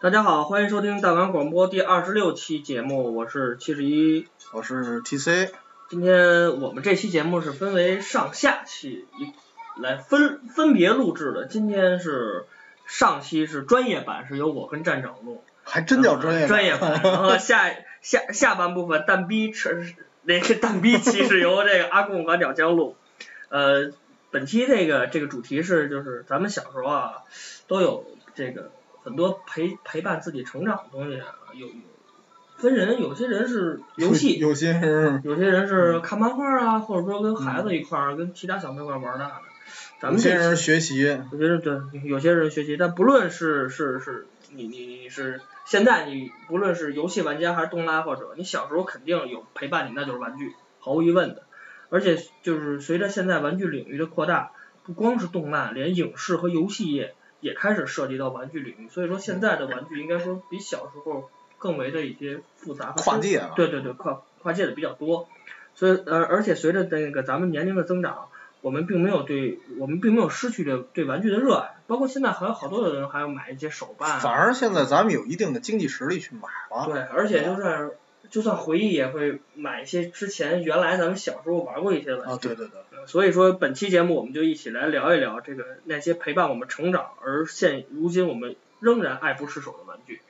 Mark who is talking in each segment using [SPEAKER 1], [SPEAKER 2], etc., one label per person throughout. [SPEAKER 1] 大家好，欢迎收听大碗广播第二十六期节目，我是七十一。
[SPEAKER 2] 我是 TC，
[SPEAKER 1] 今天我们这期节目是分为上下期一来分分别录制的。今天是上期是专业版，是由我跟站长录，
[SPEAKER 2] 还真叫专业
[SPEAKER 1] 嗯专 业版。然后下下下半部分蛋逼吃那个蛋逼期是由这个阿贡和鸟江录。呃，本期这个这个主题是就是咱们小时候啊都有这个很多陪陪伴自己成长的东西啊，有有分人，有些人是游戏
[SPEAKER 2] ，有些是
[SPEAKER 1] 有些人是看漫画啊，或者说跟孩子一块儿、跟其他小朋友一块儿玩大的。咱
[SPEAKER 2] 有
[SPEAKER 1] 们这啊
[SPEAKER 2] 些人学习，
[SPEAKER 1] 有些人对，有些人学习，但不论是是是你你你是现在你不论是游戏玩家还是动漫爱好者，你小时候肯定有陪伴你，那就是玩具，毫无疑问的。而且就是随着现在玩具领域的扩大，不光是动漫，连影视和游戏业也开始涉及到玩具领域。所以说现在的玩具应该说比小时候更为的一些复杂和
[SPEAKER 2] 跨界了。啊
[SPEAKER 1] 对对对，跨跨界的比较多，所以呃，而且随着那个咱们年龄的增长，我们并没有对我们并没有失去对对玩具的热爱，包括现在还有好多的人还要买一些手办、
[SPEAKER 2] 反
[SPEAKER 1] 啊，
[SPEAKER 2] 而现在咱们有一定的经济实力去买了，
[SPEAKER 1] 对，而且就是就算回忆也会买一些之前原来咱们小时候玩过一些玩
[SPEAKER 2] 啊，
[SPEAKER 1] 具，
[SPEAKER 2] 对对对，
[SPEAKER 1] 呃所以说本期节目我们就一起来聊一聊这个那些陪伴我们成长而现如今我们仍然爱不释手的玩具。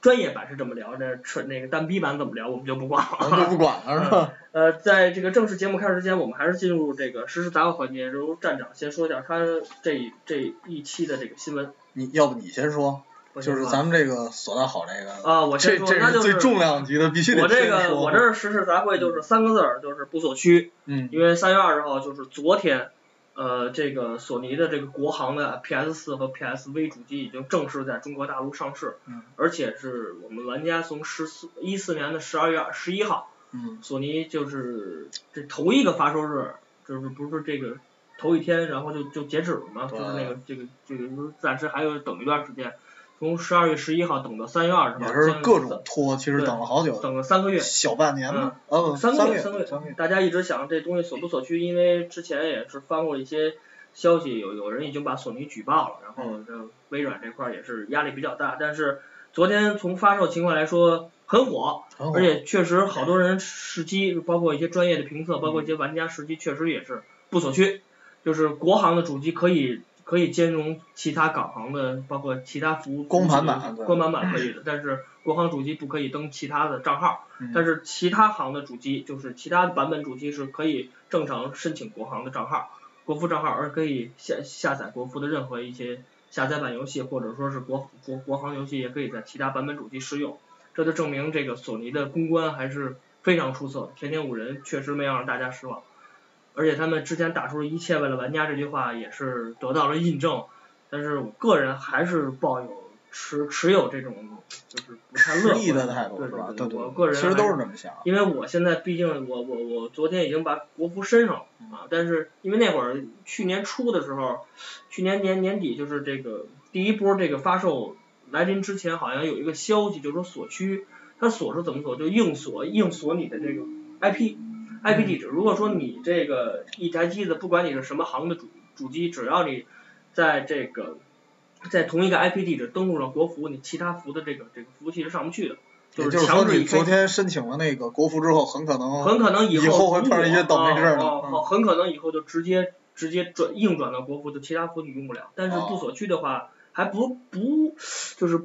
[SPEAKER 1] 专业版是这么聊的，纯那个单逼版怎么聊我们就不管了。
[SPEAKER 2] 咱们就不管 了是吧？
[SPEAKER 1] 呃，在这个正式节目开始之前，我们还是进入这个实时杂货环节，由站长先说一下他这一这一期的这个新闻。
[SPEAKER 2] 你要不你先说，
[SPEAKER 1] 我先
[SPEAKER 2] 就是
[SPEAKER 1] 说
[SPEAKER 2] 咱们这个索大好这个，
[SPEAKER 1] 啊，我
[SPEAKER 2] 这
[SPEAKER 1] 先说，
[SPEAKER 2] 这
[SPEAKER 1] 那
[SPEAKER 2] 是
[SPEAKER 1] 就是
[SPEAKER 2] 最重量级的，必须得
[SPEAKER 1] 我这
[SPEAKER 2] 先
[SPEAKER 1] 个
[SPEAKER 2] 说
[SPEAKER 1] 我这儿实时杂烩就是三个字儿，就是不所需。
[SPEAKER 2] 嗯，
[SPEAKER 1] 因为三月二十号就是昨天，呃，这个索尼的这个国行的 PS 四和 PSV 主机已经正式在中国大陆上市，
[SPEAKER 2] 嗯
[SPEAKER 1] 而且是我们玩家从十四一四年的十二月十一号
[SPEAKER 2] 嗯
[SPEAKER 1] 索尼就是这头一个发售日，就是不是这个头一天，然后就就截止了嘛，就
[SPEAKER 2] 对
[SPEAKER 1] 是那个这个这个就是暂时还有等一段时间，从十二月十一号等到三月二十号，
[SPEAKER 2] 也
[SPEAKER 1] 将
[SPEAKER 2] 是
[SPEAKER 1] 近
[SPEAKER 2] 各
[SPEAKER 1] 三
[SPEAKER 2] 种拖，其实等了好久，
[SPEAKER 1] 等了三个月。嗯
[SPEAKER 2] 小半年吧，啊不，
[SPEAKER 1] 三
[SPEAKER 2] 三
[SPEAKER 1] 个
[SPEAKER 2] 个
[SPEAKER 1] 月三个月
[SPEAKER 2] 三个月，
[SPEAKER 1] 大家一直想这东西所不所趋，因为之前也是翻过一些消息，有有人已经把索尼举报了，然后这微软这块儿也是压力比较大，但是昨天从发售情况来说很火，
[SPEAKER 2] 很好
[SPEAKER 1] 而。且确实好多人时机，包括一些专业的评测，包括一些玩家时机，确实也是不所缺。就是国行的主机可以可以兼容其他港行的，包括其他服务
[SPEAKER 2] 光盘版对
[SPEAKER 1] 光盘版可以的，但是国行主机不可以登其他的账号。
[SPEAKER 2] 嗯
[SPEAKER 1] 但是其他行的主机，就是其他版本主机是可以正常申请国行的账号，国服账号，而可以下下载国服的任何一些下载版游戏，或者说是国国国行游戏，也可以在其他版本主机试用。这就证明这个索尼的公关还是非常出色的，天天五人确实没有让大家失望。而且他们之前打出“一切为了玩家”这句话也是得到了印证，但是我个人还是抱有持持有这种就是不太乐
[SPEAKER 2] 失意
[SPEAKER 1] 观
[SPEAKER 2] 的态度
[SPEAKER 1] 对
[SPEAKER 2] 是吧？
[SPEAKER 1] 对
[SPEAKER 2] 对
[SPEAKER 1] 我个人
[SPEAKER 2] 其实都
[SPEAKER 1] 还
[SPEAKER 2] 是这么想。
[SPEAKER 1] 因为我现在毕竟我我我昨天已经把国服升上了啊，但是因为那会儿去年初的时候，去年年年底就是这个第一波这个发售来临之前，好像有一个消息，就是说锁区它锁是怎么锁，就硬锁硬锁你的这个 IP IP 地址。如果说你这个一台机子，不管你是什么行的主主机，只要你在这个在同一个 IP 地址登录了国服，你其他服的这个这个服务器是上不去的，
[SPEAKER 2] 也
[SPEAKER 1] 是
[SPEAKER 2] 就是说，
[SPEAKER 1] 强制
[SPEAKER 2] 你
[SPEAKER 1] 你
[SPEAKER 2] 昨天申请了那个国服之后，很可能
[SPEAKER 1] 很可能
[SPEAKER 2] 哦以
[SPEAKER 1] 后
[SPEAKER 2] 后会碰上一些倒霉事儿的
[SPEAKER 1] 哦哦
[SPEAKER 2] 嗯
[SPEAKER 1] 哦很可能以后就直接直接转硬转到国服，就其他服你用不了。但是
[SPEAKER 2] 哦
[SPEAKER 1] 不锁区的话，还不不就是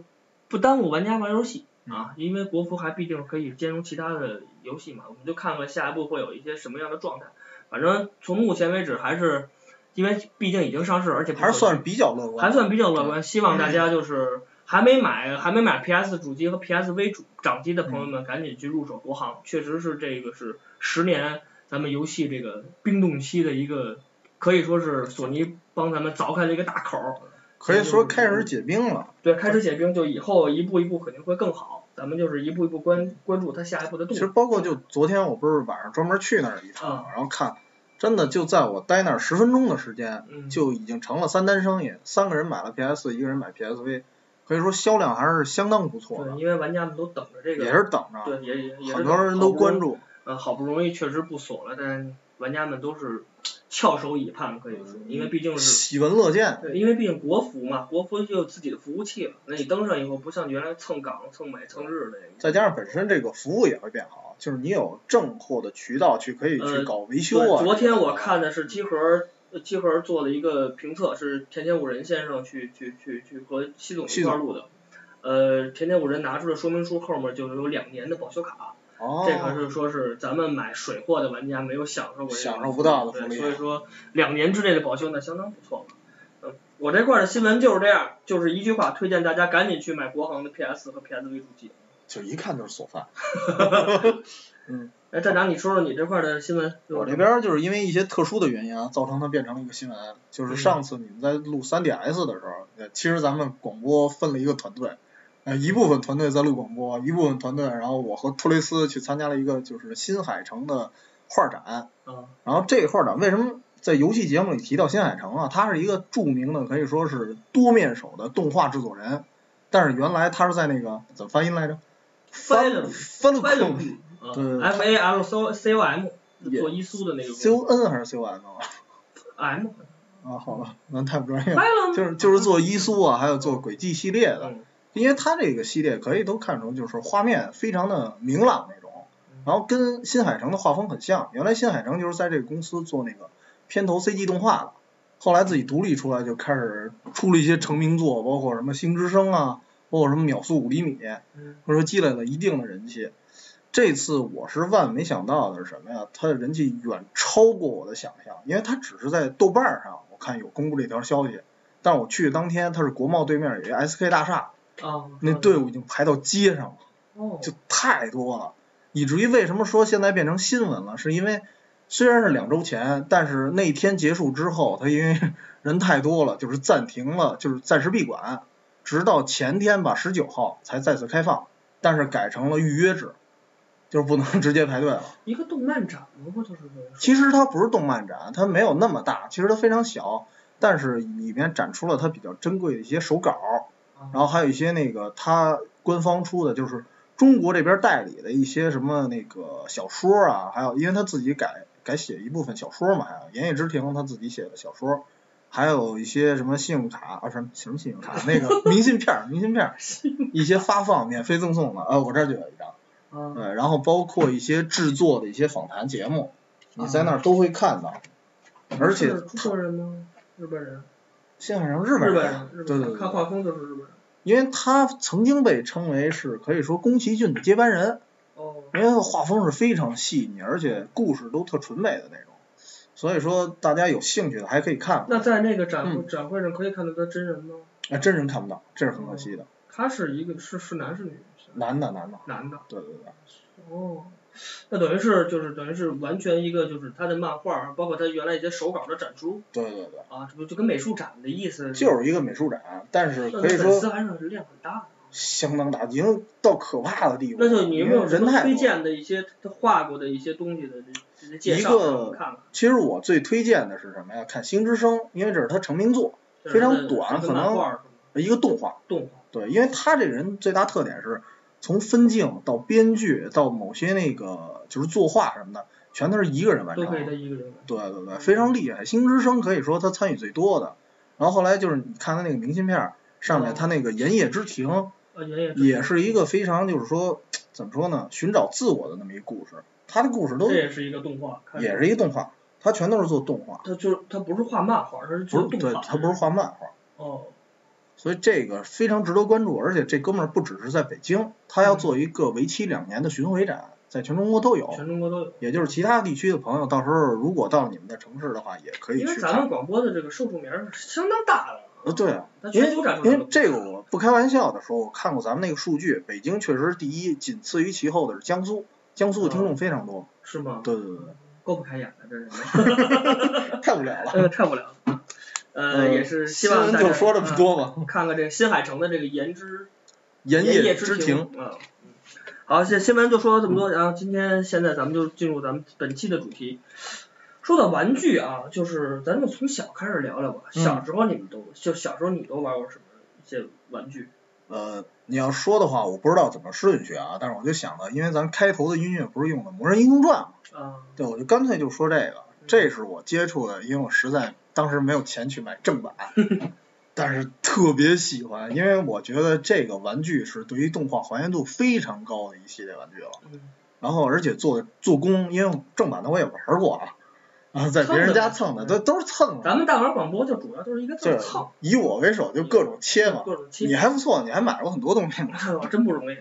[SPEAKER 1] 不耽误玩家玩游戏
[SPEAKER 2] 嗯
[SPEAKER 1] 啊，因为国服还毕竟可以兼容其他的游戏嘛。我们就看看下一步会有一些什么样的状态。反正从目前为止还是，因为毕竟已经上市，而且不
[SPEAKER 2] 还是
[SPEAKER 1] 锁区
[SPEAKER 2] 算是比较乐观
[SPEAKER 1] 还
[SPEAKER 2] 的。
[SPEAKER 1] 算比较乐观，希望大家就是还没买还没买 PS 主机和 PSV 主掌机的朋友
[SPEAKER 2] 嗯
[SPEAKER 1] 们，赶紧去入手国行，确实是这个是十年咱们游戏这个冰冻期的一个，可以说是索尼帮咱们凿开了一个大口儿，
[SPEAKER 2] 可以说开始解冰了。
[SPEAKER 1] 对，开始解冰，就以后一步一步肯定会更好，咱们就是一步一步关关注它下一步的动
[SPEAKER 2] 其
[SPEAKER 1] 作
[SPEAKER 2] 实。包括就昨天，我不是晚上专门去那儿一
[SPEAKER 1] 嗯
[SPEAKER 2] 趟，然后看，真的就在我待那儿十分钟的时间，
[SPEAKER 1] 嗯，
[SPEAKER 2] 就已经成了三单生意，三个人买了 PS，一个人买 PSV，可以说销量还是相当不错
[SPEAKER 1] 嗯对，
[SPEAKER 2] 的，
[SPEAKER 1] 因为玩家们都等着这个，
[SPEAKER 2] 也是等着，
[SPEAKER 1] 对，也也也是
[SPEAKER 2] 很多人都关
[SPEAKER 1] 注。
[SPEAKER 2] 注。
[SPEAKER 1] 呃，好不容易确实不锁了，但玩家们都是翘首以盼，可以说，因为毕竟嗯是
[SPEAKER 2] 喜闻乐见。
[SPEAKER 1] 对，因为毕竟国服嘛，国服就有自己的服务器了。那你登上以后，不像原来蹭港、蹭美、蹭日的。
[SPEAKER 2] 再加上本身这个服务也会变好，就是你有正货的渠道去可以去搞维修啊。
[SPEAKER 1] 呃对昨天我看的是机核，呃机核做了一个评测，是田间武人先生去去去去和习总一块儿录的。呃，田间武人拿出的说明书后面就是有两年的保修卡。
[SPEAKER 2] 哦，
[SPEAKER 1] 这个是说是咱们买水货的玩家没有享受过这个
[SPEAKER 2] 享受不到的福
[SPEAKER 1] 对，
[SPEAKER 2] 利
[SPEAKER 1] 所以说两年之内的保修那相当不错了。嗯，我这块儿的新闻就是这样，就是一句话，推荐大家赶紧去买国行的 PS 和 PSV 主机。
[SPEAKER 2] 就一看就是索饭。
[SPEAKER 1] 哎，站长，你说说你这块儿的新闻。
[SPEAKER 2] 我这边就是因为一些特殊的原因啊，造成它变成了一个新闻。就是上次你们在录 3DS 的时候，呃其实咱们广播分了一个团队，呃，一部分团队在录广播，一部分团队，然后我和托雷斯去参加了一个就是新海诚的画展。
[SPEAKER 1] 啊，
[SPEAKER 2] 然后这个画展为什么在游戏节目里提到新海诚啊？他是一个著名的，可以说是多面手的动画制作人，但是原来他是在那个怎么发音来着？翻
[SPEAKER 1] 了
[SPEAKER 2] 翻了
[SPEAKER 1] 翻了嗯
[SPEAKER 2] 对
[SPEAKER 1] ，F A L C O C O M
[SPEAKER 2] 也
[SPEAKER 1] 做伊苏的那个公司
[SPEAKER 2] C O N 还是 C O M 啊？
[SPEAKER 1] M
[SPEAKER 2] 啊，好吧，那太不专业
[SPEAKER 1] 掰
[SPEAKER 2] 了。
[SPEAKER 1] 了，
[SPEAKER 2] 就是就是做伊苏啊，还有做轨迹系列的，
[SPEAKER 1] 嗯
[SPEAKER 2] 因为它这个系列可以都看出，就是画面非常的明朗那种，
[SPEAKER 1] 嗯
[SPEAKER 2] 然后跟新海诚的画风很像。原来新海诚就是在这个公司做那个片头 CG 动画的，后来自己独立出来就开始出了一些成名作，包括什么《星之声》啊，包括什么《秒速五厘米》，
[SPEAKER 1] 嗯
[SPEAKER 2] 或者说积累了一定的人气。这次我是万没想到的是什么呀？它的人气远超过我的想象，因为它只是在豆瓣上我看有公布这条消息，但是我去的当天，它是国贸对面有一个 SK 大厦，
[SPEAKER 1] 啊，
[SPEAKER 2] 那队伍已经排到街上了，
[SPEAKER 1] 哦，
[SPEAKER 2] 就太多了，以至于为什么说现在变成新闻了，是因为虽然是两周前，但是那天结束之后，它因为 人太多了，就是暂停了，就是暂时闭馆，直到前天吧，十九号才再次开放，但是改成了预约制，就是不能 直接排队了。
[SPEAKER 1] 一个动漫展嘛，不就是这个？
[SPEAKER 2] 其实它不是动漫展，它没有那么大，其实它非常小，但是里面展出了它比较珍贵的一些手稿，
[SPEAKER 1] 啊，
[SPEAKER 2] 然后还有一些那个它官方出的，就是中国这边代理的一些什么那个小说啊，还有因为他自己改改写一部分小说嘛，还有《言叶之庭》他自己写的小说，还有一些什么信用卡啊，什么什么信用卡，那个明信片儿，明信片儿，一些发放免费赠送的，啊，我这儿就有一张，
[SPEAKER 1] 啊，
[SPEAKER 2] 对，然后包括一些制作的一些访谈节目，你在那儿都会看到，而且
[SPEAKER 1] 啊是中国人吗？日本人，
[SPEAKER 2] 新海诚日
[SPEAKER 1] 日
[SPEAKER 2] 本
[SPEAKER 1] 本
[SPEAKER 2] 人，
[SPEAKER 1] 人，日
[SPEAKER 2] 对
[SPEAKER 1] 本
[SPEAKER 2] 对
[SPEAKER 1] 人，
[SPEAKER 2] 对
[SPEAKER 1] 看画风就是日本人。
[SPEAKER 2] 因为他曾经被称为是可以说宫崎骏的接班人。
[SPEAKER 1] 哦，
[SPEAKER 2] 因为画风是非常细腻，而且故事都特纯美的那种，所以说大家有兴趣的还可以看，
[SPEAKER 1] 那在那个展会、展会上可以看到他真人吗？
[SPEAKER 2] 啊，真人看不到，这是很可惜的。
[SPEAKER 1] 他是一个是是男是女？是
[SPEAKER 2] 男的，男的，
[SPEAKER 1] 男的。
[SPEAKER 2] 对对对，
[SPEAKER 1] 哦，那等于是就是等于是完全一个就是他的漫画，包括他原来一些手稿的展出
[SPEAKER 2] 对对对，
[SPEAKER 1] 啊，这不就跟美术展的意思？
[SPEAKER 2] 就是一个美术展，但是
[SPEAKER 1] 那
[SPEAKER 2] 可以
[SPEAKER 1] 粉
[SPEAKER 2] 说
[SPEAKER 1] 丝还是量很大的。
[SPEAKER 2] 相当大，已经到可怕的地步了。
[SPEAKER 1] 那就你有没有
[SPEAKER 2] 因为
[SPEAKER 1] 什
[SPEAKER 2] 人
[SPEAKER 1] 么
[SPEAKER 2] 太
[SPEAKER 1] 推
[SPEAKER 2] 多了？
[SPEAKER 1] 荐的一些他画过的一些东西的这这些介绍？
[SPEAKER 2] 一个
[SPEAKER 1] 让我们看看，
[SPEAKER 2] 其实我最推荐的是什么呀？看《星之声》，因为这是他成名作，
[SPEAKER 1] 这
[SPEAKER 2] 非常
[SPEAKER 1] 是他的
[SPEAKER 2] 短
[SPEAKER 1] 他的
[SPEAKER 2] 可能
[SPEAKER 1] 漫画是吗
[SPEAKER 2] 一个动画。
[SPEAKER 1] 动画。
[SPEAKER 2] 对，因为他这人最大特点是，从分镜到编剧到某些那个就是作画什么的，全都是一个人完
[SPEAKER 1] 都
[SPEAKER 2] 成
[SPEAKER 1] 可以他
[SPEAKER 2] 的。
[SPEAKER 1] 一个人玩。
[SPEAKER 2] 对对对，非常厉害。星之声可以说他参与最多的。然后后来就是你看他那个明信片儿上面，他那个言叶之庭
[SPEAKER 1] 啊，原嗯野之
[SPEAKER 2] 也是一个非常就是说怎么说呢，寻找自我的那么一个故事。他的故事都
[SPEAKER 1] 这也是一个动画，看着
[SPEAKER 2] 也是一动画，他全都是做动画，
[SPEAKER 1] 他就是他不是画漫画，他是
[SPEAKER 2] 不
[SPEAKER 1] 就是动
[SPEAKER 2] 对
[SPEAKER 1] 画。
[SPEAKER 2] 他不是画漫画。
[SPEAKER 1] 哦，
[SPEAKER 2] 所以这个非常值得关注，而且这哥们儿不只是在北京，
[SPEAKER 1] 嗯
[SPEAKER 2] 他要做一个为期两年的巡回展，在全中国都有。
[SPEAKER 1] 全中国都有。
[SPEAKER 2] 也就是其他地区的朋友，到时候如果到你们的城市的话，也可以
[SPEAKER 1] 因为
[SPEAKER 2] 去
[SPEAKER 1] 咱
[SPEAKER 2] 看
[SPEAKER 1] 们。广播的这个受众名儿是相当大的，
[SPEAKER 2] 呃，对啊，
[SPEAKER 1] 它
[SPEAKER 2] 因
[SPEAKER 1] 全
[SPEAKER 2] 为
[SPEAKER 1] 球展出
[SPEAKER 2] 因
[SPEAKER 1] 来
[SPEAKER 2] 为
[SPEAKER 1] 了
[SPEAKER 2] 这个我不开玩笑的说，我看过咱们那个数据，北京确实是第一，仅次于其后的是江苏，江苏的听众
[SPEAKER 1] 嗯
[SPEAKER 2] 非常多。
[SPEAKER 1] 是吗？
[SPEAKER 2] 对对对
[SPEAKER 1] 够不开眼的， 这人，
[SPEAKER 2] 对， 太无聊 了。
[SPEAKER 1] 呃，太无聊了。呃，
[SPEAKER 2] 嗯
[SPEAKER 1] 也是希
[SPEAKER 2] 新
[SPEAKER 1] 望
[SPEAKER 2] 闻
[SPEAKER 1] 大家
[SPEAKER 2] 就说这么多吧。
[SPEAKER 1] 嗯看看这个新海诚的这个言之
[SPEAKER 2] 言
[SPEAKER 1] 叶
[SPEAKER 2] 叶
[SPEAKER 1] 之
[SPEAKER 2] 之
[SPEAKER 1] 庭
[SPEAKER 2] 庭，。
[SPEAKER 1] 嗯，好，现新闻就说这么多，然后今天现在咱们就进入咱们本期的主题。说到玩具啊，就是咱们从小开始聊聊吧。
[SPEAKER 2] 嗯
[SPEAKER 1] 小时候你们都，就小时候你都玩过什么一些玩具？
[SPEAKER 2] 呃，你要说的话，我不知道怎么顺序啊，但是我就想到，因为咱开头的音乐不是用的《魔人英雄传》吗？
[SPEAKER 1] 啊，
[SPEAKER 2] 对，我就干脆就说这个，这是我接触的，因为我实在当时没有钱去买 正版，但是特别喜欢，因为我觉得这个玩具是对于动画还原度非常高的一系列玩具了。
[SPEAKER 1] 嗯
[SPEAKER 2] 然后而且做的做工，因为正版的我也玩过啊，啊，在别人家蹭的，都都是蹭的，
[SPEAKER 1] 咱们大碗广播就主要就是一个字
[SPEAKER 2] 就
[SPEAKER 1] 儿
[SPEAKER 2] 是
[SPEAKER 1] 蹭，
[SPEAKER 2] 以我为首就各种切嘛。
[SPEAKER 1] 各种
[SPEAKER 2] 你
[SPEAKER 1] 切，
[SPEAKER 2] 还不错，你还买过很多东西呢。
[SPEAKER 1] 我真不容易。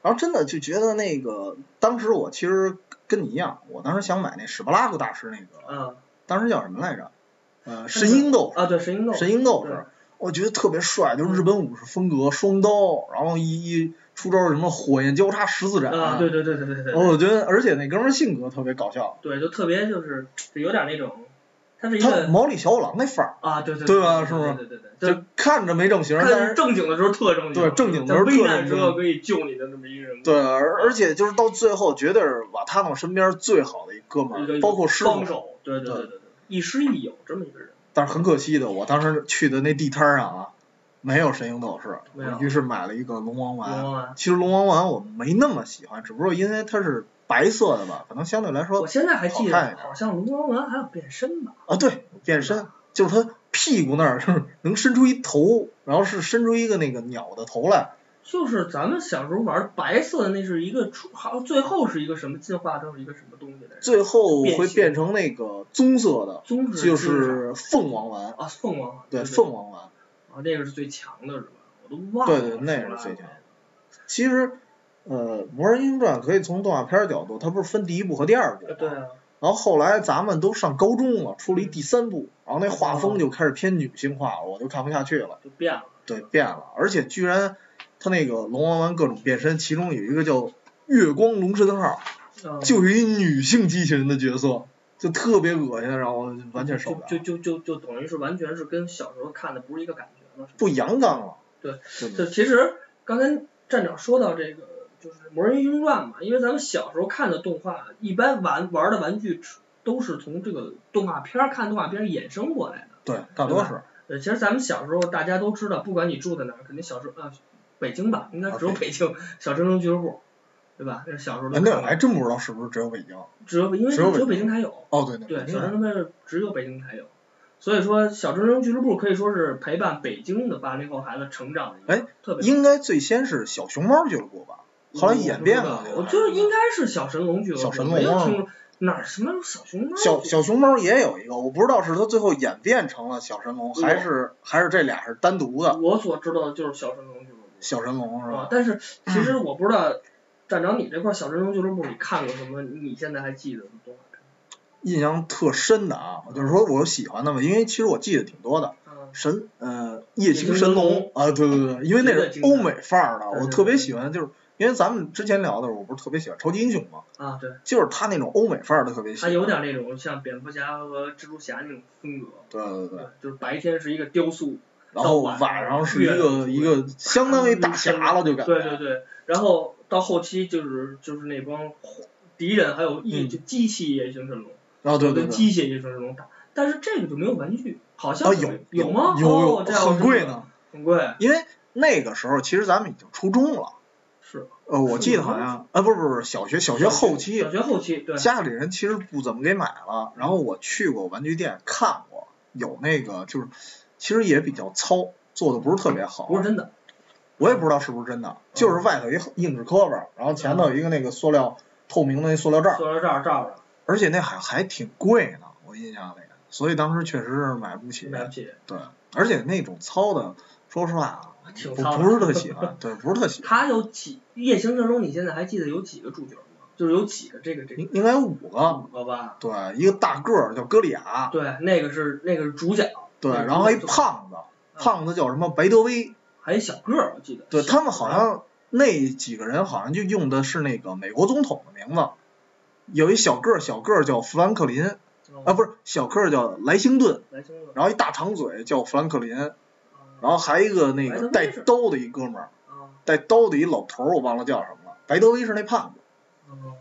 [SPEAKER 2] 然后真的就觉得那个，当时我其实跟你一样，我当时想买那史巴拉古大师那个，
[SPEAKER 1] 啊
[SPEAKER 2] 当时叫什么来着？呃，神鹰斗士，
[SPEAKER 1] 啊，对，神鹰斗
[SPEAKER 2] 神鹰斗
[SPEAKER 1] 对
[SPEAKER 2] 士，我觉得特别帅，就是日本武士风格，双刀，然后一一出招是什么火焰交叉十字斩，
[SPEAKER 1] 啊，对对对对对对，
[SPEAKER 2] 哦我觉得而且那哥们儿性格特别搞笑，
[SPEAKER 1] 对，就特别就是就有点那种，他是一
[SPEAKER 2] 他
[SPEAKER 1] 个
[SPEAKER 2] 毛利小五郎那范儿，
[SPEAKER 1] 啊，对对
[SPEAKER 2] 对吧是不是
[SPEAKER 1] 对对对对，
[SPEAKER 2] 就看着没正形，
[SPEAKER 1] 就
[SPEAKER 2] 但
[SPEAKER 1] 看
[SPEAKER 2] 是
[SPEAKER 1] 正经的时候特正经，
[SPEAKER 2] 对正经的时候
[SPEAKER 1] 在危难时
[SPEAKER 2] 特正
[SPEAKER 1] 候
[SPEAKER 2] 经
[SPEAKER 1] 可以救你的那么一个人物，
[SPEAKER 2] 对，而而且就是到最后绝对是瓦塔诺身边最好的一哥们
[SPEAKER 1] 一个
[SPEAKER 2] 儿，包括师傅
[SPEAKER 1] 帮，手，对对对对对，亦师亦友这么一个人，
[SPEAKER 2] 但是很可惜的，我当时去的那地摊儿上啊，没有神鹰斗士，
[SPEAKER 1] 没有
[SPEAKER 2] 我于是买了一个龙王丸。
[SPEAKER 1] 龙啊，
[SPEAKER 2] 其实龙王丸我没那么喜欢，只不过因为它是白色的吧，可能相对来
[SPEAKER 1] 我
[SPEAKER 2] 说
[SPEAKER 1] 现在还记
[SPEAKER 2] 好看一
[SPEAKER 1] 得，
[SPEAKER 2] 点
[SPEAKER 1] 好像龙王丸还有变身吧，
[SPEAKER 2] 啊，对，变身就是它屁股那儿 就是能伸出一头，然后是伸出一个那个鸟的头来。
[SPEAKER 1] 就是咱们小时候玩白色的那是一个出，好像最后是一个什么进化，都是一个什么东西来着？
[SPEAKER 2] 最后
[SPEAKER 1] 变
[SPEAKER 2] 会
[SPEAKER 1] 形
[SPEAKER 2] 变成那个棕色的，
[SPEAKER 1] 宗旨
[SPEAKER 2] 就是凤凰丸，
[SPEAKER 1] 啊，凤凰丸，
[SPEAKER 2] 对，
[SPEAKER 1] 对
[SPEAKER 2] 凤凰丸。
[SPEAKER 1] 啊，那个是最强的是吧？我都忘了
[SPEAKER 2] 对
[SPEAKER 1] 出来
[SPEAKER 2] 对
[SPEAKER 1] 了，
[SPEAKER 2] 那是最强其实，呃，《魔人英雄传》可以从动画片儿角度，它不是分第一部和第二部吗
[SPEAKER 1] 呃。对啊，
[SPEAKER 2] 然后后来咱们都上高中了，出了一第三部，然后那画风就开始偏女性化了，我就看不下去了。
[SPEAKER 1] 就变了。
[SPEAKER 2] 对，变了，而且居然他那个龙王丸各种变身，其中有一个叫月光龙神号，
[SPEAKER 1] 嗯
[SPEAKER 2] 就是一女性机器人的角色，就特别恶心，让我完全受不了，
[SPEAKER 1] 就就就就等于是完全是跟小时候看的不是一个感觉了。是吧
[SPEAKER 2] 不阳刚了。
[SPEAKER 1] 对
[SPEAKER 2] 真
[SPEAKER 1] 就
[SPEAKER 2] 的，
[SPEAKER 1] 其实刚才站长说到这个，就是《魔人英雄传》嘛，因为咱们小时候看的动画，一般玩玩的玩具都是从这个动画片儿看动画片儿衍生过来的。
[SPEAKER 2] 对，大多是
[SPEAKER 1] 呃，其实咱们小时候大家都知道，不管你住在哪儿，肯定小时候呃北京吧，应该只有
[SPEAKER 2] 啊
[SPEAKER 1] 北京小精灵俱乐部，对吧？这是小时候
[SPEAKER 2] 哎
[SPEAKER 1] 的。
[SPEAKER 2] 那我还真不知道是不是只有北京。
[SPEAKER 1] 只有因为
[SPEAKER 2] 只
[SPEAKER 1] 只
[SPEAKER 2] 有北
[SPEAKER 1] 有北京才有，
[SPEAKER 2] 哦，对对
[SPEAKER 1] 对，
[SPEAKER 2] 北京
[SPEAKER 1] 小
[SPEAKER 2] 人
[SPEAKER 1] 精灵是只有北京才有。所以说，小精灵俱乐部可以说是陪伴北京的八零后孩子成长的一个，
[SPEAKER 2] 哎，
[SPEAKER 1] 特别
[SPEAKER 2] 应该最先是小熊猫俱乐部吧，后来演变了。
[SPEAKER 1] 我就是应该是小神龙俱乐部，
[SPEAKER 2] 小神龙
[SPEAKER 1] 没有
[SPEAKER 2] 啊
[SPEAKER 1] 听说哪儿什么小熊猫俱乐
[SPEAKER 2] 小
[SPEAKER 1] 部，
[SPEAKER 2] 小熊猫也有一个，我不知道是它最后演变成了小神龙，
[SPEAKER 1] 嗯
[SPEAKER 2] 还是还是这俩是单独的
[SPEAKER 1] 我所知道的就是小神龙俱乐部。
[SPEAKER 2] 小神龙是
[SPEAKER 1] 啊
[SPEAKER 2] 吧，？
[SPEAKER 1] 但是
[SPEAKER 2] 哎
[SPEAKER 1] 其实我不知道，站长你这块小神龙俱乐部你看过什么？你现在还记得的动画片？
[SPEAKER 2] 印象特深的啊，就是说我喜欢的嘛，因为其实我记得挺多的。
[SPEAKER 1] 嗯，
[SPEAKER 2] 神呃，夜
[SPEAKER 1] 夜
[SPEAKER 2] 行
[SPEAKER 1] 行
[SPEAKER 2] 神
[SPEAKER 1] 神
[SPEAKER 2] 龙
[SPEAKER 1] 龙
[SPEAKER 2] 啊，对对对，因为那
[SPEAKER 1] 绝对
[SPEAKER 2] 是
[SPEAKER 1] 经
[SPEAKER 2] 欧
[SPEAKER 1] 典
[SPEAKER 2] 美范儿的，
[SPEAKER 1] 对对
[SPEAKER 2] 我
[SPEAKER 1] 对
[SPEAKER 2] 特别喜欢，就是因为咱们之前聊的时候，我不是特别喜欢超级英雄嘛，
[SPEAKER 1] 啊，对，
[SPEAKER 2] 就是他那种欧美范儿的特别喜
[SPEAKER 1] 它
[SPEAKER 2] 欢。
[SPEAKER 1] 有点那种像蝙蝠侠和蜘蛛侠那种风格，
[SPEAKER 2] 对对对
[SPEAKER 1] 对，，就是白天是一个雕塑，
[SPEAKER 2] 然后
[SPEAKER 1] 到晚上
[SPEAKER 2] 晚上是一
[SPEAKER 1] 月
[SPEAKER 2] 个一个相当于大侠了，就感觉。
[SPEAKER 1] 对对对，然后到后期就是就是那帮敌人还有夜、
[SPEAKER 2] 嗯
[SPEAKER 1] 就机器夜行神龙，
[SPEAKER 2] 然后啊对对
[SPEAKER 1] 跟
[SPEAKER 2] 对，
[SPEAKER 1] 机械夜行神龙打，但是这个就没有玩具，好像
[SPEAKER 2] 啊
[SPEAKER 1] 是
[SPEAKER 2] 有
[SPEAKER 1] 有吗？
[SPEAKER 2] 有
[SPEAKER 1] 哦
[SPEAKER 2] 有，
[SPEAKER 1] 这样我
[SPEAKER 2] 很
[SPEAKER 1] 知
[SPEAKER 2] 贵
[SPEAKER 1] 道
[SPEAKER 2] 呢。
[SPEAKER 1] 很贵
[SPEAKER 2] 因为那个时候其实咱们已经初中了，
[SPEAKER 1] 是
[SPEAKER 2] 呃，我记得好像啊，不是不是不是小学小学后期
[SPEAKER 1] 小，学后期对
[SPEAKER 2] 家里人其实不怎么给买了。然后我去过玩具店看过，有那个就是其实也比较糙，做的不是特别好
[SPEAKER 1] 不。是真的，
[SPEAKER 2] 我也不知道是不是真的，就是外头一硬纸壳儿，然后前头有一个那个塑料透明的那塑料罩儿，
[SPEAKER 1] 塑料罩罩着
[SPEAKER 2] 而且那还还挺贵呢，我印象里，所以当时确实是买不起。
[SPEAKER 1] 买不起，
[SPEAKER 2] 对，而且那种糙的，说实话啊，
[SPEAKER 1] 挺
[SPEAKER 2] 不
[SPEAKER 1] 糙的
[SPEAKER 2] 不是特 喜欢，对，不是特喜欢。
[SPEAKER 1] 它有几夜行神龙，你现在还记得有几个主角吗？就是有几个这个这个
[SPEAKER 2] 应应该有五个，
[SPEAKER 1] 五个吧？
[SPEAKER 2] 对，一个大个儿叫歌里亚，
[SPEAKER 1] 对，那个是那个是主角，
[SPEAKER 2] 对，
[SPEAKER 1] 嗯
[SPEAKER 2] 然后还一胖子，胖子叫什么白德威，
[SPEAKER 1] 还有一小个儿，我记得。
[SPEAKER 2] 对
[SPEAKER 1] 小
[SPEAKER 2] 他们好像那几个人好像就用的是那个美国总统的名字，有一小个儿小个儿叫富兰克林，啊，
[SPEAKER 1] 啊，
[SPEAKER 2] 不是小个儿叫莱辛顿，
[SPEAKER 1] 来清楚。
[SPEAKER 2] 然后一大长嘴叫富兰克林，然
[SPEAKER 1] 后
[SPEAKER 2] 后还一个那
[SPEAKER 1] 白
[SPEAKER 2] 个
[SPEAKER 1] 德威
[SPEAKER 2] 带
[SPEAKER 1] 是
[SPEAKER 2] 刀的一哥们儿，
[SPEAKER 1] 啊，
[SPEAKER 2] 带刀的一老头儿，我忘了叫什么了，白德威是那胖子。
[SPEAKER 1] 嗯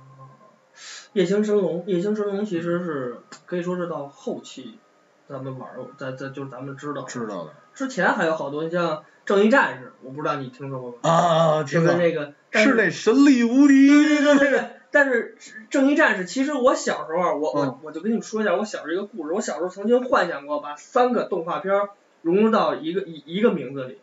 [SPEAKER 1] 夜行神龙，夜行神龙其实是可以说是到后期咱们玩儿过，咱咱就是咱们知道，
[SPEAKER 2] 知道的
[SPEAKER 1] 之前还有好多，你像正义战士，我不知道你听说过吗？
[SPEAKER 2] 啊，
[SPEAKER 1] 就
[SPEAKER 2] 听
[SPEAKER 1] 跟
[SPEAKER 2] 到
[SPEAKER 1] 那个但
[SPEAKER 2] 是那神力无敌
[SPEAKER 1] 对对对对，但是正义战士，其实我小时候啊，我
[SPEAKER 2] 嗯
[SPEAKER 1] 我我就跟你们说一下我小时候一个故事。我小时候曾经幻想过把三个动画片儿融入到一个一一个名字里，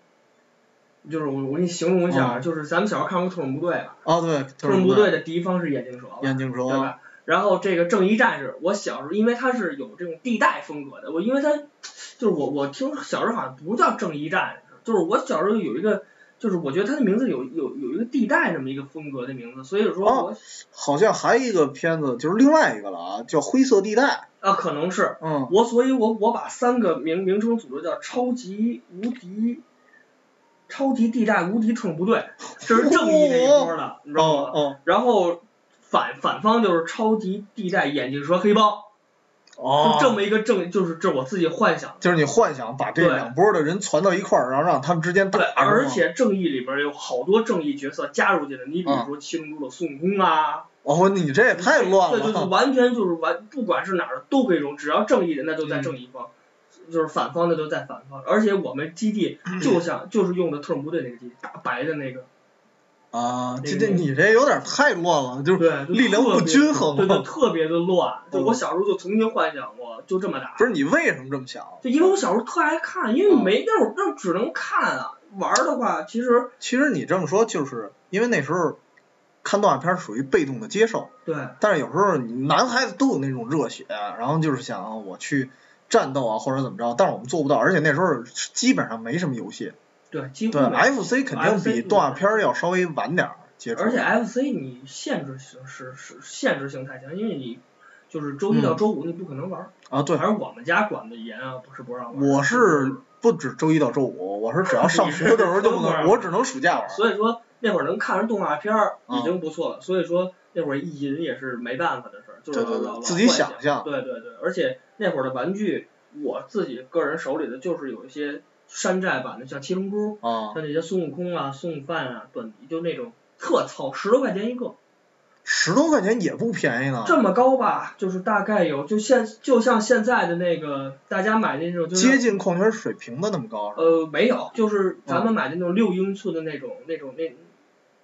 [SPEAKER 1] 就是我我给你形容一下，啊，
[SPEAKER 2] 嗯
[SPEAKER 1] 就是咱们小时候看过《特种部队》吧，
[SPEAKER 2] 哦，对，
[SPEAKER 1] 《特
[SPEAKER 2] 特
[SPEAKER 1] 种
[SPEAKER 2] 种
[SPEAKER 1] 部
[SPEAKER 2] 部
[SPEAKER 1] 队》
[SPEAKER 2] 队
[SPEAKER 1] 的第一方是眼镜蛇吧，
[SPEAKER 2] 眼镜蛇，
[SPEAKER 1] 对吧？然后这个正义战士，我小时候因为它是有这种地带风格的，我因为它就是我我听说小时候好像不叫正义战士，就是我小时候有一个就是我觉得它的名字有有有一个地带这么一个风格的名字，所以说
[SPEAKER 2] 哦
[SPEAKER 1] 我、
[SPEAKER 2] 好像还有一个片子就是另外一个了啊，叫《灰色地带
[SPEAKER 1] 啊可能是》。
[SPEAKER 2] 嗯，
[SPEAKER 1] 我，所以我我把三个名名称组织叫超级无敌。超级地带无敌特种部队，这是正义那一波的，你知
[SPEAKER 2] 哦
[SPEAKER 1] 道吗？
[SPEAKER 2] 哦
[SPEAKER 1] 然后反反方就是超级地带眼镜蛇黑帮，
[SPEAKER 2] 哦
[SPEAKER 1] 就，这么一个正，就是这我自己幻想的。
[SPEAKER 2] 就是你幻想把这
[SPEAKER 1] 对
[SPEAKER 2] 两波的人传到一块儿，然后让他们之间打
[SPEAKER 1] 对，，
[SPEAKER 2] 是
[SPEAKER 1] 而
[SPEAKER 2] 吗
[SPEAKER 1] 且正义里边有好多正义角色加入进来，你比如
[SPEAKER 2] 嗯
[SPEAKER 1] 说七龙珠的孙悟空啊，
[SPEAKER 2] 哦，你这也太乱了。
[SPEAKER 1] 对，就是完全就是完，不管是哪儿的都可以用，只要正义的那就
[SPEAKER 2] 嗯
[SPEAKER 1] 在正义方，就是反方的就在反方。而且我们基地
[SPEAKER 2] 嗯
[SPEAKER 1] 就像、就是用的特种部队那个基地，大白的那个，
[SPEAKER 2] 啊，
[SPEAKER 1] 那
[SPEAKER 2] 这
[SPEAKER 1] 个
[SPEAKER 2] 这你这有点太乱了，就是
[SPEAKER 1] 对，就
[SPEAKER 2] 力量
[SPEAKER 1] 特别
[SPEAKER 2] 不均衡啊
[SPEAKER 1] 对对，特别的乱。就
[SPEAKER 2] 嗯
[SPEAKER 1] 我小时候就曾经幻想过，就这么打。
[SPEAKER 2] 不是你为什么这么嗯想？啊
[SPEAKER 1] 就因为我小时候特爱看，因为没那会儿那只能看啊，玩儿的话其实
[SPEAKER 2] 其实你这么说，就是因为那时候看动画片属于被动的接受，
[SPEAKER 1] 对。
[SPEAKER 2] 但是有时候你男孩子都有那种热血，然后就是想啊我去战斗啊或者怎么着，但是我们做不到，而且那时候基本上没什么游戏。
[SPEAKER 1] 对，几乎
[SPEAKER 2] 对
[SPEAKER 1] 没有
[SPEAKER 2] ，FC 肯定比动画片要稍微晚点儿接触。
[SPEAKER 1] 而且 FC 你限制性是是限制性太强，因为你就是周一到
[SPEAKER 2] 嗯
[SPEAKER 1] 周五你不可能玩儿，
[SPEAKER 2] 啊，对，
[SPEAKER 1] 还是我们家管的严啊，不是不让玩儿。
[SPEAKER 2] 我是不止周一到周五，我是只要上学的时候就不
[SPEAKER 1] 你是
[SPEAKER 2] 能，我只能暑假玩。
[SPEAKER 1] 所以说那会儿能看上动画片儿
[SPEAKER 2] 嗯
[SPEAKER 1] 已经不错了，所以说那会儿意淫也是没办法的事儿，就是
[SPEAKER 2] 对对
[SPEAKER 1] 老
[SPEAKER 2] 对，
[SPEAKER 1] 老
[SPEAKER 2] 自己
[SPEAKER 1] 幻
[SPEAKER 2] 想象。
[SPEAKER 1] 对对对，而且那会儿的玩具，我自己个人手里的就是有一些山寨版的，像七龙珠，
[SPEAKER 2] 啊，
[SPEAKER 1] 像那些孙悟空啊、孙悟饭啊、短笛，就那种特糙，十多块钱一个。
[SPEAKER 2] 嗯十多块钱也不便宜呢。
[SPEAKER 1] 这么高吧，就是大概有，就现就像现在的那个大家买那种就
[SPEAKER 2] 接
[SPEAKER 1] 是
[SPEAKER 2] 近矿泉水瓶的那么高是吧？
[SPEAKER 1] 呃没有，就是咱
[SPEAKER 2] 嗯
[SPEAKER 1] 们买的那种六英寸的那种那种那，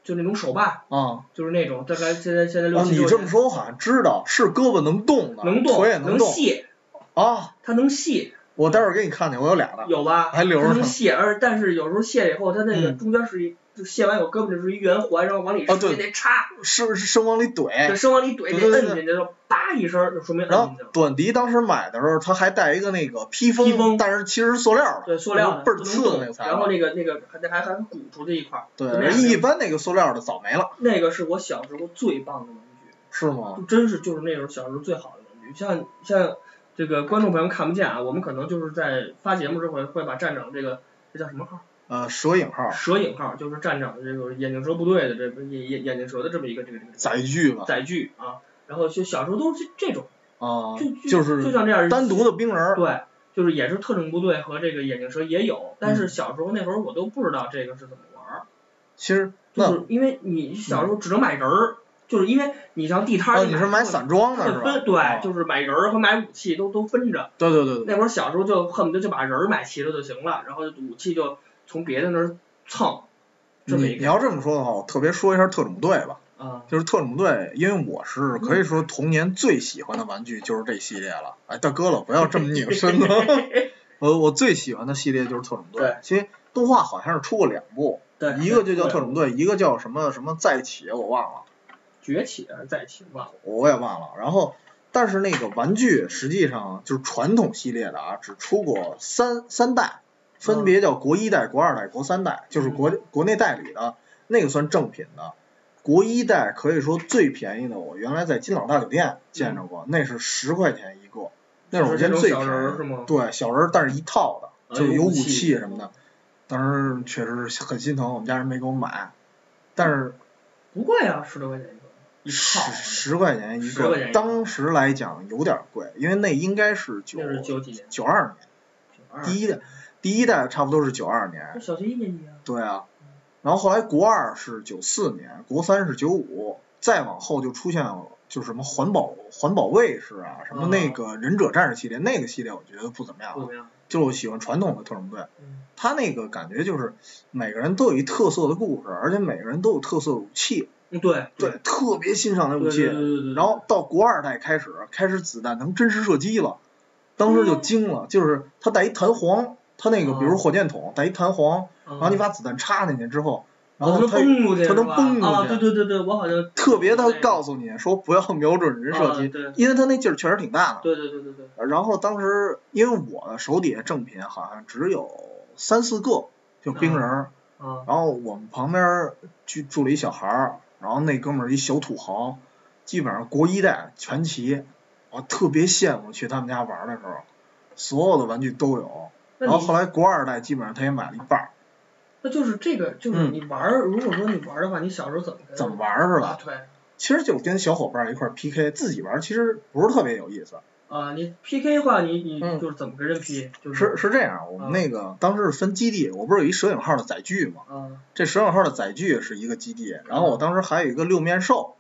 [SPEAKER 1] 就那种手办，
[SPEAKER 2] 啊，
[SPEAKER 1] 就是那种大概现在现在六
[SPEAKER 2] 啊，
[SPEAKER 1] 七
[SPEAKER 2] 你
[SPEAKER 1] 六
[SPEAKER 2] 这么说我好像知道，是胳膊能动的，
[SPEAKER 1] 能动
[SPEAKER 2] 腿也动
[SPEAKER 1] 卸，
[SPEAKER 2] 啊。
[SPEAKER 1] 它能卸，
[SPEAKER 2] 我待会儿给你看去，我有俩的。
[SPEAKER 1] 有吧？
[SPEAKER 2] 啊还留着呢
[SPEAKER 1] 它能卸，而但是有时候卸了以后，它那个
[SPEAKER 2] 嗯
[SPEAKER 1] 中间是一。就卸完以后，胳膊就是一圆环，然后往里
[SPEAKER 2] 啊对
[SPEAKER 1] 伸，那插，
[SPEAKER 2] 是是生往里
[SPEAKER 1] 对，
[SPEAKER 2] 怼，
[SPEAKER 1] 生往里怼，
[SPEAKER 2] 对
[SPEAKER 1] 得
[SPEAKER 2] 对
[SPEAKER 1] 摁进去，就叭一声，就说明
[SPEAKER 2] 然
[SPEAKER 1] 摁
[SPEAKER 2] 后
[SPEAKER 1] 进去了。
[SPEAKER 2] 短笛当时买的时候，它还带一个那个披
[SPEAKER 1] 披风
[SPEAKER 2] 但是其实是塑料的，
[SPEAKER 1] 对，塑料的，
[SPEAKER 2] 倍儿
[SPEAKER 1] 不能
[SPEAKER 2] 刺的
[SPEAKER 1] 动
[SPEAKER 2] 那个材料
[SPEAKER 1] 然后那个那个还还还鼓出这一块儿，就那
[SPEAKER 2] 对，
[SPEAKER 1] 样
[SPEAKER 2] 一般那个塑料的早没了，
[SPEAKER 1] 那个是我小时候最棒的玩具，
[SPEAKER 2] 是吗？
[SPEAKER 1] 就真是就是那种小时候最好的玩具。像像这个观众朋友们看不见啊，我们可能就是在发节目之后会把站长这个这叫什么号？
[SPEAKER 2] 呃，蛇影号
[SPEAKER 1] 蛇影号，就是站长的这个眼镜蛇部队的这个眼眼眼镜蛇的这么一个这个这个
[SPEAKER 2] 载具吧，
[SPEAKER 1] 载具啊。然后就小时候都是这这种，
[SPEAKER 2] 啊
[SPEAKER 1] 就，就
[SPEAKER 2] 就
[SPEAKER 1] 是像这样
[SPEAKER 2] 单独的冰人儿，
[SPEAKER 1] 对，就是也是特种部队和这个眼镜蛇也有，但
[SPEAKER 2] 嗯
[SPEAKER 1] 是小时候那会儿我都不知道这个是怎么玩儿。
[SPEAKER 2] 其实
[SPEAKER 1] 就
[SPEAKER 2] 那
[SPEAKER 1] 是因为你小时候只能买人儿，就是因为你像地摊
[SPEAKER 2] 啊，
[SPEAKER 1] 儿，
[SPEAKER 2] 你是买散装的是
[SPEAKER 1] 会
[SPEAKER 2] 吧？
[SPEAKER 1] 分，对
[SPEAKER 2] 啊，
[SPEAKER 1] 就是买人儿和买武器都都分着。
[SPEAKER 2] 对对对对，
[SPEAKER 1] 那会儿小时候就恨不得就把人儿买齐了就行了，然后武器就从别的那儿蹭，这么
[SPEAKER 2] 你
[SPEAKER 1] 一
[SPEAKER 2] 你
[SPEAKER 1] 个
[SPEAKER 2] 要这么说的话，我特别说一下特种部队吧，
[SPEAKER 1] 啊，
[SPEAKER 2] 就是特种部队，因为我
[SPEAKER 1] 嗯
[SPEAKER 2] 是可以说童年最喜欢的玩具就是这系列了。哎，大哥了，不要这么拧身 子。我我最喜欢的系列就是特种部队
[SPEAKER 1] 对，
[SPEAKER 2] 其实动画好像是出过两部，
[SPEAKER 1] 对，
[SPEAKER 2] 一个就叫特种部队，一个叫什么什么再起，我忘了，
[SPEAKER 1] 崛起还是再起忘了，
[SPEAKER 2] 我也忘了。然后，但是那个玩具实际上就是传统系列的啊，只出过三三代，分别叫国一代、国二代、国三
[SPEAKER 1] 嗯
[SPEAKER 2] 代，就是国国内代理的那个算正品的。国一代可以说最便宜的，我原来在金朗大酒店见着
[SPEAKER 1] 嗯
[SPEAKER 2] 过，那是十块钱一个，那是
[SPEAKER 1] 就
[SPEAKER 2] 我
[SPEAKER 1] 是
[SPEAKER 2] 见
[SPEAKER 1] 那种
[SPEAKER 2] 最
[SPEAKER 1] 小
[SPEAKER 2] 便宜
[SPEAKER 1] 人儿是
[SPEAKER 2] 的。
[SPEAKER 1] 吗？
[SPEAKER 2] 对，小人儿，但是一套的，
[SPEAKER 1] 啊
[SPEAKER 2] 就
[SPEAKER 1] 有
[SPEAKER 2] 有
[SPEAKER 1] 武
[SPEAKER 2] 武
[SPEAKER 1] 器嗯
[SPEAKER 2] 器什么的。当时确实很心疼，我们家人没给我买，但是
[SPEAKER 1] 不贵啊，十多块钱一个，一
[SPEAKER 2] 十
[SPEAKER 1] 套，
[SPEAKER 2] 十块钱一
[SPEAKER 1] 10块
[SPEAKER 2] 个
[SPEAKER 1] 钱一，个
[SPEAKER 2] 当时来讲有点贵，因为那应该是九
[SPEAKER 1] 那是九几年，
[SPEAKER 2] 九二年
[SPEAKER 1] 九二，
[SPEAKER 2] 第一代，第一代差不多是九二
[SPEAKER 1] 那
[SPEAKER 2] 年，
[SPEAKER 1] 小学一年级啊，
[SPEAKER 2] 对啊，然后后来国二是九四年，国三是九五，再往后就出现了就是什么环保环保卫士啊，什么那个忍者战士系列，那个系列我觉得不怎么样
[SPEAKER 1] 嗯不怎么
[SPEAKER 2] 啊，
[SPEAKER 1] 样？
[SPEAKER 2] 就是我喜欢传统的特种部队，
[SPEAKER 1] 嗯，
[SPEAKER 2] 他那个感觉就是每个人都有一特色的故事，而且每个人都有特色的武器，
[SPEAKER 1] 嗯对
[SPEAKER 2] 对，特别欣赏那武
[SPEAKER 1] 对对对
[SPEAKER 2] 器。
[SPEAKER 1] 对对。
[SPEAKER 2] 然后到国二代开始，开始子弹能真实射击了，当时就惊
[SPEAKER 1] 嗯
[SPEAKER 2] 了，就是他带一弹簧，他那个比如
[SPEAKER 1] 哦
[SPEAKER 2] 火箭筒带一弹簧，
[SPEAKER 1] 然
[SPEAKER 2] 然后你把子弹插进去之后，然
[SPEAKER 1] 它
[SPEAKER 2] 后
[SPEAKER 1] 能
[SPEAKER 2] 他
[SPEAKER 1] 嗯哦蹦出去，
[SPEAKER 2] 它能
[SPEAKER 1] 是吧
[SPEAKER 2] 蹦出
[SPEAKER 1] 啊！
[SPEAKER 2] 去
[SPEAKER 1] 对对对对，我好像
[SPEAKER 2] 特别他告诉你说不要瞄准人射
[SPEAKER 1] 啊
[SPEAKER 2] 击，
[SPEAKER 1] 对
[SPEAKER 2] 因为他那劲儿确实挺大的。
[SPEAKER 1] 对对对对对，
[SPEAKER 2] 然后当时因为我的手底下正品好像只有三四个，就冰人儿。
[SPEAKER 1] 啊
[SPEAKER 2] 然后我们旁边儿居住了一小孩儿，然后那哥们儿一小土豪，基本上国一代全齐。我特别羡慕去他们家玩儿的时候，所有的玩具都有。
[SPEAKER 1] 那
[SPEAKER 2] 然后
[SPEAKER 1] 你
[SPEAKER 2] 后来国二代基本上他也买了一半儿，
[SPEAKER 1] 那就是这个，就是
[SPEAKER 2] 嗯
[SPEAKER 1] 你玩儿，如果说你玩儿的话，你小时候怎么跟
[SPEAKER 2] 怎么玩儿是
[SPEAKER 1] 啊
[SPEAKER 2] 吧？？
[SPEAKER 1] 对
[SPEAKER 2] 其实就跟小伙伴儿一块儿 PK，自己玩儿其实不是特别有意思。
[SPEAKER 1] 啊，你 PK 的话，你你
[SPEAKER 2] 嗯
[SPEAKER 1] 就是怎么跟人 P，就是
[SPEAKER 2] 是这样，我们那个当时是分基地，我不是有一蛇影号的载具吗？
[SPEAKER 1] 啊，
[SPEAKER 2] 这蛇影号的载具是一个基地，然
[SPEAKER 1] 嗯
[SPEAKER 2] 后我当时还有一个六面兽，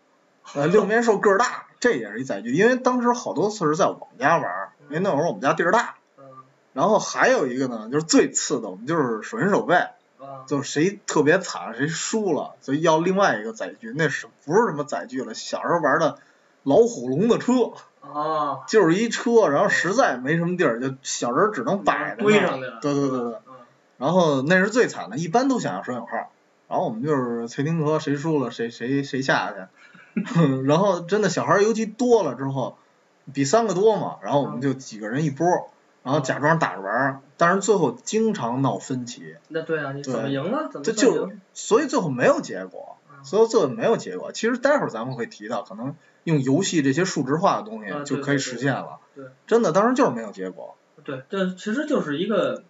[SPEAKER 2] 呃，六面兽个儿大，这也是一载具，因为当时好多次是在我们家玩儿，因为那会儿我们家地儿大。
[SPEAKER 1] 嗯
[SPEAKER 2] 然后还有一个呢，就是最次的，我们就是手心手背，
[SPEAKER 1] 啊，
[SPEAKER 2] 就是谁特别惨谁输了，所以要另外一个载具，那是不是什么载具了？小时候玩的老虎龙的车，
[SPEAKER 1] 啊，
[SPEAKER 2] 就是一车，然后实在没什么地儿，就小人儿只能摆着
[SPEAKER 1] 堆
[SPEAKER 2] 那儿
[SPEAKER 1] 嗯上去了，
[SPEAKER 2] 对对对对。
[SPEAKER 1] 嗯
[SPEAKER 2] 然后那是最惨的，一般都想要双影号。然后我们就是崔丁格，谁输了谁谁谁下去。 然后真的小孩儿尤其多了之后，比三个多嘛，然后我们
[SPEAKER 1] 嗯
[SPEAKER 2] 就几个人一波，然后假装打着玩儿，但是最后经常闹分歧，
[SPEAKER 1] 那对啊，你
[SPEAKER 2] 对
[SPEAKER 1] 怎么赢了？怎么
[SPEAKER 2] 这
[SPEAKER 1] 算
[SPEAKER 2] 就
[SPEAKER 1] 赢？
[SPEAKER 2] 所以最后没有结果，
[SPEAKER 1] 啊
[SPEAKER 2] 所以最后没有结果。其实待会儿咱们会提到，可能用游戏这些数值化的东
[SPEAKER 1] 啊
[SPEAKER 2] 西
[SPEAKER 1] 对
[SPEAKER 2] 就可以实现了。
[SPEAKER 1] 对对对
[SPEAKER 2] 真的当时就是没有结果。
[SPEAKER 1] 对，这其实就是一个。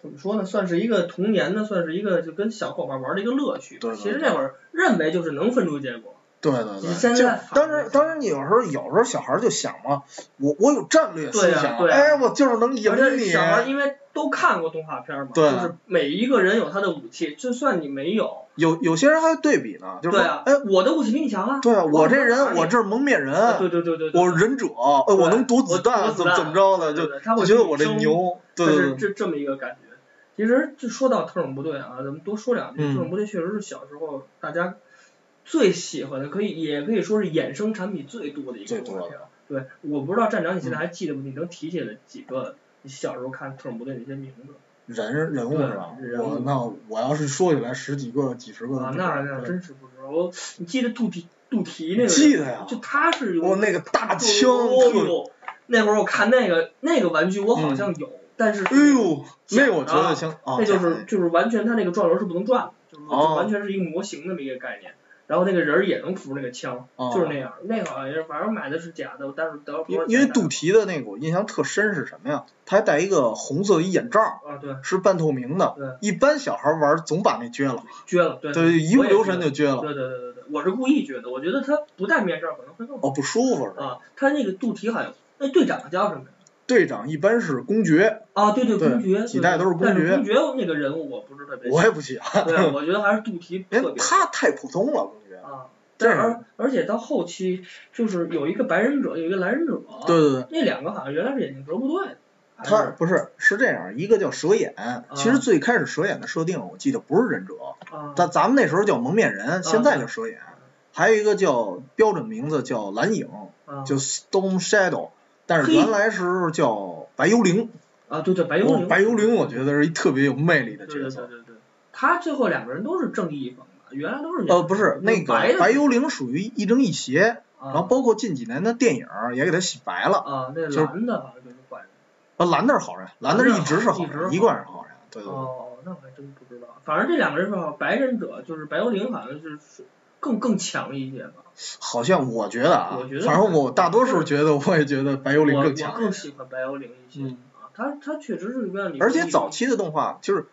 [SPEAKER 1] 怎么说呢？算是一个童年的，算是一个就跟小伙伴玩的一个乐趣。
[SPEAKER 2] 对对
[SPEAKER 1] 其实那会儿认为就是能分出结果，
[SPEAKER 2] 对对
[SPEAKER 1] 你现在
[SPEAKER 2] 对，就
[SPEAKER 1] 反
[SPEAKER 2] 当
[SPEAKER 1] 而
[SPEAKER 2] 时当时你有时候有时候小孩就想嘛，我我有战略思
[SPEAKER 1] 对啊
[SPEAKER 2] 想，
[SPEAKER 1] 对啊
[SPEAKER 2] 哎，我就是能赢
[SPEAKER 1] 而且
[SPEAKER 2] 你。
[SPEAKER 1] 小孩儿因为都看过动画片儿嘛，
[SPEAKER 2] 对
[SPEAKER 1] 就是每一个人有他的武器，就算你没有，
[SPEAKER 2] 有有些人还对比呢，就是
[SPEAKER 1] 对
[SPEAKER 2] 说，
[SPEAKER 1] 啊，
[SPEAKER 2] 哎，
[SPEAKER 1] 我的武器比你强啊，
[SPEAKER 2] 对啊，我这
[SPEAKER 1] 我
[SPEAKER 2] 人
[SPEAKER 1] 能打
[SPEAKER 2] 我
[SPEAKER 1] 你
[SPEAKER 2] 这是蒙面
[SPEAKER 1] 啊
[SPEAKER 2] 人，
[SPEAKER 1] 对对对对，对
[SPEAKER 2] 我忍者，哎，
[SPEAKER 1] 对
[SPEAKER 2] 我能躲子
[SPEAKER 1] 我躲
[SPEAKER 2] 弹，怎
[SPEAKER 1] 子
[SPEAKER 2] 么
[SPEAKER 1] 弹
[SPEAKER 2] 怎么着的，
[SPEAKER 1] 对
[SPEAKER 2] 就
[SPEAKER 1] 对，他
[SPEAKER 2] 我
[SPEAKER 1] 会
[SPEAKER 2] 觉得
[SPEAKER 1] 去
[SPEAKER 2] 我这
[SPEAKER 1] 争，
[SPEAKER 2] 牛，对
[SPEAKER 1] 他
[SPEAKER 2] 对
[SPEAKER 1] 是
[SPEAKER 2] 对，
[SPEAKER 1] 这这么一个感觉。其实就说到特种部队啊，咱们多说两句，
[SPEAKER 2] 嗯
[SPEAKER 1] 特种部队确实是小时候大家最喜欢的，可以也可以说是衍生产品最多的一个
[SPEAKER 2] 最
[SPEAKER 1] 动画
[SPEAKER 2] 多的
[SPEAKER 1] 片。对，我不知道站长你现在还记得不？你能提起来几个你小时候看特种部队的一些名字？
[SPEAKER 2] 人人物
[SPEAKER 1] 对
[SPEAKER 2] 是吧？
[SPEAKER 1] 人
[SPEAKER 2] 我
[SPEAKER 1] 物
[SPEAKER 2] 那我要是说起来十几个、几十个都
[SPEAKER 1] 啊，
[SPEAKER 2] 不
[SPEAKER 1] 那
[SPEAKER 2] 止
[SPEAKER 1] 那
[SPEAKER 2] 对
[SPEAKER 1] 真是不知道。我你记得杜提杜提那个人
[SPEAKER 2] 记得呀，
[SPEAKER 1] 就他是有
[SPEAKER 2] 我那个大枪
[SPEAKER 1] 哦
[SPEAKER 2] 特
[SPEAKER 1] 呦，那会儿我看那个那个玩具，我好像有，但是
[SPEAKER 2] 哎呦，
[SPEAKER 1] 假
[SPEAKER 2] 那
[SPEAKER 1] 的
[SPEAKER 2] 我觉得行啊，
[SPEAKER 1] 那就
[SPEAKER 2] 假的
[SPEAKER 1] 是就是完全它那个转轮是不能转的，就是说
[SPEAKER 2] 哦
[SPEAKER 1] 就完全是一个模型那么一个概念。然后那个人儿也能扶那个枪，
[SPEAKER 2] 哦
[SPEAKER 1] 就是那样。那个好像是反正买的是假的，我待会儿等会儿
[SPEAKER 2] 因
[SPEAKER 1] 不
[SPEAKER 2] 因为杜提的那个我印象特深是什么呀？他还戴一个红色的一眼罩，
[SPEAKER 1] 啊，对，
[SPEAKER 2] 是半透明的
[SPEAKER 1] 对。
[SPEAKER 2] 一般小孩玩总把那撅了，
[SPEAKER 1] 撅了，对对
[SPEAKER 2] 对，一不留神就撅了，
[SPEAKER 1] 对对对对，我是故意撅的。我觉得他不戴面罩可能会更好
[SPEAKER 2] 哦，不舒服是吧？
[SPEAKER 1] 啊。他那个杜提好像，那队长叫什么呀？
[SPEAKER 2] 队长一般是公爵，
[SPEAKER 1] 啊，对对，
[SPEAKER 2] 对
[SPEAKER 1] 公爵，
[SPEAKER 2] 几
[SPEAKER 1] 对
[SPEAKER 2] 代
[SPEAKER 1] 对
[SPEAKER 2] 都是公
[SPEAKER 1] 但
[SPEAKER 2] 爵
[SPEAKER 1] 是公爵那个人物我不是特别喜
[SPEAKER 2] 我
[SPEAKER 1] 欢，
[SPEAKER 2] 也不哎喜欢，
[SPEAKER 1] 对，啊我觉得还是杜提
[SPEAKER 2] 因
[SPEAKER 1] 特
[SPEAKER 2] 为
[SPEAKER 1] 别
[SPEAKER 2] 他太普通了，公爵。
[SPEAKER 1] 啊。
[SPEAKER 2] 这
[SPEAKER 1] 但是
[SPEAKER 2] 样，
[SPEAKER 1] 而而且到后期就是有一个白忍者，有一个蓝忍者，
[SPEAKER 2] 对对对，
[SPEAKER 1] 那两个好像原来是眼镜蛇部队的，啊还
[SPEAKER 2] 他
[SPEAKER 1] 是
[SPEAKER 2] 不是是这样，一个叫蛇眼，其实最开始蛇眼的设定我记得不是忍者，
[SPEAKER 1] 啊
[SPEAKER 2] 但咱们那时候叫蒙面人，现在叫蛇眼。还有一个叫标准名字叫蓝影，
[SPEAKER 1] 啊
[SPEAKER 2] 就 Storm Shadow，但是
[SPEAKER 1] 嘿
[SPEAKER 2] 原来时候叫白幽灵。
[SPEAKER 1] 啊对对白幽
[SPEAKER 2] 哦
[SPEAKER 1] 灵，
[SPEAKER 2] 白幽灵，我觉得是一特别有魅力的
[SPEAKER 1] 对
[SPEAKER 2] 角
[SPEAKER 1] 对对
[SPEAKER 2] 色。
[SPEAKER 1] 对对，他最后两个人都是正义一方的，原来都是
[SPEAKER 2] 呃，不是那个
[SPEAKER 1] 白的
[SPEAKER 2] 白幽灵属于一正一邪，
[SPEAKER 1] 啊
[SPEAKER 2] 然后包括近几年的电影儿也给他洗白了。
[SPEAKER 1] 啊那
[SPEAKER 2] 就是
[SPEAKER 1] 蓝的好像就是坏人，
[SPEAKER 2] 呃，兰德是好人，兰德一直是好
[SPEAKER 1] 一直是好
[SPEAKER 2] 人，
[SPEAKER 1] 人
[SPEAKER 2] 一贯是好人。对对对，
[SPEAKER 1] 哦那我还真不知道，反正这两个人是吧白忍者就是白幽灵好像是是更更强一些吧，
[SPEAKER 2] 好像我觉得啊
[SPEAKER 1] 我觉，得
[SPEAKER 2] 反正我大多数觉得，我也觉得白幽灵
[SPEAKER 1] 我
[SPEAKER 2] 更
[SPEAKER 1] 我
[SPEAKER 2] 强。
[SPEAKER 1] 更喜欢白幽灵一些、
[SPEAKER 2] 嗯
[SPEAKER 1] 啊，他他确实是让你
[SPEAKER 2] 而且早期的动画就是，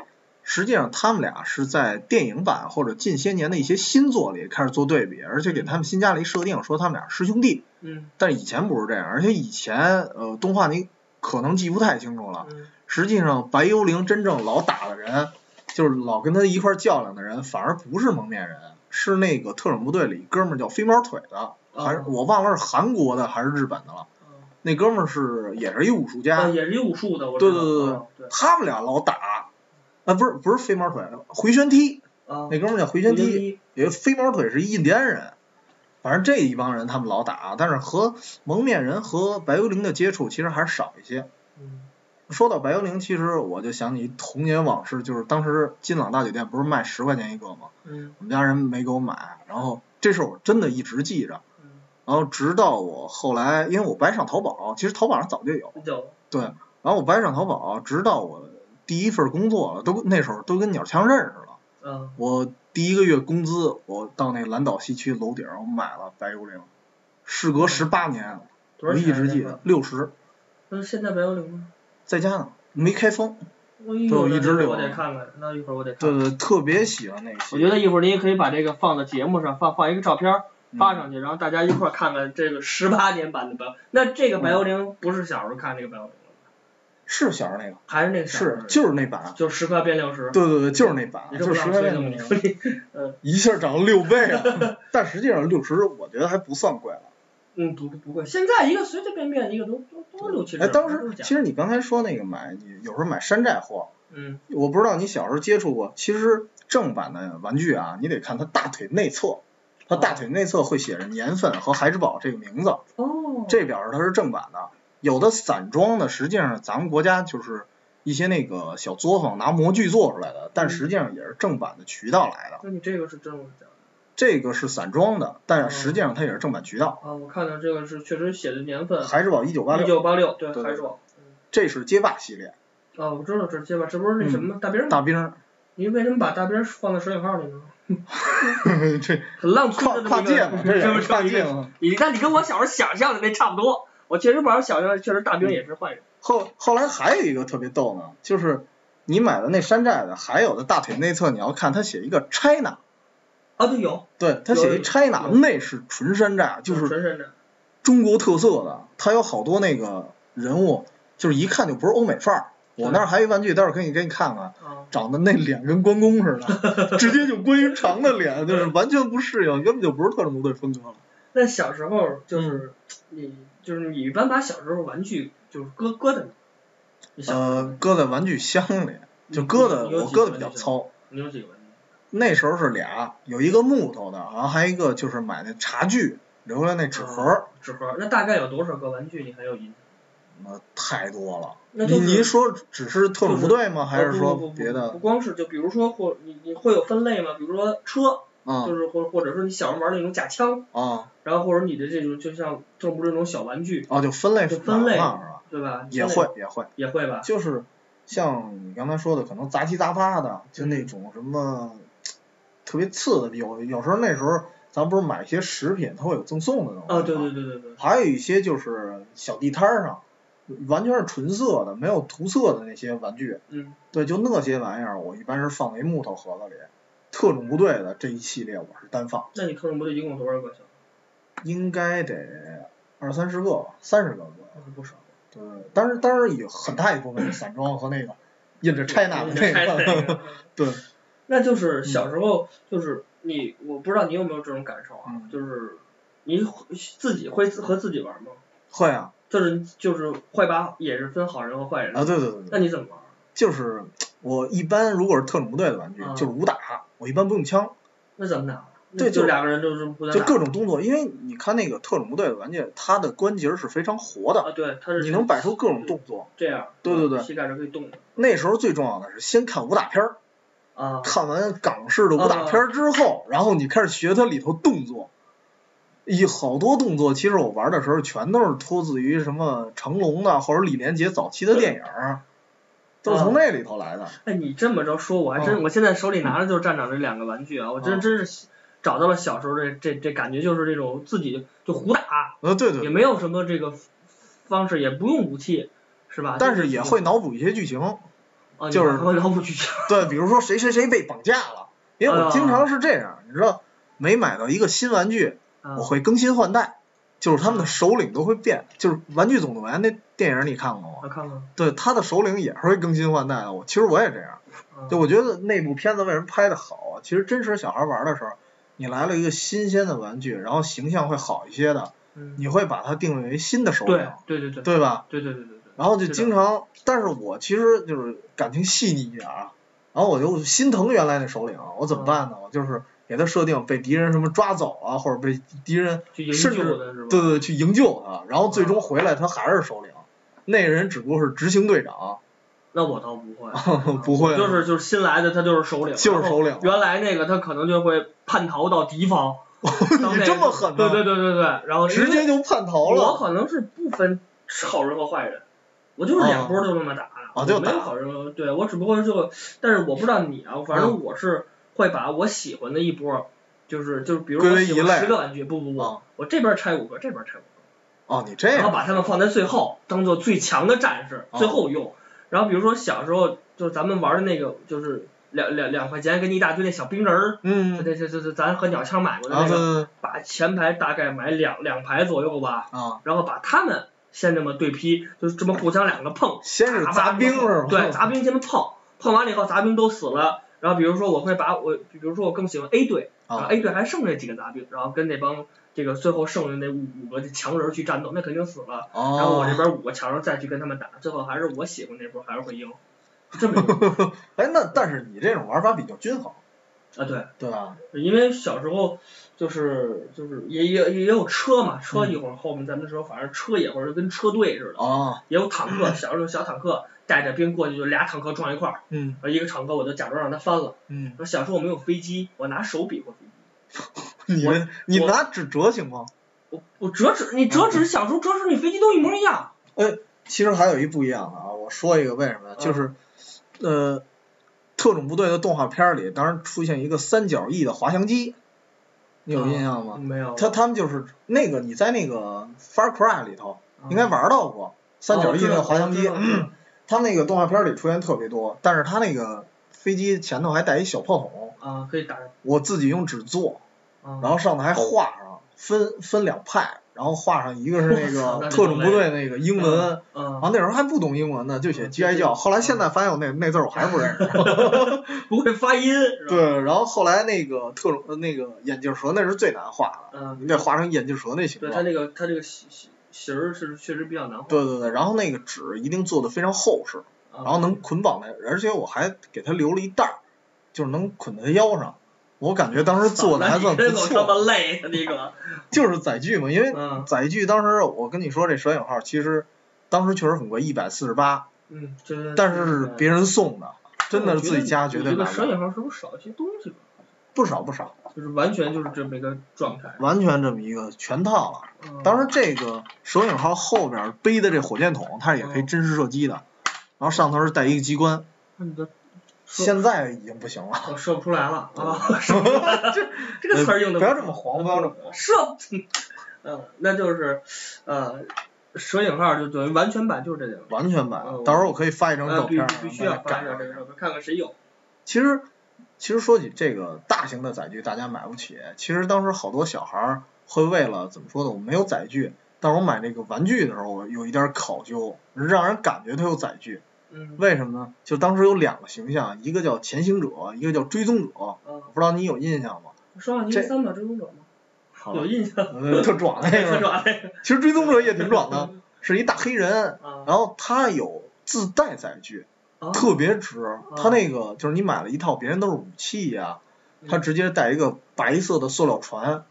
[SPEAKER 2] 实际上他们俩是在电影版或者近些年的一些新作里开始做对比，而且给他们新加了一设定，说他们俩是师兄弟。
[SPEAKER 1] 嗯
[SPEAKER 2] 但是以前不是这样，而且以前呃动画你可能记不太清楚了。
[SPEAKER 1] 嗯
[SPEAKER 2] 实际上，白幽灵真正老打的人，就是老跟他一块儿较量的人，反而不是蒙面人，是那个特种部队里哥们儿叫飞毛腿的，还是
[SPEAKER 1] 啊
[SPEAKER 2] 我忘了是韩国的还是日本的了。
[SPEAKER 1] 嗯
[SPEAKER 2] 那哥们儿是也是一武术
[SPEAKER 1] 啊
[SPEAKER 2] 家，
[SPEAKER 1] 也是有武术的，我
[SPEAKER 2] 对
[SPEAKER 1] 知道
[SPEAKER 2] 对对对
[SPEAKER 1] 啊对
[SPEAKER 2] 他们俩老打。啊，不是不是飞毛腿，回旋踢，
[SPEAKER 1] 啊啊，
[SPEAKER 2] 那哥们儿叫回
[SPEAKER 1] 回
[SPEAKER 2] 旋
[SPEAKER 1] 旋
[SPEAKER 2] 踢，
[SPEAKER 1] 踢
[SPEAKER 2] 有一飞毛腿是一印第安人，反正这一帮人他们老打，啊但是和蒙面人和白幽灵的接触其实还是少一些。
[SPEAKER 1] 嗯
[SPEAKER 2] 说到白幽灵，其实我就想起童年往事，就是当时金朗大酒店不是卖十块钱一个吗？
[SPEAKER 1] 嗯
[SPEAKER 2] 我们家人没给我买，然后这事儿我真的一直记着，
[SPEAKER 1] 嗯，
[SPEAKER 2] 然后直到我后来，因为我不爱上淘宝，其实淘宝上早就有，
[SPEAKER 1] 叫
[SPEAKER 2] 然后我不爱上淘宝，直到我第一份工作了，都那时候都跟鸟枪认识了。
[SPEAKER 1] 嗯
[SPEAKER 2] 我第一个月工资，我到那蓝岛西区楼顶儿，我买了白幽灵，事隔十八年，
[SPEAKER 1] 多
[SPEAKER 2] 我
[SPEAKER 1] 少钱
[SPEAKER 2] 一
[SPEAKER 1] 啊
[SPEAKER 2] 直记
[SPEAKER 1] 那会
[SPEAKER 2] 得
[SPEAKER 1] 儿
[SPEAKER 2] 六十，
[SPEAKER 1] 那是嗯现在白幽灵吗？
[SPEAKER 2] 在家呢，没开封。
[SPEAKER 1] 我一
[SPEAKER 2] 对我
[SPEAKER 1] 会儿
[SPEAKER 2] 一直留
[SPEAKER 1] 我得看看，那一会儿我得看
[SPEAKER 2] 对
[SPEAKER 1] 看。
[SPEAKER 2] 对，特别喜欢那
[SPEAKER 1] 我
[SPEAKER 2] 些。
[SPEAKER 1] 觉得一会儿你也可以把这个放到节目上，放放一个照片儿
[SPEAKER 2] 嗯
[SPEAKER 1] 发上去，然后大家一块儿看看这个十八年版的白幽。那这个白幽灵不是小时候看那个白幽灵了，
[SPEAKER 2] 是小时候那个，
[SPEAKER 1] 还是那个小时
[SPEAKER 2] 是
[SPEAKER 1] 候
[SPEAKER 2] 就是那版。
[SPEAKER 1] 就十块变六十，
[SPEAKER 2] 对对对，就是那版，
[SPEAKER 1] 你这
[SPEAKER 2] 就
[SPEAKER 1] 不
[SPEAKER 2] 是
[SPEAKER 1] 浪
[SPEAKER 2] 十块
[SPEAKER 1] 费
[SPEAKER 2] 钱
[SPEAKER 1] 那
[SPEAKER 2] 那
[SPEAKER 1] 么
[SPEAKER 2] 个。
[SPEAKER 1] 牛
[SPEAKER 2] 一下涨了 六倍啊！但实际上六十，我觉得还不算贵了。
[SPEAKER 1] 嗯，不不贵。现在一个随随便便一个都都都六七十。
[SPEAKER 2] 哎，当
[SPEAKER 1] 都
[SPEAKER 2] 时
[SPEAKER 1] 是假
[SPEAKER 2] 其
[SPEAKER 1] 的
[SPEAKER 2] 实你刚才说那个买，你有时候买山寨货，
[SPEAKER 1] 嗯
[SPEAKER 2] 我不知道你小时候接触过，其实正版的玩具啊，你得看它大腿内侧，它大腿内侧会写着年份和孩之宝这个名字，
[SPEAKER 1] 哦
[SPEAKER 2] 这表示它是正版的。有的散装的，实际上咱们国家就是一些那个小作坊拿模具做出来的，但实际上也是正版的渠道来的。
[SPEAKER 1] 那你这个是真的是假的
[SPEAKER 2] 这个是散装的，但是实际上它也是正版渠道。
[SPEAKER 1] 啊？我看到这个是确实写的年份，
[SPEAKER 2] 孩之宝一九八
[SPEAKER 1] 一
[SPEAKER 2] 六，
[SPEAKER 1] 九八六，对，
[SPEAKER 2] 对对
[SPEAKER 1] 还是我。
[SPEAKER 2] 这是街霸系列，
[SPEAKER 1] 哦，我知道这是街霸，这不是那什
[SPEAKER 2] 嗯
[SPEAKER 1] 么大兵吗？
[SPEAKER 2] 大兵儿
[SPEAKER 1] 你为什么把大兵放在手影号里呢？
[SPEAKER 2] 这
[SPEAKER 1] 很浪粗
[SPEAKER 2] 跨
[SPEAKER 1] 的
[SPEAKER 2] 跨
[SPEAKER 1] 这么一
[SPEAKER 2] 界
[SPEAKER 1] 个
[SPEAKER 2] 嘛，这也是跨界。
[SPEAKER 1] 么一个
[SPEAKER 2] 嘛。
[SPEAKER 1] 你看，你跟我小时候想象的那差不多。我确实不想想象，确实大兵也是坏人。
[SPEAKER 2] 后后来还有一个特别逗呢，就是你买的那山寨的，还有的大腿内侧你要看，它写一个 China，
[SPEAKER 1] 啊，对，有，
[SPEAKER 2] 对，它写一 China，
[SPEAKER 1] 有
[SPEAKER 2] 那是纯山寨，就是
[SPEAKER 1] 纯神的。啊
[SPEAKER 2] 中国特色的，它有好多那个人物，就是一看就不是欧美范儿。
[SPEAKER 1] 对
[SPEAKER 2] 我那儿还有一玩具，待会儿可以给你看看，
[SPEAKER 1] 啊，
[SPEAKER 2] 长得那脸跟关公似 的，直接就关云长的脸，就是完全不适应，根本就不是特种部队风格了。
[SPEAKER 1] 那小时候就是
[SPEAKER 2] 嗯
[SPEAKER 1] 你，就是你一般把小时候玩具就是搁搁在哪？你小时候
[SPEAKER 2] 呃，搁在玩具箱里，就
[SPEAKER 1] 你
[SPEAKER 2] 搁的
[SPEAKER 1] 你有
[SPEAKER 2] 我
[SPEAKER 1] 几
[SPEAKER 2] 搁
[SPEAKER 1] 个
[SPEAKER 2] 的比较
[SPEAKER 1] 玩具
[SPEAKER 2] 糙，
[SPEAKER 1] 你有几个玩具？
[SPEAKER 2] 那时候是俩，有一个木头的，然后还有一个就是买那茶具留下来那纸盒儿，
[SPEAKER 1] 纸盒？那大概有多少个玩具？你还有印象？
[SPEAKER 2] 那、太多了。
[SPEAKER 1] 那就是
[SPEAKER 2] 你您说只是特种部队吗？还
[SPEAKER 1] 哦
[SPEAKER 2] 是
[SPEAKER 1] 不
[SPEAKER 2] 说
[SPEAKER 1] 不不
[SPEAKER 2] 别
[SPEAKER 1] 不
[SPEAKER 2] 的？
[SPEAKER 1] 光是就比如说或你你会有分类吗？比如说车，
[SPEAKER 2] 啊
[SPEAKER 1] 就是或或者说你小时候玩那种假枪，
[SPEAKER 2] 啊
[SPEAKER 1] 然后或者你的这种就像正不是那种小玩具，
[SPEAKER 2] 啊！就分类
[SPEAKER 1] 就分类
[SPEAKER 2] 法嘛是吧？
[SPEAKER 1] 对吧？
[SPEAKER 2] 也会也会，
[SPEAKER 1] 也会吧？
[SPEAKER 2] 就是像你刚才说的，可能杂七杂八的，就那种什么特别次的，有有时候那时候咱不是买一些食品，它会有赠送的那种。
[SPEAKER 1] 哦，对对对对对，
[SPEAKER 2] 还有一些就是小地摊儿上，完全是纯色的，没有涂色的那些玩具。
[SPEAKER 1] 嗯，
[SPEAKER 2] 对，就那些玩意儿，我一般是放在木头盒子里。特种部队的这一系列我是单放，
[SPEAKER 1] 那你特种部队一共有多少个小？
[SPEAKER 2] 应该得二三十个吧，三十个吧。
[SPEAKER 1] 那嗯不少。
[SPEAKER 2] 对，当然当然有很大一部分是散装和那个印着 China 的那
[SPEAKER 1] 拆
[SPEAKER 2] 个。
[SPEAKER 1] 个。
[SPEAKER 2] 对，嗯
[SPEAKER 1] 那就是小时候，就是你，我不知道你有没有这种感受啊
[SPEAKER 2] 嗯，
[SPEAKER 1] 就是你会自己会自和自己玩吗？
[SPEAKER 2] 会啊
[SPEAKER 1] 就是就是会把也是分好人和坏人
[SPEAKER 2] 啊，
[SPEAKER 1] 的，
[SPEAKER 2] 对对对
[SPEAKER 1] 那
[SPEAKER 2] 对，
[SPEAKER 1] 你怎么玩？
[SPEAKER 2] 就是我一般如果是特种部队的玩具，
[SPEAKER 1] 啊
[SPEAKER 2] 就是武打，我一般不用枪，
[SPEAKER 1] 那怎么打？
[SPEAKER 2] 对
[SPEAKER 1] 就
[SPEAKER 2] 就
[SPEAKER 1] 两个人就是互相
[SPEAKER 2] 就
[SPEAKER 1] 打
[SPEAKER 2] 各种动作，因为你看那个特种部队的玩具，它的关节是非常活的，
[SPEAKER 1] 啊，对，他是
[SPEAKER 2] 你能摆出各种动作。
[SPEAKER 1] 这样，
[SPEAKER 2] 对对对
[SPEAKER 1] 膝盖是可以动的
[SPEAKER 2] 那时候最重要的是先看武打片儿，
[SPEAKER 1] 啊，
[SPEAKER 2] 看完港式的武打片儿之后，然后你开始学它里头动作。一好多动作，其实我玩的时候全都是脱自于什么成龙的或者李连杰早期的电影儿，都是从那里头来的。
[SPEAKER 1] 哎，你这么着说，我还真，
[SPEAKER 2] 嗯
[SPEAKER 1] 我现在手里拿的就是站长这两个玩具啊，我真
[SPEAKER 2] 嗯
[SPEAKER 1] 真是找到了小时候这这这感觉，就是这种自己就胡打，
[SPEAKER 2] 呃，对
[SPEAKER 1] 也
[SPEAKER 2] 对，
[SPEAKER 1] 没有什么这个方式，也不用武器，是吧？
[SPEAKER 2] 但是也会脑补一些剧情，
[SPEAKER 1] 啊，
[SPEAKER 2] 就
[SPEAKER 1] 哦
[SPEAKER 2] 是
[SPEAKER 1] 会脑补剧情
[SPEAKER 2] 对，比如说谁谁谁被绑架了，因为我经常是这样，你知道，每买到一个新玩具，
[SPEAKER 1] 啊
[SPEAKER 2] 我，会更新换代，就是他们的首领都会变，就是《玩具总动员》那电影你看过吗？
[SPEAKER 1] 我看看，
[SPEAKER 2] 对，他的首领也是会更新换代的。我其实我也这样，
[SPEAKER 1] 啊
[SPEAKER 2] 就我觉得那部片子为什么拍的好啊？其实真实小孩玩的时候，你来了一个新鲜的玩具，然后形象会好一些的，
[SPEAKER 1] 嗯，
[SPEAKER 2] 你会把它定位为新的首
[SPEAKER 1] 对
[SPEAKER 2] 领，
[SPEAKER 1] 对对对
[SPEAKER 2] 对吧？
[SPEAKER 1] 对对对对对，
[SPEAKER 2] 然后就是
[SPEAKER 1] 的
[SPEAKER 2] 经常，但是我其实就是感情细腻一点啊，然后我就心疼原来那首领，我怎么办呢？我就是给他设定被敌人什么抓走啊，或者被敌人
[SPEAKER 1] 去营
[SPEAKER 2] 甚
[SPEAKER 1] 救
[SPEAKER 2] 至
[SPEAKER 1] 的是吧？
[SPEAKER 2] 对对去营救他，然后最
[SPEAKER 1] 嗯
[SPEAKER 2] 终回来他还是首领，那人只不过是执行队长，，
[SPEAKER 1] 那我倒不会
[SPEAKER 2] 不会啊
[SPEAKER 1] 就是就是新来的他就是首领，
[SPEAKER 2] 就是首领
[SPEAKER 1] 然后原来那个他可能就会叛逃到敌方，当那
[SPEAKER 2] 哦你
[SPEAKER 1] 个
[SPEAKER 2] 这么狠
[SPEAKER 1] 对
[SPEAKER 2] 呢？
[SPEAKER 1] 对对对对，然后
[SPEAKER 2] 直接就叛逃
[SPEAKER 1] 我
[SPEAKER 2] 了
[SPEAKER 1] 可能是不分好人和坏人，我就是两波就那么打，
[SPEAKER 2] 啊
[SPEAKER 1] 我
[SPEAKER 2] 就
[SPEAKER 1] 没有
[SPEAKER 2] 打
[SPEAKER 1] 好人和，对我只不过就，但是我不知道你啊，反
[SPEAKER 2] 嗯
[SPEAKER 1] 正我是会把我喜欢的一波，就是就是比如
[SPEAKER 2] 归
[SPEAKER 1] 我
[SPEAKER 2] 为
[SPEAKER 1] 喜
[SPEAKER 2] 一类
[SPEAKER 1] 欢十个玩具，不不不，
[SPEAKER 2] 啊！
[SPEAKER 1] 我这边拆五个，这边拆五个，
[SPEAKER 2] 哦，你这
[SPEAKER 1] 然后
[SPEAKER 2] 样
[SPEAKER 1] 把他们放在最后，当做最强的战士，
[SPEAKER 2] 啊
[SPEAKER 1] 最后用。然后比如说小时候就咱们玩的那个，就是两两两块钱给你一大堆那小冰人儿，这
[SPEAKER 2] 嗯
[SPEAKER 1] 这这这咱和鸟枪买过的
[SPEAKER 2] 啊
[SPEAKER 1] 那
[SPEAKER 2] 对
[SPEAKER 1] 个，
[SPEAKER 2] 对对
[SPEAKER 1] 把前排大概买两两排左右吧，
[SPEAKER 2] 啊，
[SPEAKER 1] 然后把他们先这么对劈，就是这么互相两个碰，
[SPEAKER 2] 先是砸冰是吧？
[SPEAKER 1] 对，砸兵先碰，碰完了以后砸兵都死了，然后比如说我会把我，比如说我更喜欢 A 队，然后
[SPEAKER 2] 啊
[SPEAKER 1] A 队还剩这几个砸兵，然后跟那帮这个最后剩下那五五个强人去战斗，那肯定死了，
[SPEAKER 2] 哦，
[SPEAKER 1] 然后我这边五个强人再去跟他们打，最后还是我喜欢那波还是会赢，是这 么一个
[SPEAKER 2] 哎，那但是你这种玩法比较均衡，
[SPEAKER 1] 啊对。
[SPEAKER 2] 对吧？
[SPEAKER 1] 因为小时候就是就是也也也有车嘛，车
[SPEAKER 2] 嗯
[SPEAKER 1] 一会儿后面咱们说，反正车也会儿跟车队似的，
[SPEAKER 2] 啊，
[SPEAKER 1] 也有坦克，小时候小坦克带着兵过去，就俩坦克撞一块儿，
[SPEAKER 2] 嗯
[SPEAKER 1] 然后一个坦克我就假装让它翻了。
[SPEAKER 2] 嗯，
[SPEAKER 1] 说小时候我没有飞机，我拿手比划飞机。
[SPEAKER 2] 你
[SPEAKER 1] 我
[SPEAKER 2] 你
[SPEAKER 1] 我
[SPEAKER 2] 拿纸折行吗？
[SPEAKER 1] 我我折纸，你折纸，小时候折纸，你飞机都一模一样。
[SPEAKER 2] 其实还有一不一样的啊，我说一个为什么呢？
[SPEAKER 1] 嗯
[SPEAKER 2] 就是，呃，特种部队的动画片里，当时出现一个三角翼的滑翔机，你有印象吗？
[SPEAKER 1] 没有，
[SPEAKER 2] 他他们就是那个你在那个《Far Cry》里头应该
[SPEAKER 1] 哦
[SPEAKER 2] 玩到过三角翼那个滑翔机，嗯
[SPEAKER 1] 我哦知道我知道
[SPEAKER 2] 他们那个动画片里出现特别多，但是他那个飞机前头还带一小炮筒，
[SPEAKER 1] 啊，可以打。嗯
[SPEAKER 2] 我自己用纸做，
[SPEAKER 1] 然
[SPEAKER 2] 然后上头还画上，分分两派，然后画上一个是那
[SPEAKER 1] 我操 那就
[SPEAKER 2] 个特种部队那个英文，然
[SPEAKER 1] 嗯，
[SPEAKER 2] 后啊那时候还不懂英文呢，就写
[SPEAKER 1] 嗯
[SPEAKER 2] G.I.
[SPEAKER 1] 对嗯对
[SPEAKER 2] 教，后来现在发现我那那字儿我还不认识。
[SPEAKER 1] 不会发音。是吧，
[SPEAKER 2] 对，然后后来那个特种呃那个眼镜蛇那是最难画的，
[SPEAKER 1] 嗯，
[SPEAKER 2] 你得画成眼镜蛇那形
[SPEAKER 1] 对他
[SPEAKER 2] 状。
[SPEAKER 1] 那个他这个形形形儿是确实比较难画。
[SPEAKER 2] 对对对，然后那个纸一定做的非常厚实，
[SPEAKER 1] 啊，
[SPEAKER 2] 然后能捆绑在，而且我还给他留了一带儿，就是能捆在他腰上。我感觉当时做的还算不
[SPEAKER 1] 那你真够他妈
[SPEAKER 2] 错，
[SPEAKER 1] 累的那 个。
[SPEAKER 2] 就是载具嘛，因为
[SPEAKER 1] 嗯
[SPEAKER 2] 载具当时我跟你说这蛇影号其实当时确实很贵，一百四十八，
[SPEAKER 1] 嗯，就是。
[SPEAKER 2] 但是是别人送的，真的是自己家绝对
[SPEAKER 1] 这个
[SPEAKER 2] 买不
[SPEAKER 1] 商
[SPEAKER 2] 了，
[SPEAKER 1] 业上是不是少一些东西吧？
[SPEAKER 2] 不少不少，
[SPEAKER 1] 就是完全就是这么一个状态。
[SPEAKER 2] 完全这么一个全套了。
[SPEAKER 1] 嗯
[SPEAKER 2] 当时这个蛇影号后边背的这火箭筒，它也可以真实射击的，然后上头是带一个机关，
[SPEAKER 1] 那你都说
[SPEAKER 2] 现在已经不行了。
[SPEAKER 1] 我射不出来了啊！ 射不出来了这这个词儿用的
[SPEAKER 2] 不要这么黄，不要这么 黄。
[SPEAKER 1] 射，嗯，那就是呃，蛇影号就等于完全版就是这两个，
[SPEAKER 2] 完全版
[SPEAKER 1] 嗯，
[SPEAKER 2] 到时候我可以发一张
[SPEAKER 1] 呃，
[SPEAKER 2] 照
[SPEAKER 1] 必
[SPEAKER 2] 片，啊
[SPEAKER 1] 必须要
[SPEAKER 2] 改
[SPEAKER 1] 发一下这个照片，看看谁有。
[SPEAKER 2] 其实，其实说起这个大型的载具，大家买不起。其实当时好多小孩儿会为了怎么说呢？我没有载具，但是我买这个玩具的时候，我有一点考究，让人感觉它有载具。
[SPEAKER 1] 嗯，
[SPEAKER 2] 为什么呢？就当时有两个形象，一个叫前行者，一个叫追踪者。我
[SPEAKER 1] 嗯，
[SPEAKER 2] 不知道你有印象吗？
[SPEAKER 1] 说话题
[SPEAKER 2] 这
[SPEAKER 1] 三秒追踪者吗？
[SPEAKER 2] 好
[SPEAKER 1] 有印象，
[SPEAKER 2] 特壮那
[SPEAKER 1] 太
[SPEAKER 2] 个。
[SPEAKER 1] 爽了。
[SPEAKER 2] 其实追踪者也挺壮的，是一大黑人，
[SPEAKER 1] 啊
[SPEAKER 2] 然后他有自带载具，
[SPEAKER 1] 啊，
[SPEAKER 2] 特别值。他那个就是你买了一套，别人都是武器呀、
[SPEAKER 1] 嗯
[SPEAKER 2] 它直接带一个白色的塑料船，然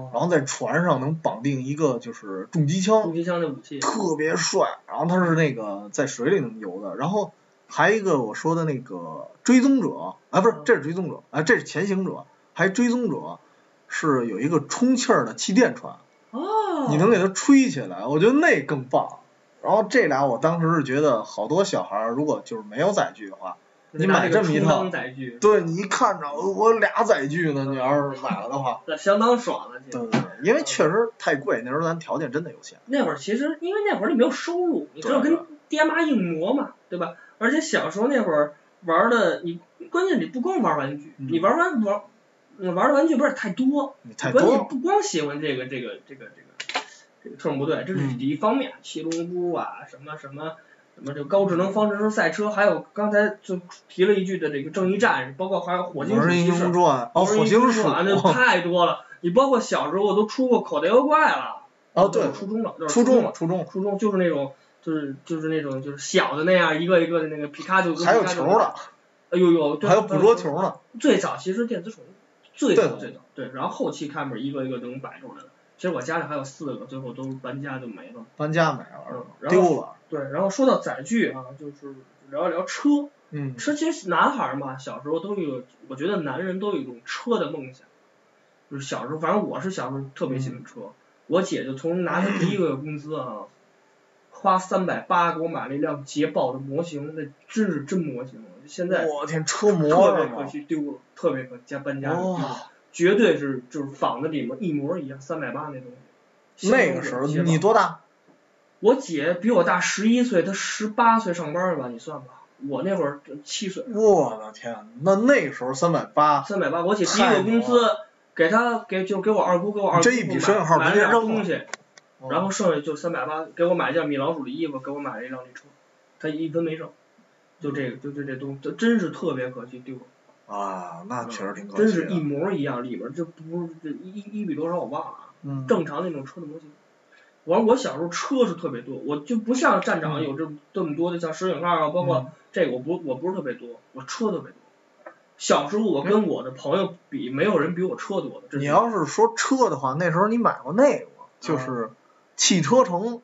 [SPEAKER 1] 哦，
[SPEAKER 2] 后在船上能绑定一个就是重机枪，
[SPEAKER 1] 重机枪的武器，
[SPEAKER 2] 特别帅。然后它是那个在水里能游的，然后还有一个我说的那个追踪者啊，不是
[SPEAKER 1] 嗯
[SPEAKER 2] 这是追踪者啊，这是前行者，还追踪者是有一个充气儿的气垫船，
[SPEAKER 1] 哦，
[SPEAKER 2] 你能给它吹起来，我觉得那更棒。然后这俩我当时是觉得好多小孩儿如果就是没有载具的话，你买这么一套
[SPEAKER 1] 拿个充当载具，
[SPEAKER 2] 对你一看着呃我俩载具呢，你要是买了的话。
[SPEAKER 1] 那相当爽了。其实
[SPEAKER 2] 对对，对，因为确实太贵，那时候咱条件真的有限。
[SPEAKER 1] 那会儿其实因为那会儿你没有收入，你只有跟爹妈硬磨嘛，对吧？而且小时候那会儿玩的，你关键你不光玩玩具，
[SPEAKER 2] 嗯
[SPEAKER 1] 你玩玩玩。嗯玩的玩具不是太多，
[SPEAKER 2] 你太
[SPEAKER 1] 关键
[SPEAKER 2] 多，
[SPEAKER 1] 不光喜欢这个这个这个这个这个特种部队，这是
[SPEAKER 2] 嗯
[SPEAKER 1] 一方面，七龙珠啊，什么什么什么这个高智能方程式赛车，还有刚才就提了一句的这个正义战士，包括还有火星
[SPEAKER 2] 我
[SPEAKER 1] 鼠
[SPEAKER 2] 是
[SPEAKER 1] 骑
[SPEAKER 2] 英
[SPEAKER 1] 士
[SPEAKER 2] 雄，传，哦，火星鼠，
[SPEAKER 1] 啊，那太多了。你包括小时候我都出过口袋妖怪了，
[SPEAKER 2] 哦对，
[SPEAKER 1] 初中了，那会儿
[SPEAKER 2] 初
[SPEAKER 1] 中
[SPEAKER 2] 中
[SPEAKER 1] 了。
[SPEAKER 2] 初中，
[SPEAKER 1] 初中就是那种，就是就是那种就是小的那样一个一个的那个皮卡丘，
[SPEAKER 2] 还有球
[SPEAKER 1] 的，
[SPEAKER 2] 的，
[SPEAKER 1] 哎呦呦，对
[SPEAKER 2] 还有捕捉球呢。
[SPEAKER 1] 最早其实电子宠物最早
[SPEAKER 2] 对
[SPEAKER 1] 最早对，然后后期看本一个一个能摆出来的。其实我家里还有四个，最后都搬家就没了。
[SPEAKER 2] 搬家没了
[SPEAKER 1] 嗯
[SPEAKER 2] 是吧？
[SPEAKER 1] 然后
[SPEAKER 2] 丢了。
[SPEAKER 1] 对，然后说到载具啊，就是聊一聊车。
[SPEAKER 2] 嗯，
[SPEAKER 1] 车其实男孩儿嘛，小时候都有，我觉得男人都有一种车的梦想。就是小时候，反正我是小时候特别喜欢
[SPEAKER 2] 嗯
[SPEAKER 1] 车。我姐就从拿她第一个月工资啊，花三百八给我买了一辆捷豹的模型，那真是真模型。现在
[SPEAKER 2] 我天，车哦模
[SPEAKER 1] 特
[SPEAKER 2] 是
[SPEAKER 1] 别可
[SPEAKER 2] 吗？
[SPEAKER 1] 惜丢了，特别可惜加搬家就丢了。
[SPEAKER 2] 哦，
[SPEAKER 1] 绝对是就是仿的里面一模一样，三百八那东西。
[SPEAKER 2] 那个时候你多大？
[SPEAKER 1] 我姐比我大十一岁，她十八岁上班了吧？你算吧，我那会儿七岁，
[SPEAKER 2] 我的天，那那个时候三百八，
[SPEAKER 1] 啊三百八，我姐第一个工资给她给就给我二姑给我二姑
[SPEAKER 2] 这一笔身号
[SPEAKER 1] 买
[SPEAKER 2] 直
[SPEAKER 1] 了点
[SPEAKER 2] 接扔了哦
[SPEAKER 1] 东西，然后剩下就三百八，给我买一件米老鼠的衣服，给我买了一辆那车，她一分没剩，就这个就就这东，这真是特别可惜丢了。
[SPEAKER 2] 啊，那确实挺可
[SPEAKER 1] 真
[SPEAKER 2] 惜
[SPEAKER 1] 是一
[SPEAKER 2] 的。
[SPEAKER 1] 模一样，里边这不是这一一一比多少我忘了啊。
[SPEAKER 2] 嗯，
[SPEAKER 1] 正常那种车的模型。我我小时候车是特别多，我就不像站长
[SPEAKER 2] 嗯
[SPEAKER 1] 有这这么多的，像摄影号啊，包括这个我不我不是特别多，我车特别多。小时候我跟我的朋友比，没有人比我车多的。这
[SPEAKER 2] 你
[SPEAKER 1] 是啊
[SPEAKER 2] 要是说车的话，那时候你买过那个吗就是汽车城，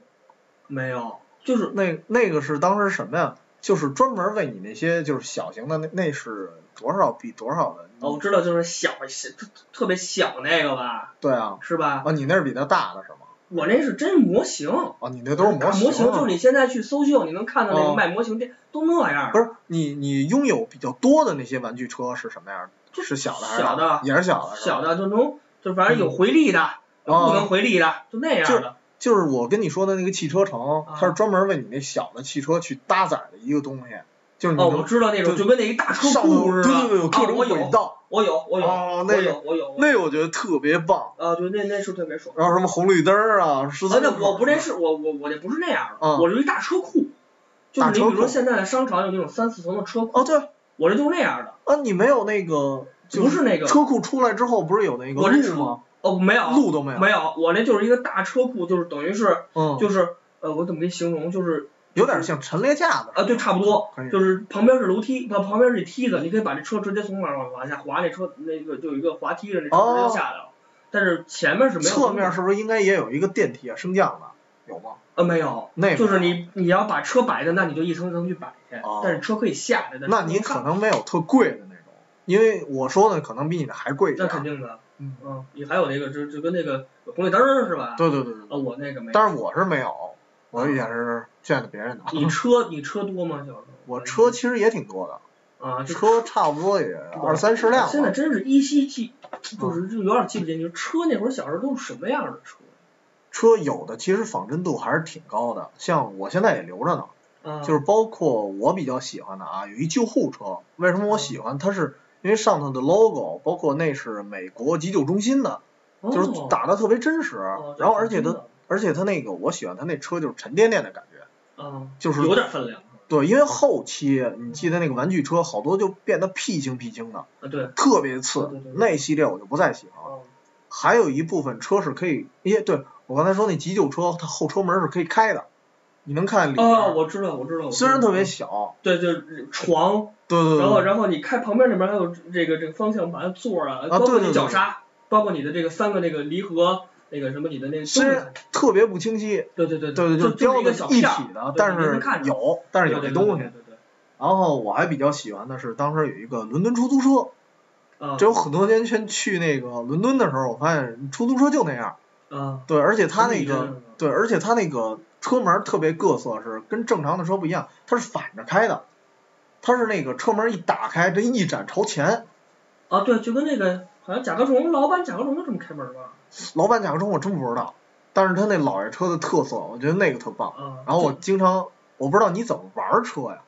[SPEAKER 1] 没有，就是
[SPEAKER 2] 那那个是当时什么呀？就是专门为你那些就是小型的那那是多少比多少的？
[SPEAKER 1] 哦，我知道，就是小小特特别小那个吧，
[SPEAKER 2] 对啊，
[SPEAKER 1] 是吧？
[SPEAKER 2] 啊，你那是比它大的是吗？
[SPEAKER 1] 我那是真模型，
[SPEAKER 2] 啊，你那都是
[SPEAKER 1] 大
[SPEAKER 2] 型。啊模
[SPEAKER 1] 模就是你现在去搜秀，你能看到那个
[SPEAKER 2] 哦
[SPEAKER 1] 卖模型店都那样儿
[SPEAKER 2] 不。是你你拥有比较多的那些玩具车是什么样的？是小的还是
[SPEAKER 1] 小的
[SPEAKER 2] 也是小的。
[SPEAKER 1] 小的
[SPEAKER 2] 的。
[SPEAKER 1] 就能，就反正有回力的，有不能
[SPEAKER 2] 哦
[SPEAKER 1] 回力的，就那样
[SPEAKER 2] 就
[SPEAKER 1] 的。
[SPEAKER 2] 就是我跟你说的那个汽车城
[SPEAKER 1] 啊，
[SPEAKER 2] 它是专门为你那小的汽车去搭载的一个东西，就是你
[SPEAKER 1] 哦，我
[SPEAKER 2] 能
[SPEAKER 1] 知道那种，
[SPEAKER 2] 对
[SPEAKER 1] 就跟那一大车
[SPEAKER 2] 上
[SPEAKER 1] 库
[SPEAKER 2] 头
[SPEAKER 1] 似
[SPEAKER 2] 对
[SPEAKER 1] 的。
[SPEAKER 2] 对对有各
[SPEAKER 1] 啊
[SPEAKER 2] 种
[SPEAKER 1] 我
[SPEAKER 2] 轨
[SPEAKER 1] 有，
[SPEAKER 2] 道，
[SPEAKER 1] 我有，我有，
[SPEAKER 2] 哦
[SPEAKER 1] 我
[SPEAKER 2] 那
[SPEAKER 1] 有，我有。
[SPEAKER 2] 那个我觉得特别棒。
[SPEAKER 1] 啊，对，那那是特别爽。
[SPEAKER 2] 然后什么红绿灯儿啊，十
[SPEAKER 1] 啊
[SPEAKER 2] 三、
[SPEAKER 1] 那我不认，识，我我我这不是那样的，
[SPEAKER 2] 嗯
[SPEAKER 1] 我是一大车库，就是
[SPEAKER 2] 大
[SPEAKER 1] 你比
[SPEAKER 2] 车
[SPEAKER 1] 如说
[SPEAKER 2] 库
[SPEAKER 1] 现在的商场有那种三四层的车库，
[SPEAKER 2] 哦对，
[SPEAKER 1] 我这就是那样的，
[SPEAKER 2] 啊你没有那个就
[SPEAKER 1] 不是那个，
[SPEAKER 2] 车库出来之后不是有那个
[SPEAKER 1] 我这
[SPEAKER 2] 路
[SPEAKER 1] 车
[SPEAKER 2] 吗？
[SPEAKER 1] 哦，没有，
[SPEAKER 2] 路都没有。
[SPEAKER 1] 没有，我那就是一个大车库，就是等于是
[SPEAKER 2] 嗯，
[SPEAKER 1] 就是呃，我怎么给你形容，就是
[SPEAKER 2] 有点像陈列架子。
[SPEAKER 1] 啊，对，差不多
[SPEAKER 2] 可以，
[SPEAKER 1] 就是旁边是楼梯，旁旁边是梯子，你可以把这车直接从哪儿往往下滑，那车那个就有一个滑梯的，那车直接
[SPEAKER 2] 哦
[SPEAKER 1] 就下来了。但是前面是没有
[SPEAKER 2] 侧面
[SPEAKER 1] 是
[SPEAKER 2] 是不是应该也有一个电梯啊，升降的？有吗？
[SPEAKER 1] 呃没有，
[SPEAKER 2] 那
[SPEAKER 1] 就是
[SPEAKER 2] 没有
[SPEAKER 1] 你你要把车摆的，那你就一层一层去摆去，
[SPEAKER 2] 哦
[SPEAKER 1] 但是车可以下来的。
[SPEAKER 2] 那你可
[SPEAKER 1] 可
[SPEAKER 2] 能没有特贵的那种，因为我说的可能比你的还贵一
[SPEAKER 1] 那
[SPEAKER 2] 点。
[SPEAKER 1] 肯定的，
[SPEAKER 2] 嗯，
[SPEAKER 1] 嗯，你还有那个就就跟那个红绿灯儿是吧？
[SPEAKER 2] 对对对对。
[SPEAKER 1] 啊，我那个没有。
[SPEAKER 2] 但是我是没有，我也是见的别人的。
[SPEAKER 1] 你车你车多吗？小时候
[SPEAKER 2] 我车其实也挺多的，
[SPEAKER 1] 啊，就
[SPEAKER 2] 车差不多也二三十辆
[SPEAKER 1] 现在
[SPEAKER 2] 吧。嗯
[SPEAKER 1] 真是依稀记，就是就有点记不进去。车那会儿小时候都是什么样的车？
[SPEAKER 2] 车有的其实仿真度还是挺高的，像我现在也留着呢。
[SPEAKER 1] 啊，
[SPEAKER 2] 就是包括我比较喜欢的啊，有一救护车。为什么我喜欢？它是因为上头的 logo，包括那是美国急救中心的，就是
[SPEAKER 1] 哦
[SPEAKER 2] 打的特别真实。
[SPEAKER 1] 哦
[SPEAKER 2] 然后而且
[SPEAKER 1] 真
[SPEAKER 2] 它
[SPEAKER 1] 的
[SPEAKER 2] 而且它那个我喜欢它那车就是沉甸甸的感觉。
[SPEAKER 1] 嗯，
[SPEAKER 2] 就是
[SPEAKER 1] 有点分量
[SPEAKER 2] 对，因为后期你记得那个玩具车好多就变得屁青屁青的，
[SPEAKER 1] 啊，对，
[SPEAKER 2] 特别次
[SPEAKER 1] 对对对。
[SPEAKER 2] 那系列我就不再喜欢了。
[SPEAKER 1] 哦，
[SPEAKER 2] 还有一部分车是可以，耶，对我刚才说那急救车，它后车门是可以开的，你能看里面。
[SPEAKER 1] 哦，我知道，我知道，我知道啊
[SPEAKER 2] 虽然特别小，
[SPEAKER 1] 对，就是床，
[SPEAKER 2] 对对对。
[SPEAKER 1] 然
[SPEAKER 2] 对
[SPEAKER 1] 后然后你开旁边那边还有这个这个方向盘座啊，
[SPEAKER 2] 啊
[SPEAKER 1] 包括
[SPEAKER 2] 对
[SPEAKER 1] 你
[SPEAKER 2] 对对
[SPEAKER 1] 脚刹，包括你的这个三个那个离合，那个什么你的那个
[SPEAKER 2] 虽然特别不清晰，
[SPEAKER 1] 对对对
[SPEAKER 2] 对对，
[SPEAKER 1] 就
[SPEAKER 2] 就是标
[SPEAKER 1] 一个
[SPEAKER 2] 的
[SPEAKER 1] 小
[SPEAKER 2] 一
[SPEAKER 1] 片儿
[SPEAKER 2] 体的
[SPEAKER 1] 对，
[SPEAKER 2] 但
[SPEAKER 1] 你能
[SPEAKER 2] 是
[SPEAKER 1] 看着
[SPEAKER 2] 有，但是有
[SPEAKER 1] 对
[SPEAKER 2] 这
[SPEAKER 1] 对对
[SPEAKER 2] 东
[SPEAKER 1] 对
[SPEAKER 2] 西。
[SPEAKER 1] 对对对
[SPEAKER 2] 然后我还比较喜欢的是，当时有一个伦敦出租车，
[SPEAKER 1] 啊
[SPEAKER 2] 这有很多年前去那个伦敦的时候，我发现出租车就那样，
[SPEAKER 1] 啊，
[SPEAKER 2] 对，而且它
[SPEAKER 1] 真
[SPEAKER 2] 那
[SPEAKER 1] 理真
[SPEAKER 2] 个
[SPEAKER 1] 的
[SPEAKER 2] 对，而且它那个车门特别各色，是跟正常的车不一样，它是反着开的，它是那个车门一打开，这一展朝前。
[SPEAKER 1] 啊，对，就跟那个好像甲壳虫老板甲壳虫都这么开门吧？
[SPEAKER 2] 老板甲壳虫我真不知道，但是它那老爷车的特色，我觉得那个特棒。
[SPEAKER 1] 啊，
[SPEAKER 2] 然后我经常，我不知道你怎么玩车呀？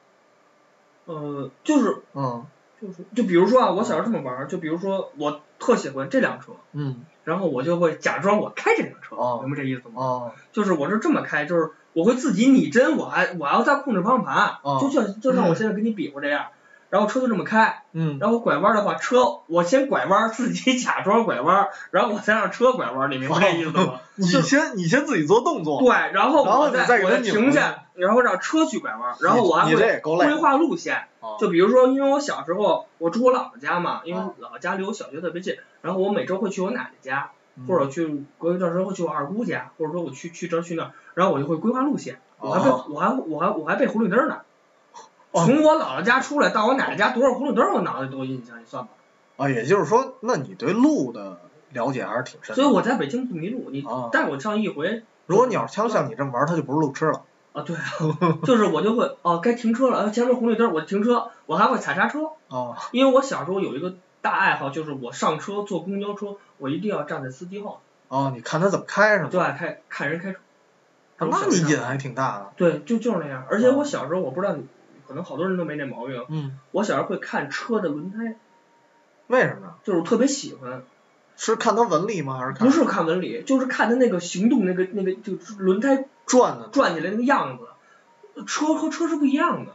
[SPEAKER 1] 呃，就是
[SPEAKER 2] 嗯
[SPEAKER 1] 就是就比如说啊，我小时候这么玩儿，就比如说我特喜欢这辆车。
[SPEAKER 2] 嗯。
[SPEAKER 1] 然后我就会假装我开这辆车，
[SPEAKER 2] 哦
[SPEAKER 1] 明白这意思吗？
[SPEAKER 2] 哦，
[SPEAKER 1] 就是我是这么开，就是我会自己拟真，我还我还要再控制方向盘，
[SPEAKER 2] 哦
[SPEAKER 1] 就像就像我现在跟你比划这样。然后车就这么开，
[SPEAKER 2] 嗯，
[SPEAKER 1] 然后拐弯的话，车我先拐弯，自己假装拐弯，然后我再让车拐弯，你明白这意思吗？
[SPEAKER 2] 你先你先自己做动作，
[SPEAKER 1] 对，然后
[SPEAKER 2] 哦然后
[SPEAKER 1] 我
[SPEAKER 2] 你再
[SPEAKER 1] 再
[SPEAKER 2] 给
[SPEAKER 1] 我
[SPEAKER 2] 它
[SPEAKER 1] 再
[SPEAKER 2] 拧
[SPEAKER 1] 停
[SPEAKER 2] 回
[SPEAKER 1] 下，然后让车去拐弯，然后我还
[SPEAKER 2] 你你这
[SPEAKER 1] 会
[SPEAKER 2] 也够累
[SPEAKER 1] 规划路线。
[SPEAKER 2] 啊，
[SPEAKER 1] 就比如说，因为我小时候我住我姥姥家嘛，因为
[SPEAKER 2] 啊
[SPEAKER 1] 姥姥家离我小学特别近，然后我每周会去我奶奶家，
[SPEAKER 2] 嗯
[SPEAKER 1] 或者去隔一段时间会去我二姑家，或者说我去去这儿去那儿，然后我就会规划路线。我还背、
[SPEAKER 2] 哦
[SPEAKER 1] 我还我还我还背红绿灯呢，
[SPEAKER 2] 哦
[SPEAKER 1] 从我姥姥家出来到我奶奶家多少红绿灯我脑袋都有印象，你算吧。
[SPEAKER 2] 啊，也就是说，那你对路的了解还是挺深的。
[SPEAKER 1] 所以我在北京不迷路，你
[SPEAKER 2] 啊，
[SPEAKER 1] 带我上一回
[SPEAKER 2] 如果你要是像像你这么玩，它就不是路痴了。
[SPEAKER 1] 啊，对啊， 就是我就会哦该停车了，哎前面红绿灯我停车，我还会踩刹车。
[SPEAKER 2] 啊，
[SPEAKER 1] 因为我小时候有一个大爱好，就是我上车坐公交车，我一定要站在司机后，
[SPEAKER 2] 哦，你看它怎么开是吗？
[SPEAKER 1] 就爱看看人开车。
[SPEAKER 2] 啊那你瘾还挺大的。
[SPEAKER 1] 对，就就是那样。而且我小时候，我不知道你，可能好多人都没这毛病。
[SPEAKER 2] 嗯，
[SPEAKER 1] 我小时候会看车的轮胎，
[SPEAKER 2] 为什么呀？
[SPEAKER 1] 就是我特别喜欢，
[SPEAKER 2] 是看它纹理吗？还是看
[SPEAKER 1] 不是看纹理，就是看它那个行动，那个那个就是轮胎
[SPEAKER 2] 转的？
[SPEAKER 1] 转起来那个样子。车和车是不一样的，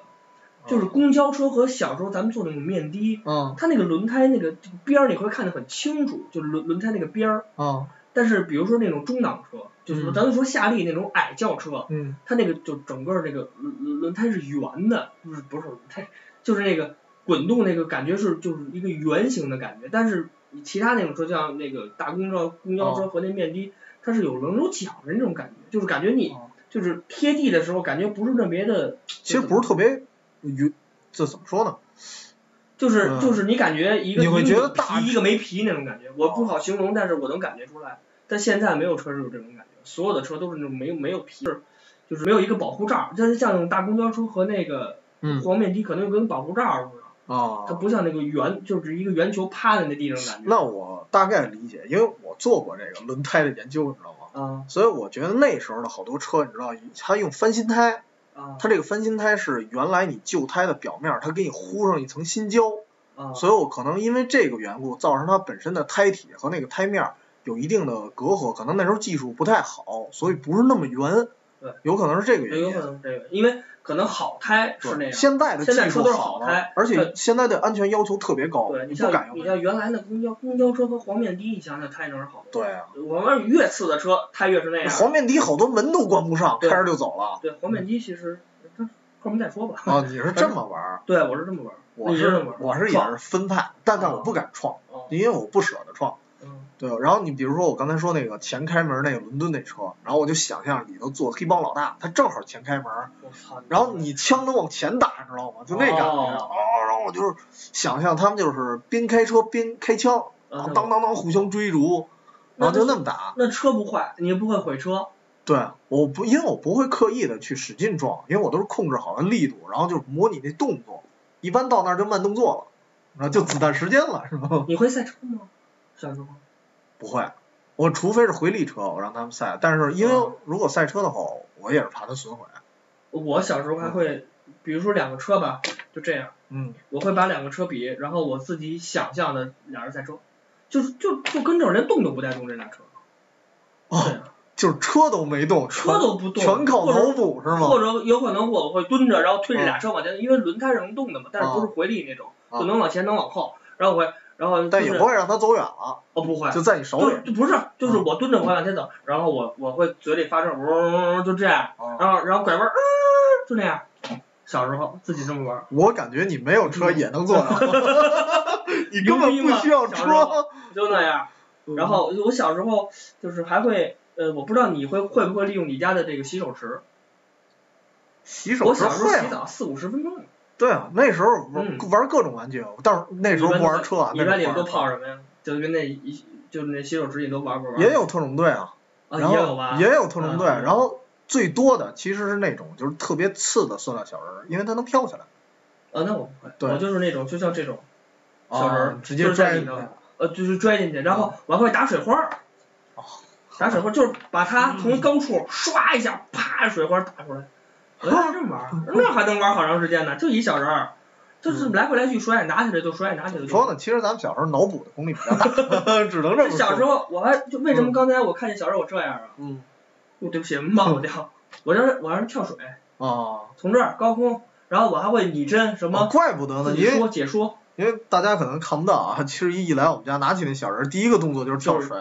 [SPEAKER 1] 就是
[SPEAKER 2] 啊
[SPEAKER 1] 公交车和小时候咱们坐那种面的，
[SPEAKER 2] 嗯
[SPEAKER 1] 它那个轮胎那个边儿你会看得很清楚，就是轮轮胎那个边儿。
[SPEAKER 2] 嗯
[SPEAKER 1] 但是比如说那种中档车，就是说
[SPEAKER 2] 嗯
[SPEAKER 1] 咱们说夏利那种矮轿车，
[SPEAKER 2] 嗯
[SPEAKER 1] 它那个就整个那个轮轮轮胎是圆的，不是不是轮胎，就是那个滚动那个感觉是就是一个圆形的感觉。但是你其他那种车，像那个大公交公交
[SPEAKER 2] 哦
[SPEAKER 1] 车和那面的，它是有棱有角的那种感觉，就是感觉你
[SPEAKER 2] 哦
[SPEAKER 1] 就是贴地的时候感觉不是特别的，
[SPEAKER 2] 其实不是特别匀，这怎么说呢？
[SPEAKER 1] 就是
[SPEAKER 2] 嗯
[SPEAKER 1] 就是你感觉一个
[SPEAKER 2] 你会
[SPEAKER 1] 一个
[SPEAKER 2] 觉
[SPEAKER 1] 有
[SPEAKER 2] 得大哦
[SPEAKER 1] 皮一个没皮那种感觉，我不好形容，但是我能感觉出来。但现在没有车是有这种感觉，所有的车都是那种没有没有皮，就是就是没有一个保护罩，就是像那种大公交车和那个
[SPEAKER 2] 嗯
[SPEAKER 1] 黄面的可能就跟保护罩似的，
[SPEAKER 2] 啊
[SPEAKER 1] 它，不像那个圆，就是一个圆球趴在那地上的感觉。
[SPEAKER 2] 那我大概理解，因为我做过这个轮胎的研究，你知道吗？
[SPEAKER 1] 啊
[SPEAKER 2] 所以我觉得那时候的好多车，你知道，它用翻新胎，
[SPEAKER 1] 啊
[SPEAKER 2] 它这个翻新胎是原来你旧胎的表面，它给你糊上一层新胶，
[SPEAKER 1] 啊！
[SPEAKER 2] 所以我可能因为这个缘故，造成它本身的胎体和那个胎面有一定的隔阂，可能那时候技术不太好，所以不是那么圆
[SPEAKER 1] 对，
[SPEAKER 2] 有可能是这个原
[SPEAKER 1] 有可
[SPEAKER 2] 因。
[SPEAKER 1] 能这个，因为可能好胎是那
[SPEAKER 2] 对，
[SPEAKER 1] 样。
[SPEAKER 2] 现在的技
[SPEAKER 1] 现在
[SPEAKER 2] 术
[SPEAKER 1] 车都是
[SPEAKER 2] 好
[SPEAKER 1] 好
[SPEAKER 2] 了
[SPEAKER 1] 胎，
[SPEAKER 2] 而且
[SPEAKER 1] 对
[SPEAKER 2] 现在的安全要求特别高，
[SPEAKER 1] 对你
[SPEAKER 2] 不敢
[SPEAKER 1] 像你
[SPEAKER 2] 用。
[SPEAKER 1] 像原来的公交公交车和黄面的，你想想胎能是好的。
[SPEAKER 2] 对啊，
[SPEAKER 1] 我们越次的车胎越是那样。
[SPEAKER 2] 黄面的好多门都关不上，
[SPEAKER 1] 对
[SPEAKER 2] 开着就走了。
[SPEAKER 1] 对，黄面的其实这后面再说吧。
[SPEAKER 2] 哦，你是这么玩儿？
[SPEAKER 1] 对，我是这么玩儿，
[SPEAKER 2] 我
[SPEAKER 1] 你是这
[SPEAKER 2] 是
[SPEAKER 1] 么玩儿
[SPEAKER 2] 我是也
[SPEAKER 1] 创
[SPEAKER 2] 是分派，但但我不敢创，
[SPEAKER 1] 哦，
[SPEAKER 2] 因为我不舍得创。
[SPEAKER 1] 嗯
[SPEAKER 2] 对，然后你比如说我刚才说那个前开门那个伦敦那车，然后我就想象里头坐黑帮老大，他正好前开门，
[SPEAKER 1] 我操。
[SPEAKER 2] 然后你枪能往前打，你知道吗？就那感觉，
[SPEAKER 1] 哦
[SPEAKER 2] 哦，然后我就是想象他们就是边开车边开枪，然
[SPEAKER 1] 啊
[SPEAKER 2] 后
[SPEAKER 1] 那
[SPEAKER 2] 当当当互相追逐，
[SPEAKER 1] 那
[SPEAKER 2] 然后就
[SPEAKER 1] 那
[SPEAKER 2] 嗯那么打。
[SPEAKER 1] 那车不坏，你也不会毁车。
[SPEAKER 2] 对，我不因为我不会刻意的去使劲撞，因为我都是控制好了力度，然后就是模拟那动作，一般到那儿就慢动作了，然后就子弹时间了，是吧？
[SPEAKER 1] 你会赛车吗？小时候
[SPEAKER 2] 不会，我除非是回力车，我让他们赛，但是因为
[SPEAKER 1] 哦
[SPEAKER 2] 如果赛车的话，我也是怕它损毁。
[SPEAKER 1] 我小时候还会，比如说两个车吧，就这样，
[SPEAKER 2] 嗯，
[SPEAKER 1] 我会把两个车比，然后我自己想象的俩人赛车，就是就就跟这儿连动都不带动这俩车，对
[SPEAKER 2] 哦，就是车都没动，
[SPEAKER 1] 车都不动，
[SPEAKER 2] 全全靠
[SPEAKER 1] 或者
[SPEAKER 2] 脑补是吗？
[SPEAKER 1] 或者有可能我会蹲着，然后推着俩嗯车往前，因为轮胎是能动的嘛，但是不是回力那种，
[SPEAKER 2] 啊
[SPEAKER 1] 就能往前能往后，然后我会，然嗯后、就是、
[SPEAKER 2] 但也不会让它走远了，
[SPEAKER 1] 哦不会，
[SPEAKER 2] 就啊在你手
[SPEAKER 1] 就
[SPEAKER 2] 里。
[SPEAKER 1] 就不是就是我蹲着我往前走，然后我我会嘴里发声，嗡嗡嗡嗡就这样，
[SPEAKER 2] 啊，
[SPEAKER 1] 然后然后拐弯，嗯、就那样。小时候自己这么玩，
[SPEAKER 2] 我感觉你没有车也能做到，
[SPEAKER 1] 嗯
[SPEAKER 2] 你根本
[SPEAKER 1] 牛逼
[SPEAKER 2] 不
[SPEAKER 1] 吗
[SPEAKER 2] 需要
[SPEAKER 1] 小时候
[SPEAKER 2] 车。嗯
[SPEAKER 1] 就那样。然后我小时候就是还会。呃，我不知道你会会不会利用你家的这个洗手池。
[SPEAKER 2] 洗
[SPEAKER 1] 我
[SPEAKER 2] 手池
[SPEAKER 1] 小时候
[SPEAKER 2] 会
[SPEAKER 1] 洗
[SPEAKER 2] 啊，
[SPEAKER 1] 澡四五十分钟，
[SPEAKER 2] 对啊，那时候玩
[SPEAKER 1] 嗯
[SPEAKER 2] 玩各种玩具，但是那时候不玩车啊，
[SPEAKER 1] 你
[SPEAKER 2] 那时候
[SPEAKER 1] 班里面
[SPEAKER 2] 不玩
[SPEAKER 1] 都
[SPEAKER 2] 车
[SPEAKER 1] 泡什么呀？就跟那一就是那洗手池里都玩不玩？
[SPEAKER 2] 也有特种队啊，
[SPEAKER 1] 啊，
[SPEAKER 2] 然
[SPEAKER 1] 也有
[SPEAKER 2] 后
[SPEAKER 1] 吧？
[SPEAKER 2] 也有特种队，
[SPEAKER 1] 嗯
[SPEAKER 2] 然后最多的其实是那种就是特别次的塑料小人儿，因为它能飘起来，
[SPEAKER 1] 啊，那我不会，
[SPEAKER 2] 对
[SPEAKER 1] 我就是那种就像这种，小人儿
[SPEAKER 2] 啊直
[SPEAKER 1] 就
[SPEAKER 2] 接
[SPEAKER 1] 是在
[SPEAKER 2] 拽
[SPEAKER 1] 里头呃，就是拽进去，然后我还会打水花儿
[SPEAKER 2] 哦。嗯
[SPEAKER 1] 打水花儿就是把它从高处唰一下，啪，水花儿打
[SPEAKER 2] 啊
[SPEAKER 1] 出来。我就这么玩
[SPEAKER 2] 嗯
[SPEAKER 1] 儿，那还能玩好长时间呢，就一小人儿，就是来回来去摔，拿起来就摔，拿起来就
[SPEAKER 2] 你
[SPEAKER 1] 摔。
[SPEAKER 2] 说呢？其实咱们小时候脑补的功力比 较大，只能这么说。
[SPEAKER 1] 小时候我还就为什么刚才我看见小时候我这样啊？
[SPEAKER 2] 嗯
[SPEAKER 1] 哟，对不起，冒了掉。我这我让人跳水，
[SPEAKER 2] 啊
[SPEAKER 1] 从这儿高空，然后我还会拟真什
[SPEAKER 2] 啊
[SPEAKER 1] 么
[SPEAKER 2] 怪不得呢，
[SPEAKER 1] 自
[SPEAKER 2] 因
[SPEAKER 1] 己
[SPEAKER 2] 为
[SPEAKER 1] 说解说，
[SPEAKER 2] 因为大家可能看不到啊，其实一一来我们家拿起那小人儿，第一个动作就是跳
[SPEAKER 1] 就是
[SPEAKER 2] 水。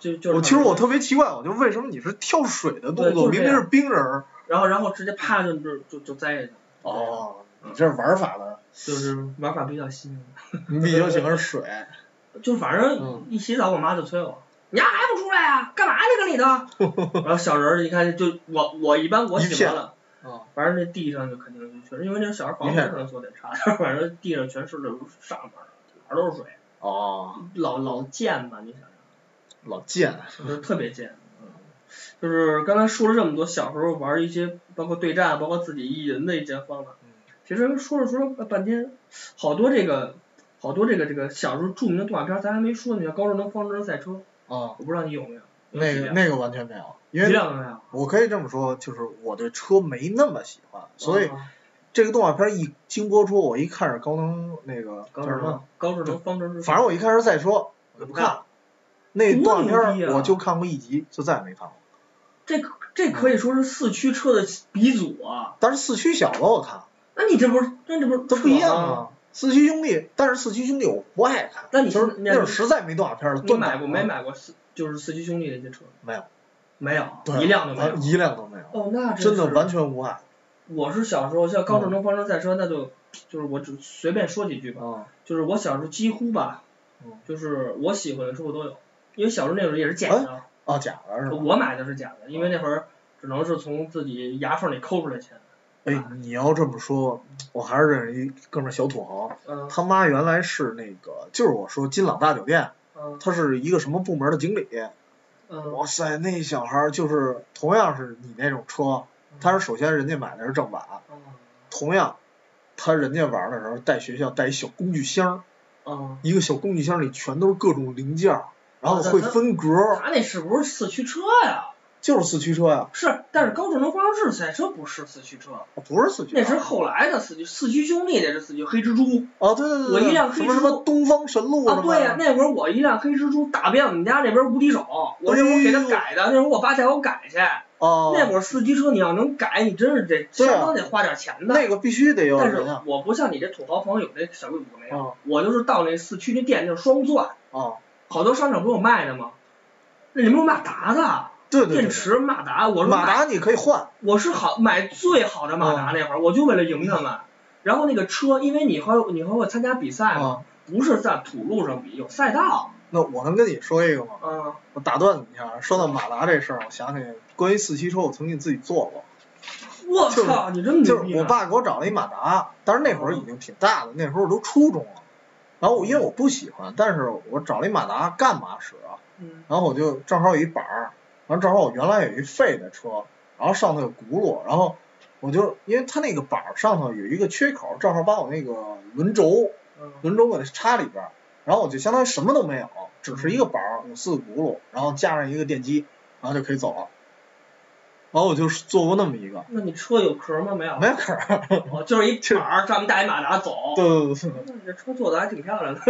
[SPEAKER 1] 就就就是
[SPEAKER 2] 我其实我特别奇怪，我就为什么你是跳水的动
[SPEAKER 1] 对
[SPEAKER 2] 作，
[SPEAKER 1] 就是
[SPEAKER 2] 明
[SPEAKER 1] 这
[SPEAKER 2] 明
[SPEAKER 1] 样
[SPEAKER 2] 是冰人儿。
[SPEAKER 1] 然后然后直接啪就就就就栽下去，
[SPEAKER 2] 哦，你这玩法呢，
[SPEAKER 1] 就是玩法比较新颖。
[SPEAKER 2] 你比较喜欢水。
[SPEAKER 1] 就反正一洗澡，我妈就催我，嗯你丫还不出来啊？干嘛呢？跟里 头？然后小人儿一看就我我一般我
[SPEAKER 2] 一
[SPEAKER 1] 洗完
[SPEAKER 2] 片
[SPEAKER 1] 了，
[SPEAKER 2] 啊，
[SPEAKER 1] 反正那地上就肯定就全，因为那小孩房
[SPEAKER 2] 一
[SPEAKER 1] 子
[SPEAKER 2] 片
[SPEAKER 1] 可能做得差， 反正地上全是那种上面儿哪儿都是水，
[SPEAKER 2] 哦，
[SPEAKER 1] 老老溅吧，你想想，
[SPEAKER 2] 老贱。
[SPEAKER 1] 就是特别溅。嗯就是刚才说了这么多小时候玩儿一些，包括对战，包括自己意淫的一些方法。其实说着说着半天，好多这个好多这个这个小时候著名的动画片儿，咱还没说呢，像《高智能方程式赛车》，
[SPEAKER 2] 啊，
[SPEAKER 1] 我不知道你有没有。
[SPEAKER 2] 那个那个完全没有，因
[SPEAKER 1] 你
[SPEAKER 2] 为
[SPEAKER 1] 两个呀？
[SPEAKER 2] 我可以这么说，就是我对车没那么喜欢，所
[SPEAKER 1] 嗯
[SPEAKER 2] 以
[SPEAKER 1] 啊
[SPEAKER 2] 这个动画片一经播出，我一开始高能那个
[SPEAKER 1] 高
[SPEAKER 2] 叫
[SPEAKER 1] 智
[SPEAKER 2] 什么，
[SPEAKER 1] 能，啊高智能方程式，
[SPEAKER 2] 反正我一开始赛车我就不看了，那动画片
[SPEAKER 1] 多牛逼
[SPEAKER 2] 儿
[SPEAKER 1] 啊
[SPEAKER 2] 我就看过一集，就再也没看过。
[SPEAKER 1] 这可这可以说是四驱车的鼻祖啊！
[SPEAKER 2] 但是四驱小子我看
[SPEAKER 1] 那你这不是那这不是
[SPEAKER 2] 都不一样
[SPEAKER 1] 扯吗？
[SPEAKER 2] 啊，四驱兄弟，但是四驱兄弟我不爱看，
[SPEAKER 1] 那你
[SPEAKER 2] 就是
[SPEAKER 1] 那
[SPEAKER 2] 那会儿实在没动画片了，
[SPEAKER 1] 你
[SPEAKER 2] 断
[SPEAKER 1] 买
[SPEAKER 2] 档
[SPEAKER 1] 过
[SPEAKER 2] 了
[SPEAKER 1] 没？买过四就是四驱兄弟那些车？
[SPEAKER 2] 没有，
[SPEAKER 1] 没有，
[SPEAKER 2] 对
[SPEAKER 1] 一辆都没有
[SPEAKER 2] 完。一辆都没有，
[SPEAKER 1] 哦，那
[SPEAKER 2] 真的
[SPEAKER 1] 是
[SPEAKER 2] 完嗯全无爱。
[SPEAKER 1] 我是小时候像高智能方程赛车，那就就是我只随便说几句吧。
[SPEAKER 2] 啊，
[SPEAKER 1] 就是我小时候几乎吧
[SPEAKER 2] 嗯，
[SPEAKER 1] 就是我喜欢的车我都有，因为小时候那会儿也是捡的，
[SPEAKER 2] 哦，假的是吧？
[SPEAKER 1] 我买的是假的，因为那会儿只能是从自己牙缝里抠出来钱。
[SPEAKER 2] 哎，你要这么说，我还是认识一哥们儿小土豪，
[SPEAKER 1] 嗯
[SPEAKER 2] 他妈原来是那个，就是我说金朗大酒店，
[SPEAKER 1] 嗯
[SPEAKER 2] 他是一个什么部门的经理。
[SPEAKER 1] 嗯，
[SPEAKER 2] 哇塞，那小孩儿就是同样是你那种车，他是首先人家买的是正版，
[SPEAKER 1] 嗯
[SPEAKER 2] 同样他人家玩的时候带学校带一小工具箱儿，
[SPEAKER 1] 嗯，
[SPEAKER 2] 一个小工具箱里全都是各种零件儿，然后
[SPEAKER 1] 啊那
[SPEAKER 2] 会
[SPEAKER 1] 他
[SPEAKER 2] 分格儿，
[SPEAKER 1] 他那是不是四驱车呀？
[SPEAKER 2] 就是四驱车呀、啊
[SPEAKER 1] 是，但是高智能方程式赛车不是四驱车，
[SPEAKER 2] 不是四驱车。
[SPEAKER 1] 那是后来的四驱，四驱兄弟那是四驱黑蜘蛛。
[SPEAKER 2] 啊，对对对对，
[SPEAKER 1] 我一辆
[SPEAKER 2] 什
[SPEAKER 1] 黑
[SPEAKER 2] 么什
[SPEAKER 1] 蜘蛛
[SPEAKER 2] 么东方神鹿
[SPEAKER 1] 啊，
[SPEAKER 2] 什么
[SPEAKER 1] 对呀、
[SPEAKER 2] 的
[SPEAKER 1] 那会儿我一辆黑蜘蛛打遍我们家那边无敌手，我那会儿给他改的，那会儿我爸带我改去。
[SPEAKER 2] 哎哦，
[SPEAKER 1] 那会儿四驱车你要能改，你真是得
[SPEAKER 2] 对啊
[SPEAKER 1] 相当得花点钱的。
[SPEAKER 2] 那个必须得有
[SPEAKER 1] 但
[SPEAKER 2] 人
[SPEAKER 1] 是
[SPEAKER 2] 啊
[SPEAKER 1] 我不像你这土豪朋友那小贵股没有，
[SPEAKER 2] 啊
[SPEAKER 1] 我就是到那四驱那店就是双钻，
[SPEAKER 2] 啊，
[SPEAKER 1] 好多商场不有卖的吗？那里面有马达的，
[SPEAKER 2] 对对对，
[SPEAKER 1] 电池马达，我是
[SPEAKER 2] 马
[SPEAKER 1] 买
[SPEAKER 2] 达哦你可以换，
[SPEAKER 1] 我是好买最好的马达那会儿，我就为了赢他们。然后那个车，因为你还有你还会参加比赛嘛，
[SPEAKER 2] 啊，
[SPEAKER 1] 不是在土路上比，有赛道。
[SPEAKER 2] 那我能跟你说一个吗？
[SPEAKER 1] 嗯
[SPEAKER 2] 我打断你一下，说到马达这事儿，我想起关于四驱车，我曾经自己做过，
[SPEAKER 1] 我操，嗯你这么牛
[SPEAKER 2] 就
[SPEAKER 1] 逼啊
[SPEAKER 2] 是
[SPEAKER 1] 呢！
[SPEAKER 2] 我爸给我找了一马达，但是那会儿已经挺大的，那时候都初中了。然后我因为我不喜欢，但是我找了一马达干嘛使啊？
[SPEAKER 1] 嗯，
[SPEAKER 2] 然后我就正好有一板儿，然后正好我原来有一废的车，然后上头有轱辘，然后我就因为它那个板儿上头有一个缺口，正好把我那个轮轴
[SPEAKER 1] 嗯
[SPEAKER 2] 轮轴给它插里边儿，然后我就相当于什么都没有，只是一个板儿，有四个轱辘，然后加上一个电机，然后就可以走了。然后我就做过那么一个，
[SPEAKER 1] 那你车有壳吗？没有，
[SPEAKER 2] 没有壳儿，啊
[SPEAKER 1] 哦，就是一板儿，上面带一马达走。
[SPEAKER 2] 对对对
[SPEAKER 1] 那你这车做的还挺漂亮的，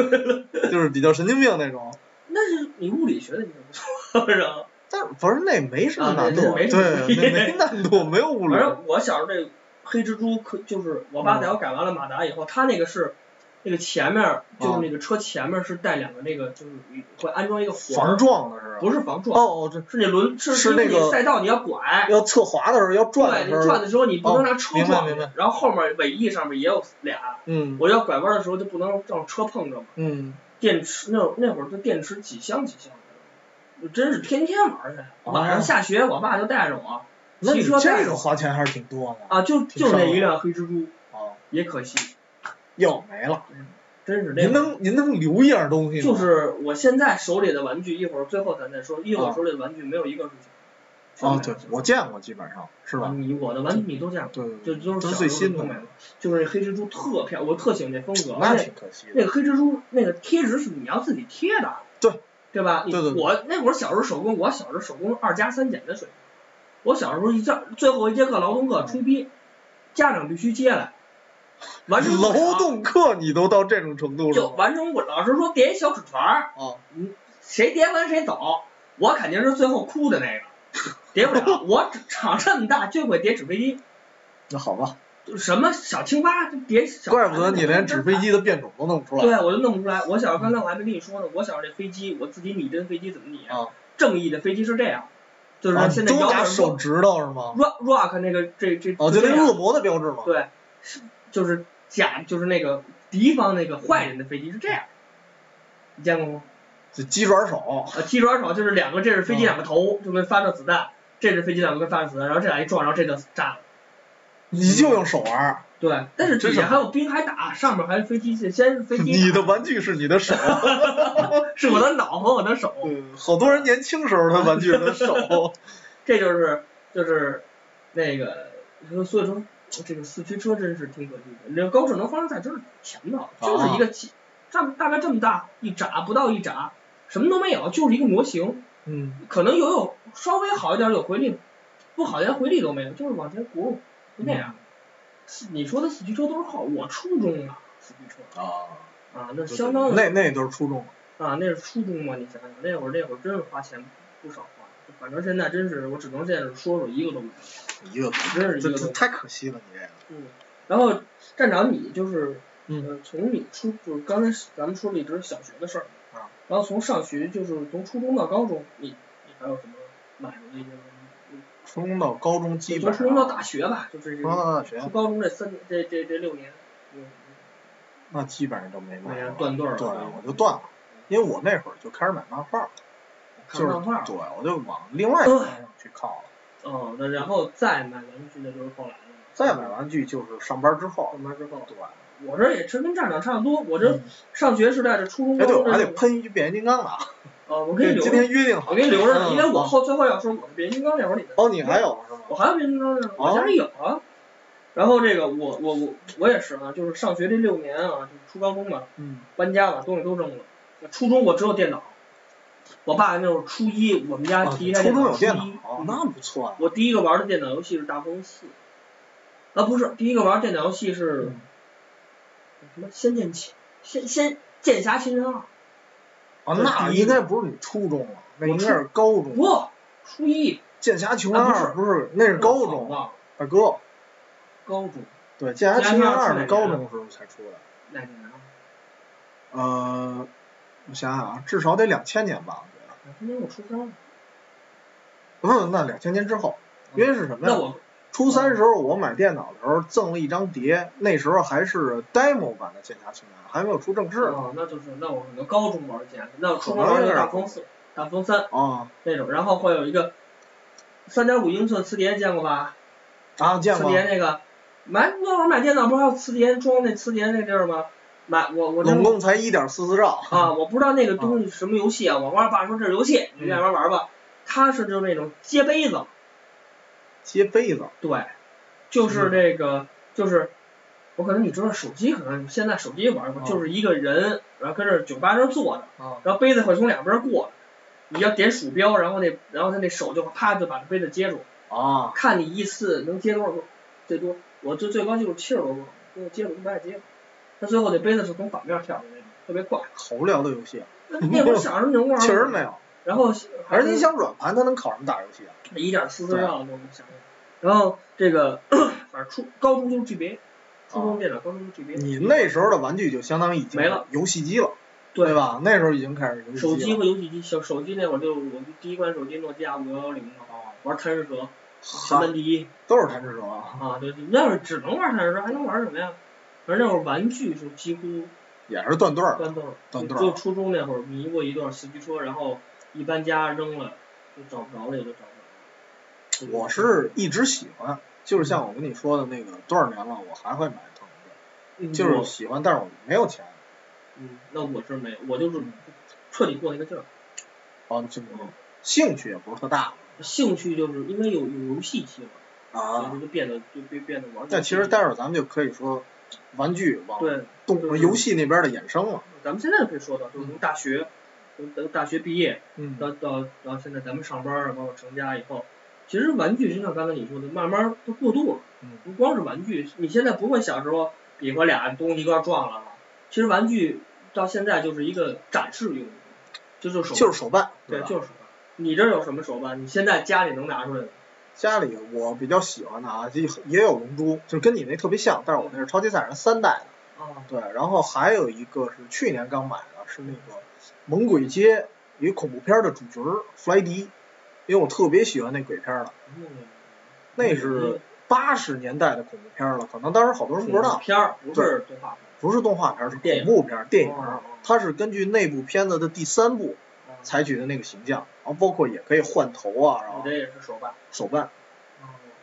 [SPEAKER 2] 对， 就是比较神经病那种。
[SPEAKER 1] 那是你物理学的你不错，是吧？
[SPEAKER 2] 但是不是那没什么
[SPEAKER 1] 啊
[SPEAKER 2] 难度，
[SPEAKER 1] 没没什么
[SPEAKER 2] 对，那没难度，没有物理
[SPEAKER 1] 反。正我小时候这黑蜘蛛可就是我爸带我改完了马达以后，他那个是那个前面儿
[SPEAKER 2] 啊
[SPEAKER 1] 就是那个车前面是带两个那个就是会安装一个
[SPEAKER 2] 防
[SPEAKER 1] 环，
[SPEAKER 2] 撞的是吧
[SPEAKER 1] 不是防撞，
[SPEAKER 2] 哦哦，这
[SPEAKER 1] 是你轮是
[SPEAKER 2] 是
[SPEAKER 1] 因为
[SPEAKER 2] 那个
[SPEAKER 1] 你赛道你要拐，
[SPEAKER 2] 要侧滑的时候要转
[SPEAKER 1] 对，
[SPEAKER 2] 的
[SPEAKER 1] 你
[SPEAKER 2] 时候，哦
[SPEAKER 1] 转的时候你不能拿车
[SPEAKER 2] 明白
[SPEAKER 1] 撞
[SPEAKER 2] 明白，
[SPEAKER 1] 然后后面尾翼上面也有俩，
[SPEAKER 2] 嗯
[SPEAKER 1] 我要拐弯的时候就不能让车碰着嘛。
[SPEAKER 2] 嗯，
[SPEAKER 1] 电池那会儿那会儿就电池几箱几箱的，真是天天玩去。
[SPEAKER 2] 哦
[SPEAKER 1] 晚上下学，我爸就带着我
[SPEAKER 2] 那你
[SPEAKER 1] 汽车带
[SPEAKER 2] 这
[SPEAKER 1] 着
[SPEAKER 2] 个花钱还是挺多的
[SPEAKER 1] 啊，就
[SPEAKER 2] 挺
[SPEAKER 1] 就那
[SPEAKER 2] 上
[SPEAKER 1] 一辆黑蜘蛛，
[SPEAKER 2] 啊，
[SPEAKER 1] 也可惜，
[SPEAKER 2] 又没了。
[SPEAKER 1] 真是那
[SPEAKER 2] 您
[SPEAKER 1] 会儿
[SPEAKER 2] 能您能留一样东西吗？
[SPEAKER 1] 就是我现在手里的玩具，一会儿最后咱再说，一会儿手里的玩具没有一个是全买
[SPEAKER 2] 啊，
[SPEAKER 1] 的嗯啊
[SPEAKER 2] 对，我见过，基本上是吧？
[SPEAKER 1] 你我的玩具你都这样，
[SPEAKER 2] 对，
[SPEAKER 1] 就都是
[SPEAKER 2] 都是
[SPEAKER 1] 小
[SPEAKER 2] 最
[SPEAKER 1] 时候
[SPEAKER 2] 新
[SPEAKER 1] 都
[SPEAKER 2] 的
[SPEAKER 1] 买，的，就是黑蜘蛛特漂亮，我特喜欢这风格，
[SPEAKER 2] 那
[SPEAKER 1] 而且
[SPEAKER 2] 挺可惜的。
[SPEAKER 1] 那个黑蜘蛛那个贴纸是你要自己贴的，啊
[SPEAKER 2] 对
[SPEAKER 1] 对吧？你
[SPEAKER 2] 对对对
[SPEAKER 1] 我那会儿小时候手工，我小时候手工二加三减的水平，我小时候一教最后一节课劳动课吹逼，家长必须接来，完成不了
[SPEAKER 2] 劳动课你都到这种程度
[SPEAKER 1] 就
[SPEAKER 2] 了吗？
[SPEAKER 1] 完成不了，老师说叠一小纸团儿，
[SPEAKER 2] 啊，
[SPEAKER 1] 谁叠完谁走，我肯定是最后哭的那个，叠不了，我只长这么大就会叠纸飞机。
[SPEAKER 2] 那好吧，
[SPEAKER 1] 什么小青蛙，就别小
[SPEAKER 2] 怪不得你连纸飞机的变种都弄不出来。
[SPEAKER 1] 对，我就弄不出来。我小时候刚才我还没跟你说呢，我小时候这飞机，我自己拟真飞机怎么拟？
[SPEAKER 2] 啊，
[SPEAKER 1] 正义的飞机是这样，就是
[SPEAKER 2] 啊
[SPEAKER 1] 现在
[SPEAKER 2] 都
[SPEAKER 1] 摇
[SPEAKER 2] 拿
[SPEAKER 1] 点
[SPEAKER 2] 手指头是吗？
[SPEAKER 1] rock rock 那个这这
[SPEAKER 2] 哦，就
[SPEAKER 1] 这
[SPEAKER 2] 那
[SPEAKER 1] 样
[SPEAKER 2] 恶魔的标志嘛。
[SPEAKER 1] 对，是就是假就是那个敌方那个坏人的飞机是这样，你见过吗？
[SPEAKER 2] 就鸡爪手，
[SPEAKER 1] 呃，踢转手就是两个，这是飞机两个
[SPEAKER 2] 哦
[SPEAKER 1] 头，就跟发射子弹，这是飞机两个跟发射子弹，然后这俩一撞，然后这就炸了。
[SPEAKER 2] 你就用手玩儿，
[SPEAKER 1] 对，但是
[SPEAKER 2] 真
[SPEAKER 1] 底
[SPEAKER 2] 是
[SPEAKER 1] 下还有兵还打，上面还是飞机，先是飞机打，
[SPEAKER 2] 你的玩具是你的手。
[SPEAKER 1] 是我的脑和我的手，
[SPEAKER 2] 嗯， 好多人年轻时候的玩具是 他手。嗯
[SPEAKER 1] 这就是就是那个，所以说这个四驱车真是挺可惜的。这个高智能方向赛就是强到，就是一
[SPEAKER 2] 哦
[SPEAKER 1] 个起这么大概这么大一闸，不到一闸，什么都没有，就是一个模型，
[SPEAKER 2] 嗯，
[SPEAKER 1] 可能有有稍微好一点有回力，不好连回力都没有，就是往前轱辘就那样。四你说的四驱车都是好，我初中啊，四驱车
[SPEAKER 2] 啊，
[SPEAKER 1] 啊，那相当于
[SPEAKER 2] 那那都是初中。
[SPEAKER 1] 啊，那是初中嘛，你想想，那会儿那会儿真是花钱不少花，反正现在真是我只能现在说说一个都没有。
[SPEAKER 2] 一个，
[SPEAKER 1] 真是一
[SPEAKER 2] 这
[SPEAKER 1] 个
[SPEAKER 2] 这
[SPEAKER 1] 东西。
[SPEAKER 2] 太可惜了，你这个。
[SPEAKER 1] 嗯，然后站长你就是，
[SPEAKER 2] 嗯
[SPEAKER 1] 呃，从你初就是刚才咱们说了一直小学的事儿
[SPEAKER 2] 啊，
[SPEAKER 1] 然后从上学就是从初中到高中，你你还有什么满足的一些东西？嗯
[SPEAKER 2] 初中到高中基
[SPEAKER 1] 就
[SPEAKER 2] 本
[SPEAKER 1] 从初中
[SPEAKER 2] 上。啊
[SPEAKER 1] 到大学吧，就这
[SPEAKER 2] 初中到大
[SPEAKER 1] 初
[SPEAKER 2] 学，
[SPEAKER 1] 高中这三这这这六年，嗯，
[SPEAKER 2] 那基本上就没买
[SPEAKER 1] 那
[SPEAKER 2] 了
[SPEAKER 1] 样。断段儿
[SPEAKER 2] 对，
[SPEAKER 1] 了，
[SPEAKER 2] 我就断了，因为我那会儿就开始买漫画了，
[SPEAKER 1] 看
[SPEAKER 2] 就是
[SPEAKER 1] 漫画，
[SPEAKER 2] 对，我就往另外一个方向去靠了。
[SPEAKER 1] 哦，那然后再买玩具的就是后来的，
[SPEAKER 2] 再买玩具就是上班之后，
[SPEAKER 1] 上班之后，
[SPEAKER 2] 对。
[SPEAKER 1] 我这也是跟站长差不多，我这
[SPEAKER 2] 嗯
[SPEAKER 1] 上学时代这初中高
[SPEAKER 2] 哎，对，我
[SPEAKER 1] 中
[SPEAKER 2] 还
[SPEAKER 1] 这
[SPEAKER 2] 得喷一句变形金刚啊！
[SPEAKER 1] 哦，我可以
[SPEAKER 2] 对，
[SPEAKER 1] 留
[SPEAKER 2] 今天约定好，
[SPEAKER 1] 我给你留着呢，
[SPEAKER 2] 嗯
[SPEAKER 1] 因为我后最后要说我是变形金刚那会儿里的，
[SPEAKER 2] 哦，你还哦有是吗？
[SPEAKER 1] 我还有变形金刚呢，我家里有啊。然后这个我我我我也是啊，就是上学这六年啊，就是初高中嘛，
[SPEAKER 2] 嗯，
[SPEAKER 1] 搬家了，东西都扔了。初中我只有电脑，我爸那会儿初一，我们家
[SPEAKER 2] 啊
[SPEAKER 1] 第一
[SPEAKER 2] 你
[SPEAKER 1] 台
[SPEAKER 2] 初中有
[SPEAKER 1] 初
[SPEAKER 2] 电
[SPEAKER 1] 一，
[SPEAKER 2] 脑，那不错啊。
[SPEAKER 1] 我第一个玩的电脑游戏是大富翁四，啊不是，第一个玩电脑游戏是
[SPEAKER 2] 嗯
[SPEAKER 1] 什么《仙剑奇》《仙仙剑侠情缘二》，
[SPEAKER 2] 啊，
[SPEAKER 1] 这是
[SPEAKER 2] 那
[SPEAKER 1] 第一
[SPEAKER 2] 应该不是你初中了，那
[SPEAKER 1] 我
[SPEAKER 2] 应该是高中。
[SPEAKER 1] 不，初一，
[SPEAKER 2] 剑侠情缘
[SPEAKER 1] 啊不是
[SPEAKER 2] 二不是，那是高中，
[SPEAKER 1] 吧？
[SPEAKER 2] 大哥。
[SPEAKER 1] 高中
[SPEAKER 2] 对，剑侠情缘
[SPEAKER 1] 剑侠
[SPEAKER 2] 二是
[SPEAKER 1] 情缘
[SPEAKER 2] 高
[SPEAKER 1] 二
[SPEAKER 2] 中时候才出的。
[SPEAKER 1] 那年啊，
[SPEAKER 2] 呃，我想想啊，至少得两千年吧，我觉得。
[SPEAKER 1] 今年我初三了。
[SPEAKER 2] 不是，那两千年之后，因为是什么呀？
[SPEAKER 1] 嗯那我嗯
[SPEAKER 2] 初三时候我买电脑的时候赠了一张碟，那时候还是 demo 版的《剑侠情缘》，还没有出正式呢。
[SPEAKER 1] 哦，那就是那我可能高中玩儿剑，那我初中玩儿的是大风四、大风三
[SPEAKER 2] 啊
[SPEAKER 1] 那种，然后会有一个三点五英寸磁碟，见过吧？
[SPEAKER 2] 啊，见
[SPEAKER 1] 磁
[SPEAKER 2] 过
[SPEAKER 1] 碟那个买那会儿买电脑不是还有磁碟装那磁碟那地儿吗？买我我
[SPEAKER 2] 总
[SPEAKER 1] 真
[SPEAKER 2] 共才一点四四兆。
[SPEAKER 1] 啊，我不知道那个东西什么游戏啊，我我爸说这是游戏，你愿意玩儿玩儿吧。他是就是那种接杯子，
[SPEAKER 2] 接杯子，
[SPEAKER 1] 对，就是那个就是。我可能你知道手机，可能现在手机玩儿过，
[SPEAKER 2] 哦
[SPEAKER 1] 就是一个人，然后跟这酒吧这儿坐着，
[SPEAKER 2] 啊，
[SPEAKER 1] 然后杯子会从两边过，你要点鼠标，然后那然后他那手就啪就把这杯子接住，
[SPEAKER 2] 啊，
[SPEAKER 1] 看你一次能接多少个，最多我最最高记录七十多个，最后接住都不爱接。他最后那杯子是从反面跳的那种，特别快。
[SPEAKER 2] 好无聊的游戏啊，
[SPEAKER 1] 那那会儿小时候能玩吗？
[SPEAKER 2] 确实没有。
[SPEAKER 1] 然后
[SPEAKER 2] 而且你想软盘，它能考什么大游戏啊？
[SPEAKER 1] 一点四四让都想不起来然后这个 反正初高中就是 GBA，初
[SPEAKER 2] 哦
[SPEAKER 1] 中电脑，高中就是 GBA，
[SPEAKER 2] 你那时候的玩具就相当于已经
[SPEAKER 1] 没了
[SPEAKER 2] 游戏机了，
[SPEAKER 1] 对
[SPEAKER 2] 对？吧？那时候已经开始游戏
[SPEAKER 1] 手机
[SPEAKER 2] 了。
[SPEAKER 1] 和游戏机，小手机那会儿就我们第一款手机诺基亚五幺幺零嘛，玩贪吃蛇，
[SPEAKER 2] 嗨
[SPEAKER 1] 神门第一。
[SPEAKER 2] 都是贪吃蛇啊，
[SPEAKER 1] 啊，对，那会儿只能玩贪吃蛇，还能玩什么呀？反正那会儿玩具是几乎
[SPEAKER 2] 也是断对儿的。
[SPEAKER 1] 断档，
[SPEAKER 2] 断档
[SPEAKER 1] 就初中那会儿迷过一段四驱车，然后一搬家扔了，就找不着了，也就找不着了。
[SPEAKER 2] 我是一直喜欢，就是像我跟你说的那个多少年了，我还会买特种队，
[SPEAKER 1] 嗯
[SPEAKER 2] 就是
[SPEAKER 1] 我
[SPEAKER 2] 喜欢，但是我没有钱。
[SPEAKER 1] 嗯，那我是没有，我就是彻底过那个劲儿。
[SPEAKER 2] 啊，这个兴趣也不是特大
[SPEAKER 1] 兴趣就是因为有有游戏机了，所
[SPEAKER 2] 啊。
[SPEAKER 1] 以就变得就变变得玩。
[SPEAKER 2] 但其实待会儿咱们就可以说玩具往
[SPEAKER 1] 对，
[SPEAKER 2] 动游戏那边的衍生了。
[SPEAKER 1] 咱们现在可以说到，就是从大学，从从大学毕业，
[SPEAKER 2] 嗯
[SPEAKER 1] 到到到现在咱们上班啊，包括成家以后，其实玩具就像刚才你说的，慢慢都过渡了。
[SPEAKER 2] 嗯
[SPEAKER 1] 不光是玩具，你现在不会小时候比划俩东西一块儿撞了吧？啊其实玩具到现在就是一个展示用的，这就是手办，
[SPEAKER 2] 就是手办，
[SPEAKER 1] 对，
[SPEAKER 2] 吧？
[SPEAKER 1] 就是手办。你这儿有什么手办？你现在家里能拿出来的？
[SPEAKER 2] 家里我比较喜欢的啊，也也有龙珠，就是跟你那特别像，但是我那是超级赛亚人三代的。
[SPEAKER 1] 啊，
[SPEAKER 2] 对，然后还有一个是去年刚买的，是那个《猛鬼街》一个恐怖片的主角儿弗莱迪，因为我特别喜欢那鬼片儿了，
[SPEAKER 1] 嗯，
[SPEAKER 2] 那是八十年代的恐怖片儿了，可能当时好多人不知
[SPEAKER 1] 恐怖
[SPEAKER 2] 道，
[SPEAKER 1] 片儿不是动画片
[SPEAKER 2] 不是动画片儿，是
[SPEAKER 1] 电影
[SPEAKER 2] 恐怖片儿电影
[SPEAKER 1] 哦
[SPEAKER 2] 儿，它是根据那部片子的第三部
[SPEAKER 1] 儿，嗯
[SPEAKER 2] 采取的那个形象，然后包括也可以换头啊，然
[SPEAKER 1] 你
[SPEAKER 2] 后
[SPEAKER 1] 这也是手办，
[SPEAKER 2] 手办。
[SPEAKER 1] 嗯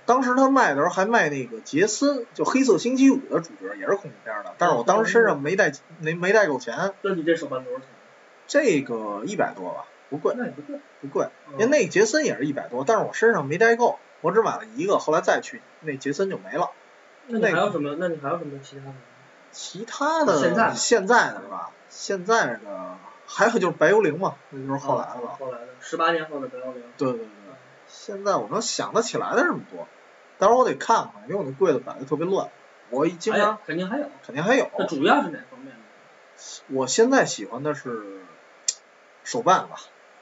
[SPEAKER 2] 当时他卖的时候还卖那个杰森，就黑色星期五的主角，也是恐怖片儿的，但是我当时身上没带没没带够钱，
[SPEAKER 1] 那你这手办多少钱？
[SPEAKER 2] 这个一百多吧，不贵
[SPEAKER 1] 那也不贵，
[SPEAKER 2] 不贵。
[SPEAKER 1] 嗯
[SPEAKER 2] 因为那杰森也是一百多，但是我身上没带够，我只买了一个，后来再去那杰森就没了。
[SPEAKER 1] 那你还有什么？那你还有什么其他的吗？
[SPEAKER 2] 其他的
[SPEAKER 1] 现在呢
[SPEAKER 2] 现在的是吧？现在的还有就是白幽灵嘛，那就是后来的
[SPEAKER 1] 啊
[SPEAKER 2] 了。
[SPEAKER 1] 后来的，十八年后的白幺零。
[SPEAKER 2] 对对对，现在我能想得起来的这么多，到时候我得看看，因为我那柜子摆的特别乱，我一经
[SPEAKER 1] 还有
[SPEAKER 2] 常
[SPEAKER 1] 肯定还有。
[SPEAKER 2] 肯定还有。
[SPEAKER 1] 哎那主要是哪方面呢？
[SPEAKER 2] 我现在喜欢的是手办吧，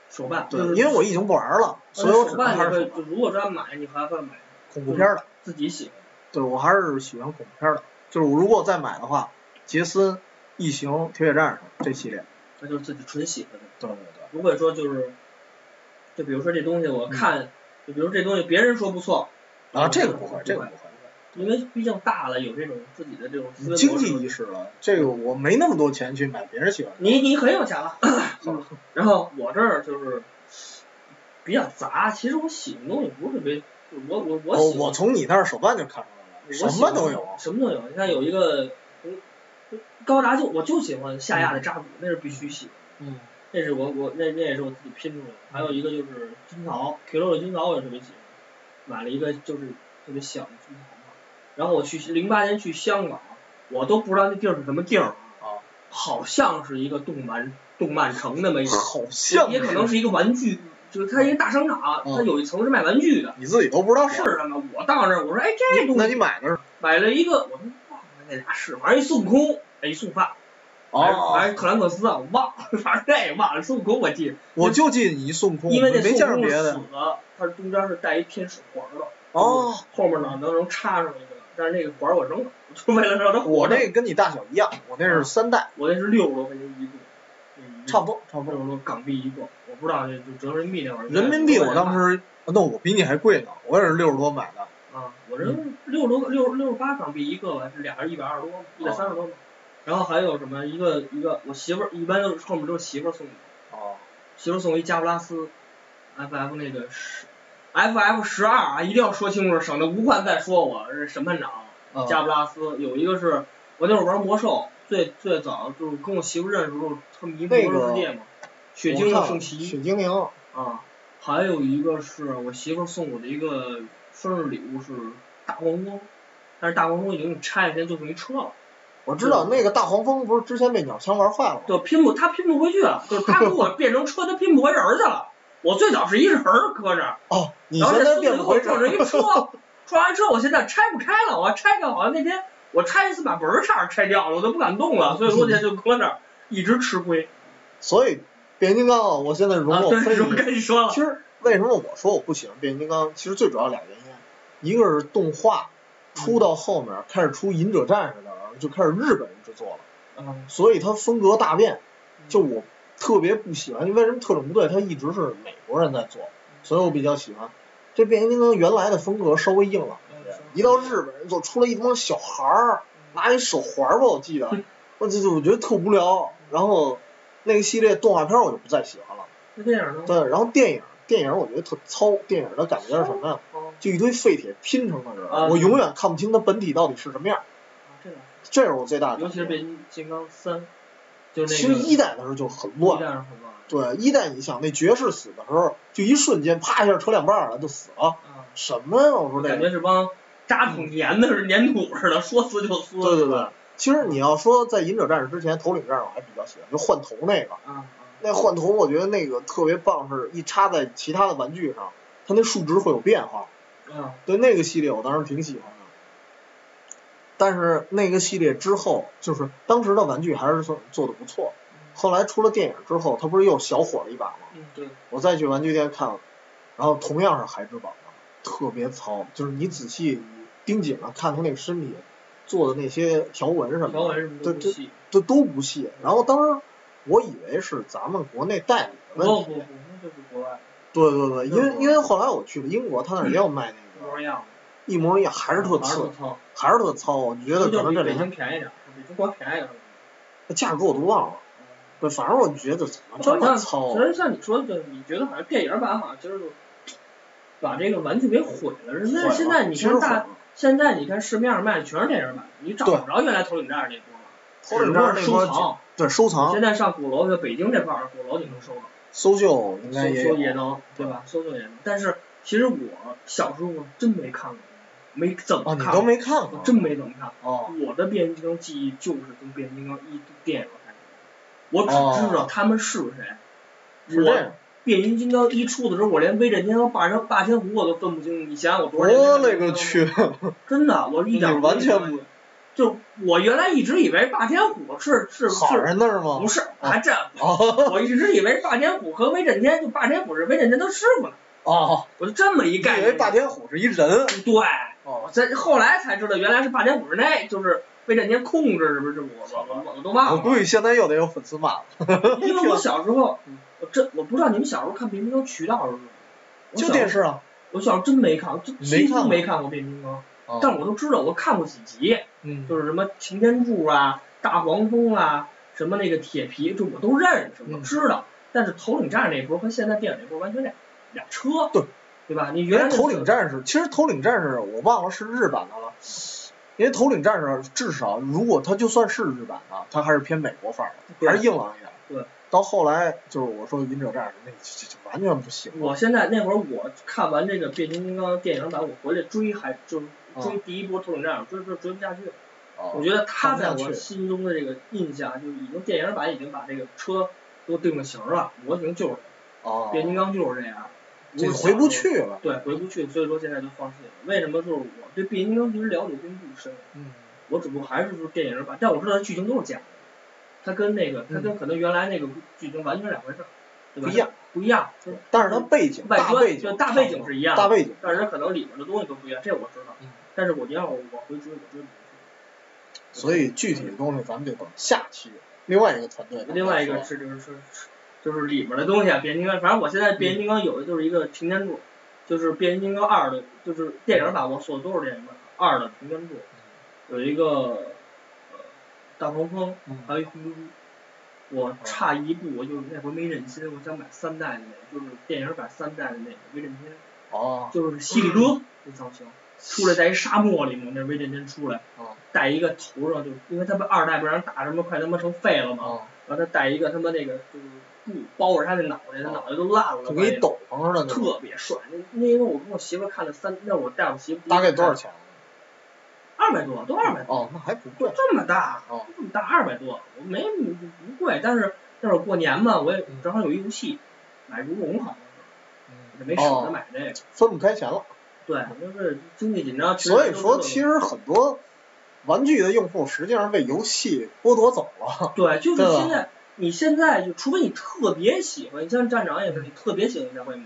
[SPEAKER 1] 手办，
[SPEAKER 2] 对
[SPEAKER 1] 就，是
[SPEAKER 2] 因为我已经不玩了，
[SPEAKER 1] 那
[SPEAKER 2] 所以我只
[SPEAKER 1] 手
[SPEAKER 2] 能
[SPEAKER 1] 办
[SPEAKER 2] 还
[SPEAKER 1] 你
[SPEAKER 2] 是
[SPEAKER 1] 会，
[SPEAKER 2] 手
[SPEAKER 1] 就
[SPEAKER 2] 办
[SPEAKER 1] 如果说买，你还会买
[SPEAKER 2] 恐怖片儿的。
[SPEAKER 1] 自己喜欢的。
[SPEAKER 2] 对我还是喜欢恐怖片儿的，就是我如果再买的话，杰森、异形、铁血战士这系列。
[SPEAKER 1] 那就是自己纯喜欢的。
[SPEAKER 2] 对对对，
[SPEAKER 1] 不会说就是，就比如说这东西我看，就比如这东西别人说不错，
[SPEAKER 2] 嗯啊，
[SPEAKER 1] 嗯
[SPEAKER 2] 这个不会，
[SPEAKER 1] 不
[SPEAKER 2] 这个
[SPEAKER 1] 会
[SPEAKER 2] 不会，
[SPEAKER 1] 因为毕竟大了有这种自己的这种思维
[SPEAKER 2] 经
[SPEAKER 1] 模式
[SPEAKER 2] 济意识了，这个我没那么多钱去买别人喜欢的。
[SPEAKER 1] 你你很有钱了，
[SPEAKER 2] 好吧
[SPEAKER 1] 然后我这儿就是比较杂，其实我喜欢的东西不是特别，我我我
[SPEAKER 2] 我
[SPEAKER 1] 喜欢
[SPEAKER 2] 哦我从你那儿手办就看出来
[SPEAKER 1] 我
[SPEAKER 2] 了，
[SPEAKER 1] 喜欢
[SPEAKER 2] 什么都有。啊
[SPEAKER 1] 什么都有。你看有一个，嗯，高达就我就喜欢夏亚的扎古，那是必须喜欢，
[SPEAKER 2] 嗯，
[SPEAKER 1] 那是我我那那也是我自己拼出来的。还有一个就是军曹，铁路的军曹我也特别喜欢，买了一个就是特别小的军曹嘛。然后我去零八年去香港，我都不知道那地儿是什么地儿
[SPEAKER 2] 啊，
[SPEAKER 1] 好像是一个动漫动漫城那么一个，
[SPEAKER 2] 好像
[SPEAKER 1] 也可能
[SPEAKER 2] 是嗯
[SPEAKER 1] 是一个玩具，就是它一个大商场，它有一层是卖玩具的。
[SPEAKER 2] 你自己都不知道
[SPEAKER 1] 是
[SPEAKER 2] 是。
[SPEAKER 1] 什么？我到那儿我说，哎，这
[SPEAKER 2] 你
[SPEAKER 1] 东西
[SPEAKER 2] 那你买的是
[SPEAKER 1] 买了一个，我都忘了那俩是，反正一孙悟空，哎，孙悟饭，还是还
[SPEAKER 2] 哦，
[SPEAKER 1] 是克兰克斯啊，我忘了，反正那也忘了孙悟空，我记得，
[SPEAKER 2] 我就记得你一孙悟空，
[SPEAKER 1] 因为那
[SPEAKER 2] 哦没
[SPEAKER 1] 孙
[SPEAKER 2] 见着
[SPEAKER 1] 悟空
[SPEAKER 2] 别
[SPEAKER 1] 死
[SPEAKER 2] 的。
[SPEAKER 1] 了，他中间是带一天使环的，
[SPEAKER 2] 哦，
[SPEAKER 1] 后面呢能能插上一个，但是那个环我扔了，就为了让他
[SPEAKER 2] 我
[SPEAKER 1] 活着。
[SPEAKER 2] 这跟你大小一样，我那是三代，
[SPEAKER 1] 我那是六十多块钱一个，
[SPEAKER 2] 差不多差不
[SPEAKER 1] 多六
[SPEAKER 2] 多。
[SPEAKER 1] 十多港币一个，我不知道这就折人民币那会儿。
[SPEAKER 2] 人民币我当时，那我比你还贵呢，我也是六十多买的。
[SPEAKER 1] 啊，我这六十多六六十八港币一个吧，这俩人一百二十多，一百三十
[SPEAKER 2] 哦
[SPEAKER 1] 多嘛。然后还有什么一个一个我媳妇儿一般都是后面都是媳妇儿送的，
[SPEAKER 2] 哦，
[SPEAKER 1] 媳妇儿送一加布拉斯，FF 那个十 FF 十二啊，一定要说清楚，省得吴冠再说我是审判长。
[SPEAKER 2] 嗯
[SPEAKER 1] 加布拉斯有一个是我那会儿玩魔兽，最最早就是跟我媳妇认识的时候，他们迷
[SPEAKER 2] 那个
[SPEAKER 1] 魔兽世界嘛，血
[SPEAKER 2] 我
[SPEAKER 1] 精
[SPEAKER 2] 看
[SPEAKER 1] 的
[SPEAKER 2] 了
[SPEAKER 1] 圣骑
[SPEAKER 2] 血精灵，
[SPEAKER 1] 啊，还有一个是我媳妇儿送我的一个生日礼物是大黄蜂，但是大黄蜂已经拆下来就剩一车了。
[SPEAKER 2] 我知道那个大黄蜂不是之前被鸟枪玩坏了吗？
[SPEAKER 1] 对，拼不他拼不回去了，就是他给我变成车，他拼不回人儿去了。我最早是一人儿搁这儿，
[SPEAKER 2] 哦，你
[SPEAKER 1] 然后
[SPEAKER 2] 现
[SPEAKER 1] 这
[SPEAKER 2] 在
[SPEAKER 1] 孙
[SPEAKER 2] 变
[SPEAKER 1] 悟
[SPEAKER 2] 不
[SPEAKER 1] 空
[SPEAKER 2] 回事
[SPEAKER 1] 撞
[SPEAKER 2] 儿
[SPEAKER 1] 成一车，撞完车我现在拆不开了，我拆开好像那天我拆一次把门儿差点拆掉了，我都不敢动了，所以说现在就搁那儿一直吃亏。
[SPEAKER 2] 所以变形金刚啊，我现在容
[SPEAKER 1] 啊，
[SPEAKER 2] 我
[SPEAKER 1] 对，
[SPEAKER 2] 分
[SPEAKER 1] 是我
[SPEAKER 2] 析。
[SPEAKER 1] 跟你说了
[SPEAKER 2] 其，实为什么我说我不喜欢变形金刚，其实最主要俩原因，一个是动画
[SPEAKER 1] 嗯
[SPEAKER 2] 出到后面开始出忍者战士的时候，就开始日本人制作了，
[SPEAKER 1] 嗯，
[SPEAKER 2] 所以它风格大变。就我特别不喜欢，为什么特种部队它一直是美国人在做，所以我比较喜欢。这变形金刚原来的风格稍微硬朗一点，一到日本人做出来一帮小孩儿，拿一手环儿吧，我记得
[SPEAKER 1] 嗯，
[SPEAKER 2] 我这就我觉得特无聊。然后那个系列动画片我就不再喜欢了。
[SPEAKER 1] 那电影啊呢？
[SPEAKER 2] 对，然后电影电影我觉得特糙，电影的感觉是什么呀？
[SPEAKER 1] 哦
[SPEAKER 2] 就一堆废铁拼成的人
[SPEAKER 1] 啊，
[SPEAKER 2] 我永远看不清它本体到底是什么样，
[SPEAKER 1] 啊这个，
[SPEAKER 2] 这是我最大的
[SPEAKER 1] 尤
[SPEAKER 2] 感
[SPEAKER 1] 其是
[SPEAKER 2] 觉。
[SPEAKER 1] 变形金刚三，就
[SPEAKER 2] 其
[SPEAKER 1] 是那
[SPEAKER 2] 实
[SPEAKER 1] 个
[SPEAKER 2] 一代的时候就很
[SPEAKER 1] 一
[SPEAKER 2] 乱，
[SPEAKER 1] 代上很乱。
[SPEAKER 2] 对，一代你想那爵士死的时候，就一瞬间啪一下扯两半儿了，就死了。
[SPEAKER 1] 啊，
[SPEAKER 2] 什么呀？我说这
[SPEAKER 1] 感
[SPEAKER 2] 个。
[SPEAKER 1] 觉是帮扎土粘的是粘土似的，说撕就撕。啊
[SPEAKER 2] 对对对。其实你要说在隐者战士之前，头领战士我还比较喜欢，就换头那个。
[SPEAKER 1] 啊
[SPEAKER 2] 那换头我觉得那个特别棒，是一插在其他的玩具上，它那数值会有变化。
[SPEAKER 1] 啊啊！
[SPEAKER 2] 对那个系列我当时挺喜欢的，但是那个系列之后，就是当时的玩具还是做做的不错。后来出了电影之后，它不是又小火了一把吗？
[SPEAKER 1] 嗯，对，
[SPEAKER 2] 我再去玩具店看，然后同样是孩之宝的，特别糙，就是你仔细你盯紧了看他那个身体做的那些条纹什么的，
[SPEAKER 1] 条纹什么
[SPEAKER 2] 对
[SPEAKER 1] 都
[SPEAKER 2] 对
[SPEAKER 1] 不细。
[SPEAKER 2] 这都不细。然后当时我以为是咱们国内代理
[SPEAKER 1] 不
[SPEAKER 2] 的
[SPEAKER 1] 不
[SPEAKER 2] 问
[SPEAKER 1] 哦不
[SPEAKER 2] 题，，
[SPEAKER 1] 那就是国外
[SPEAKER 2] 对对对，因
[SPEAKER 1] 那
[SPEAKER 2] 为
[SPEAKER 1] 不哦
[SPEAKER 2] 因为后来我去了英国，他那儿也有卖
[SPEAKER 1] 一
[SPEAKER 2] 那个
[SPEAKER 1] 模一样，
[SPEAKER 2] 一模一样，还是特次，
[SPEAKER 1] 糙，
[SPEAKER 2] 还是特糙。我觉得
[SPEAKER 1] 就
[SPEAKER 2] 可能
[SPEAKER 1] 比
[SPEAKER 2] 这
[SPEAKER 1] 北
[SPEAKER 2] 里面
[SPEAKER 1] 京便宜点儿，比中国便宜呃点儿。
[SPEAKER 2] 价格我都忘了，对，反正我觉得怎么
[SPEAKER 1] 哦
[SPEAKER 2] 这么糙
[SPEAKER 1] 其？实像你说的，你觉得好像电影版好像就是把这个玩具给毁了。现
[SPEAKER 2] 毁
[SPEAKER 1] 在
[SPEAKER 2] 了
[SPEAKER 1] 现在你
[SPEAKER 2] 其
[SPEAKER 1] 看
[SPEAKER 2] 实毁了
[SPEAKER 1] 大，现在你看市面上卖的全是电影版，你找不着原来头领战士那波了，
[SPEAKER 2] 头领战士
[SPEAKER 1] 只
[SPEAKER 2] 那
[SPEAKER 1] 不过
[SPEAKER 2] 说
[SPEAKER 1] 是收藏。
[SPEAKER 2] 对收藏
[SPEAKER 1] 现在上鼓楼，就北京这块儿鼓楼你能收到，
[SPEAKER 2] 搜秀应
[SPEAKER 1] 搜
[SPEAKER 2] 该也
[SPEAKER 1] 搜
[SPEAKER 2] 有
[SPEAKER 1] 也能，对吧？搜搜也能。但是其实我小时候真没看过，没怎
[SPEAKER 2] 哦，
[SPEAKER 1] 么
[SPEAKER 2] 你
[SPEAKER 1] 看嗯
[SPEAKER 2] 都
[SPEAKER 1] 过，
[SPEAKER 2] 没看
[SPEAKER 1] 我
[SPEAKER 2] 过？
[SPEAKER 1] 真没怎么看。
[SPEAKER 2] 哦
[SPEAKER 1] 我的变形金刚记忆就是从变形金刚一电影开始，我只知道他们是谁。
[SPEAKER 2] 哦是这
[SPEAKER 1] 我
[SPEAKER 2] 样。
[SPEAKER 1] 变形金刚一出的时候，我连威震天和霸天霸天虎我都分不清，你想想我多少年没
[SPEAKER 2] 我
[SPEAKER 1] 看
[SPEAKER 2] 勒
[SPEAKER 1] 变形金
[SPEAKER 2] 个
[SPEAKER 1] 刚了！
[SPEAKER 2] 去！
[SPEAKER 1] 真的，我一点儿
[SPEAKER 2] 你完全
[SPEAKER 1] 不，就我原来一直以为霸天虎是是
[SPEAKER 2] 好
[SPEAKER 1] 是，
[SPEAKER 2] 人那儿吗
[SPEAKER 1] 不？是啊这，
[SPEAKER 2] 哦
[SPEAKER 1] 我一直以为霸天虎和威震天，就霸天虎是威震天的师傅呢，
[SPEAKER 2] 哦，
[SPEAKER 1] 我就这么一
[SPEAKER 2] 你
[SPEAKER 1] 概
[SPEAKER 2] 以为
[SPEAKER 1] 念。
[SPEAKER 2] 霸天虎是一人？
[SPEAKER 1] 对，
[SPEAKER 2] 哦，
[SPEAKER 1] 这后来才知道原来是霸天虎是那，就是威震天控制，是不是？我我我我都忘
[SPEAKER 2] 我
[SPEAKER 1] 了。
[SPEAKER 2] 估计现在又得有粉丝骂了，
[SPEAKER 1] 因为我小时候
[SPEAKER 2] 嗯，
[SPEAKER 1] 我真我不知道你们小时候看变形金刚渠道是什么。我
[SPEAKER 2] 就
[SPEAKER 1] 小
[SPEAKER 2] 电视啊。
[SPEAKER 1] 我小时候真没看，就
[SPEAKER 2] 没
[SPEAKER 1] 几
[SPEAKER 2] 看
[SPEAKER 1] 乎
[SPEAKER 2] 过
[SPEAKER 1] 没看过变形金刚，
[SPEAKER 2] 哦
[SPEAKER 1] 但我都知道，我看过几集，
[SPEAKER 2] 嗯，
[SPEAKER 1] 就是什么擎天柱啊、大黄蜂啊、什么那个铁皮，就我都认识，我
[SPEAKER 2] 嗯
[SPEAKER 1] 知道。但是头领战士那波和现在电影那波完全俩俩车，
[SPEAKER 2] 对
[SPEAKER 1] 对吧？你
[SPEAKER 2] 因
[SPEAKER 1] 原来
[SPEAKER 2] 为
[SPEAKER 1] 那
[SPEAKER 2] 头领战士，其实头领战士我忘了是日版的了，因为头领战士至少如果它就算是日版的，它还是偏美国范儿的，
[SPEAKER 1] 对
[SPEAKER 2] 还是硬朗一点。
[SPEAKER 1] 对，
[SPEAKER 2] 到后来就是我说忍者战士那就就就完全不行。
[SPEAKER 1] 我现在那会儿我看完这个变形金刚电影版，我回来追还就是追第一波头领战士，追追追不下去。我
[SPEAKER 2] 哦，
[SPEAKER 1] 觉得他在
[SPEAKER 2] 看不下
[SPEAKER 1] 我
[SPEAKER 2] 去
[SPEAKER 1] 心中的这个印象，就已经电影版已经把这个车都定了型儿了，模型就是
[SPEAKER 2] 哦，
[SPEAKER 1] 变形金刚就是这样，
[SPEAKER 2] 这
[SPEAKER 1] 我
[SPEAKER 2] 回
[SPEAKER 1] 想
[SPEAKER 2] 不去了
[SPEAKER 1] 过。。对，回不去，所以说现在就放弃了。为什么？就是我对变形金刚其实了解并不深，
[SPEAKER 2] 嗯，
[SPEAKER 1] 我只不过还是说电影版，但我知道它剧情都是假的，它跟那个它跟可能原来那个剧情完全是两回事儿，对吧？
[SPEAKER 2] 嗯不一样，
[SPEAKER 1] 不一样，就是
[SPEAKER 2] 但是它背景
[SPEAKER 1] 外
[SPEAKER 2] 大
[SPEAKER 1] 观
[SPEAKER 2] 背
[SPEAKER 1] 就
[SPEAKER 2] 景
[SPEAKER 1] 大背景是一样的
[SPEAKER 2] 大背景
[SPEAKER 1] 但是它可能里面的东西都不一样，这我知道
[SPEAKER 2] 嗯。
[SPEAKER 1] 但是我要我回追，我追不回去。
[SPEAKER 2] 所以具体的东西咱们就等下期另外一个团队来说。
[SPEAKER 1] 另外一个是就是是就是里面的东西啊，变形金刚，反正我现在变形金刚有的就是一个擎天柱，就是变形金刚二的，就是电影版我说的都是电影版二的擎天柱，有一个呃大黄蜂，
[SPEAKER 2] 嗯，
[SPEAKER 1] 还有一红蜘蛛。我差一步，我就那回没忍心，我想买三代的那个，就是电影版三代的那个威震天，
[SPEAKER 2] 哦，
[SPEAKER 1] 就是犀利哥那造型，出来在一沙漠里嘛，那威震天出来
[SPEAKER 2] 哦，
[SPEAKER 1] 戴一个头上就，因为他们二代不让打什么快他妈成废了嘛，
[SPEAKER 2] 哦，
[SPEAKER 1] 然后他戴一个他妈那个就是布包着他的脑袋，
[SPEAKER 2] 哦
[SPEAKER 1] 他脑袋都烂了，
[SPEAKER 2] 就跟一斗篷似的那种。
[SPEAKER 1] 特别帅。那那因为我跟我媳妇儿看了三，那我带我媳妇儿
[SPEAKER 2] 大概多少？钱？
[SPEAKER 1] 二百多，都二百多，
[SPEAKER 2] 哦，那还不贵。
[SPEAKER 1] 这么大，
[SPEAKER 2] 哦
[SPEAKER 1] 这么大二百多，我没不贵，但是那会儿过年嘛，我也
[SPEAKER 2] 嗯
[SPEAKER 1] 正好有一游戏，买如龙好像是，我就没舍得
[SPEAKER 2] 哦，
[SPEAKER 1] 买这个。
[SPEAKER 2] 分不开钱了。
[SPEAKER 1] 对，就是经济紧张，
[SPEAKER 2] 所以说，其
[SPEAKER 1] 啊实
[SPEAKER 2] 实很多玩具的用户实际上被游戏剥夺走了。
[SPEAKER 1] 对，就是
[SPEAKER 2] 对吧
[SPEAKER 1] 现在。你现在就，除非你特别喜欢，你像站长也是，你特别喜欢你才会买，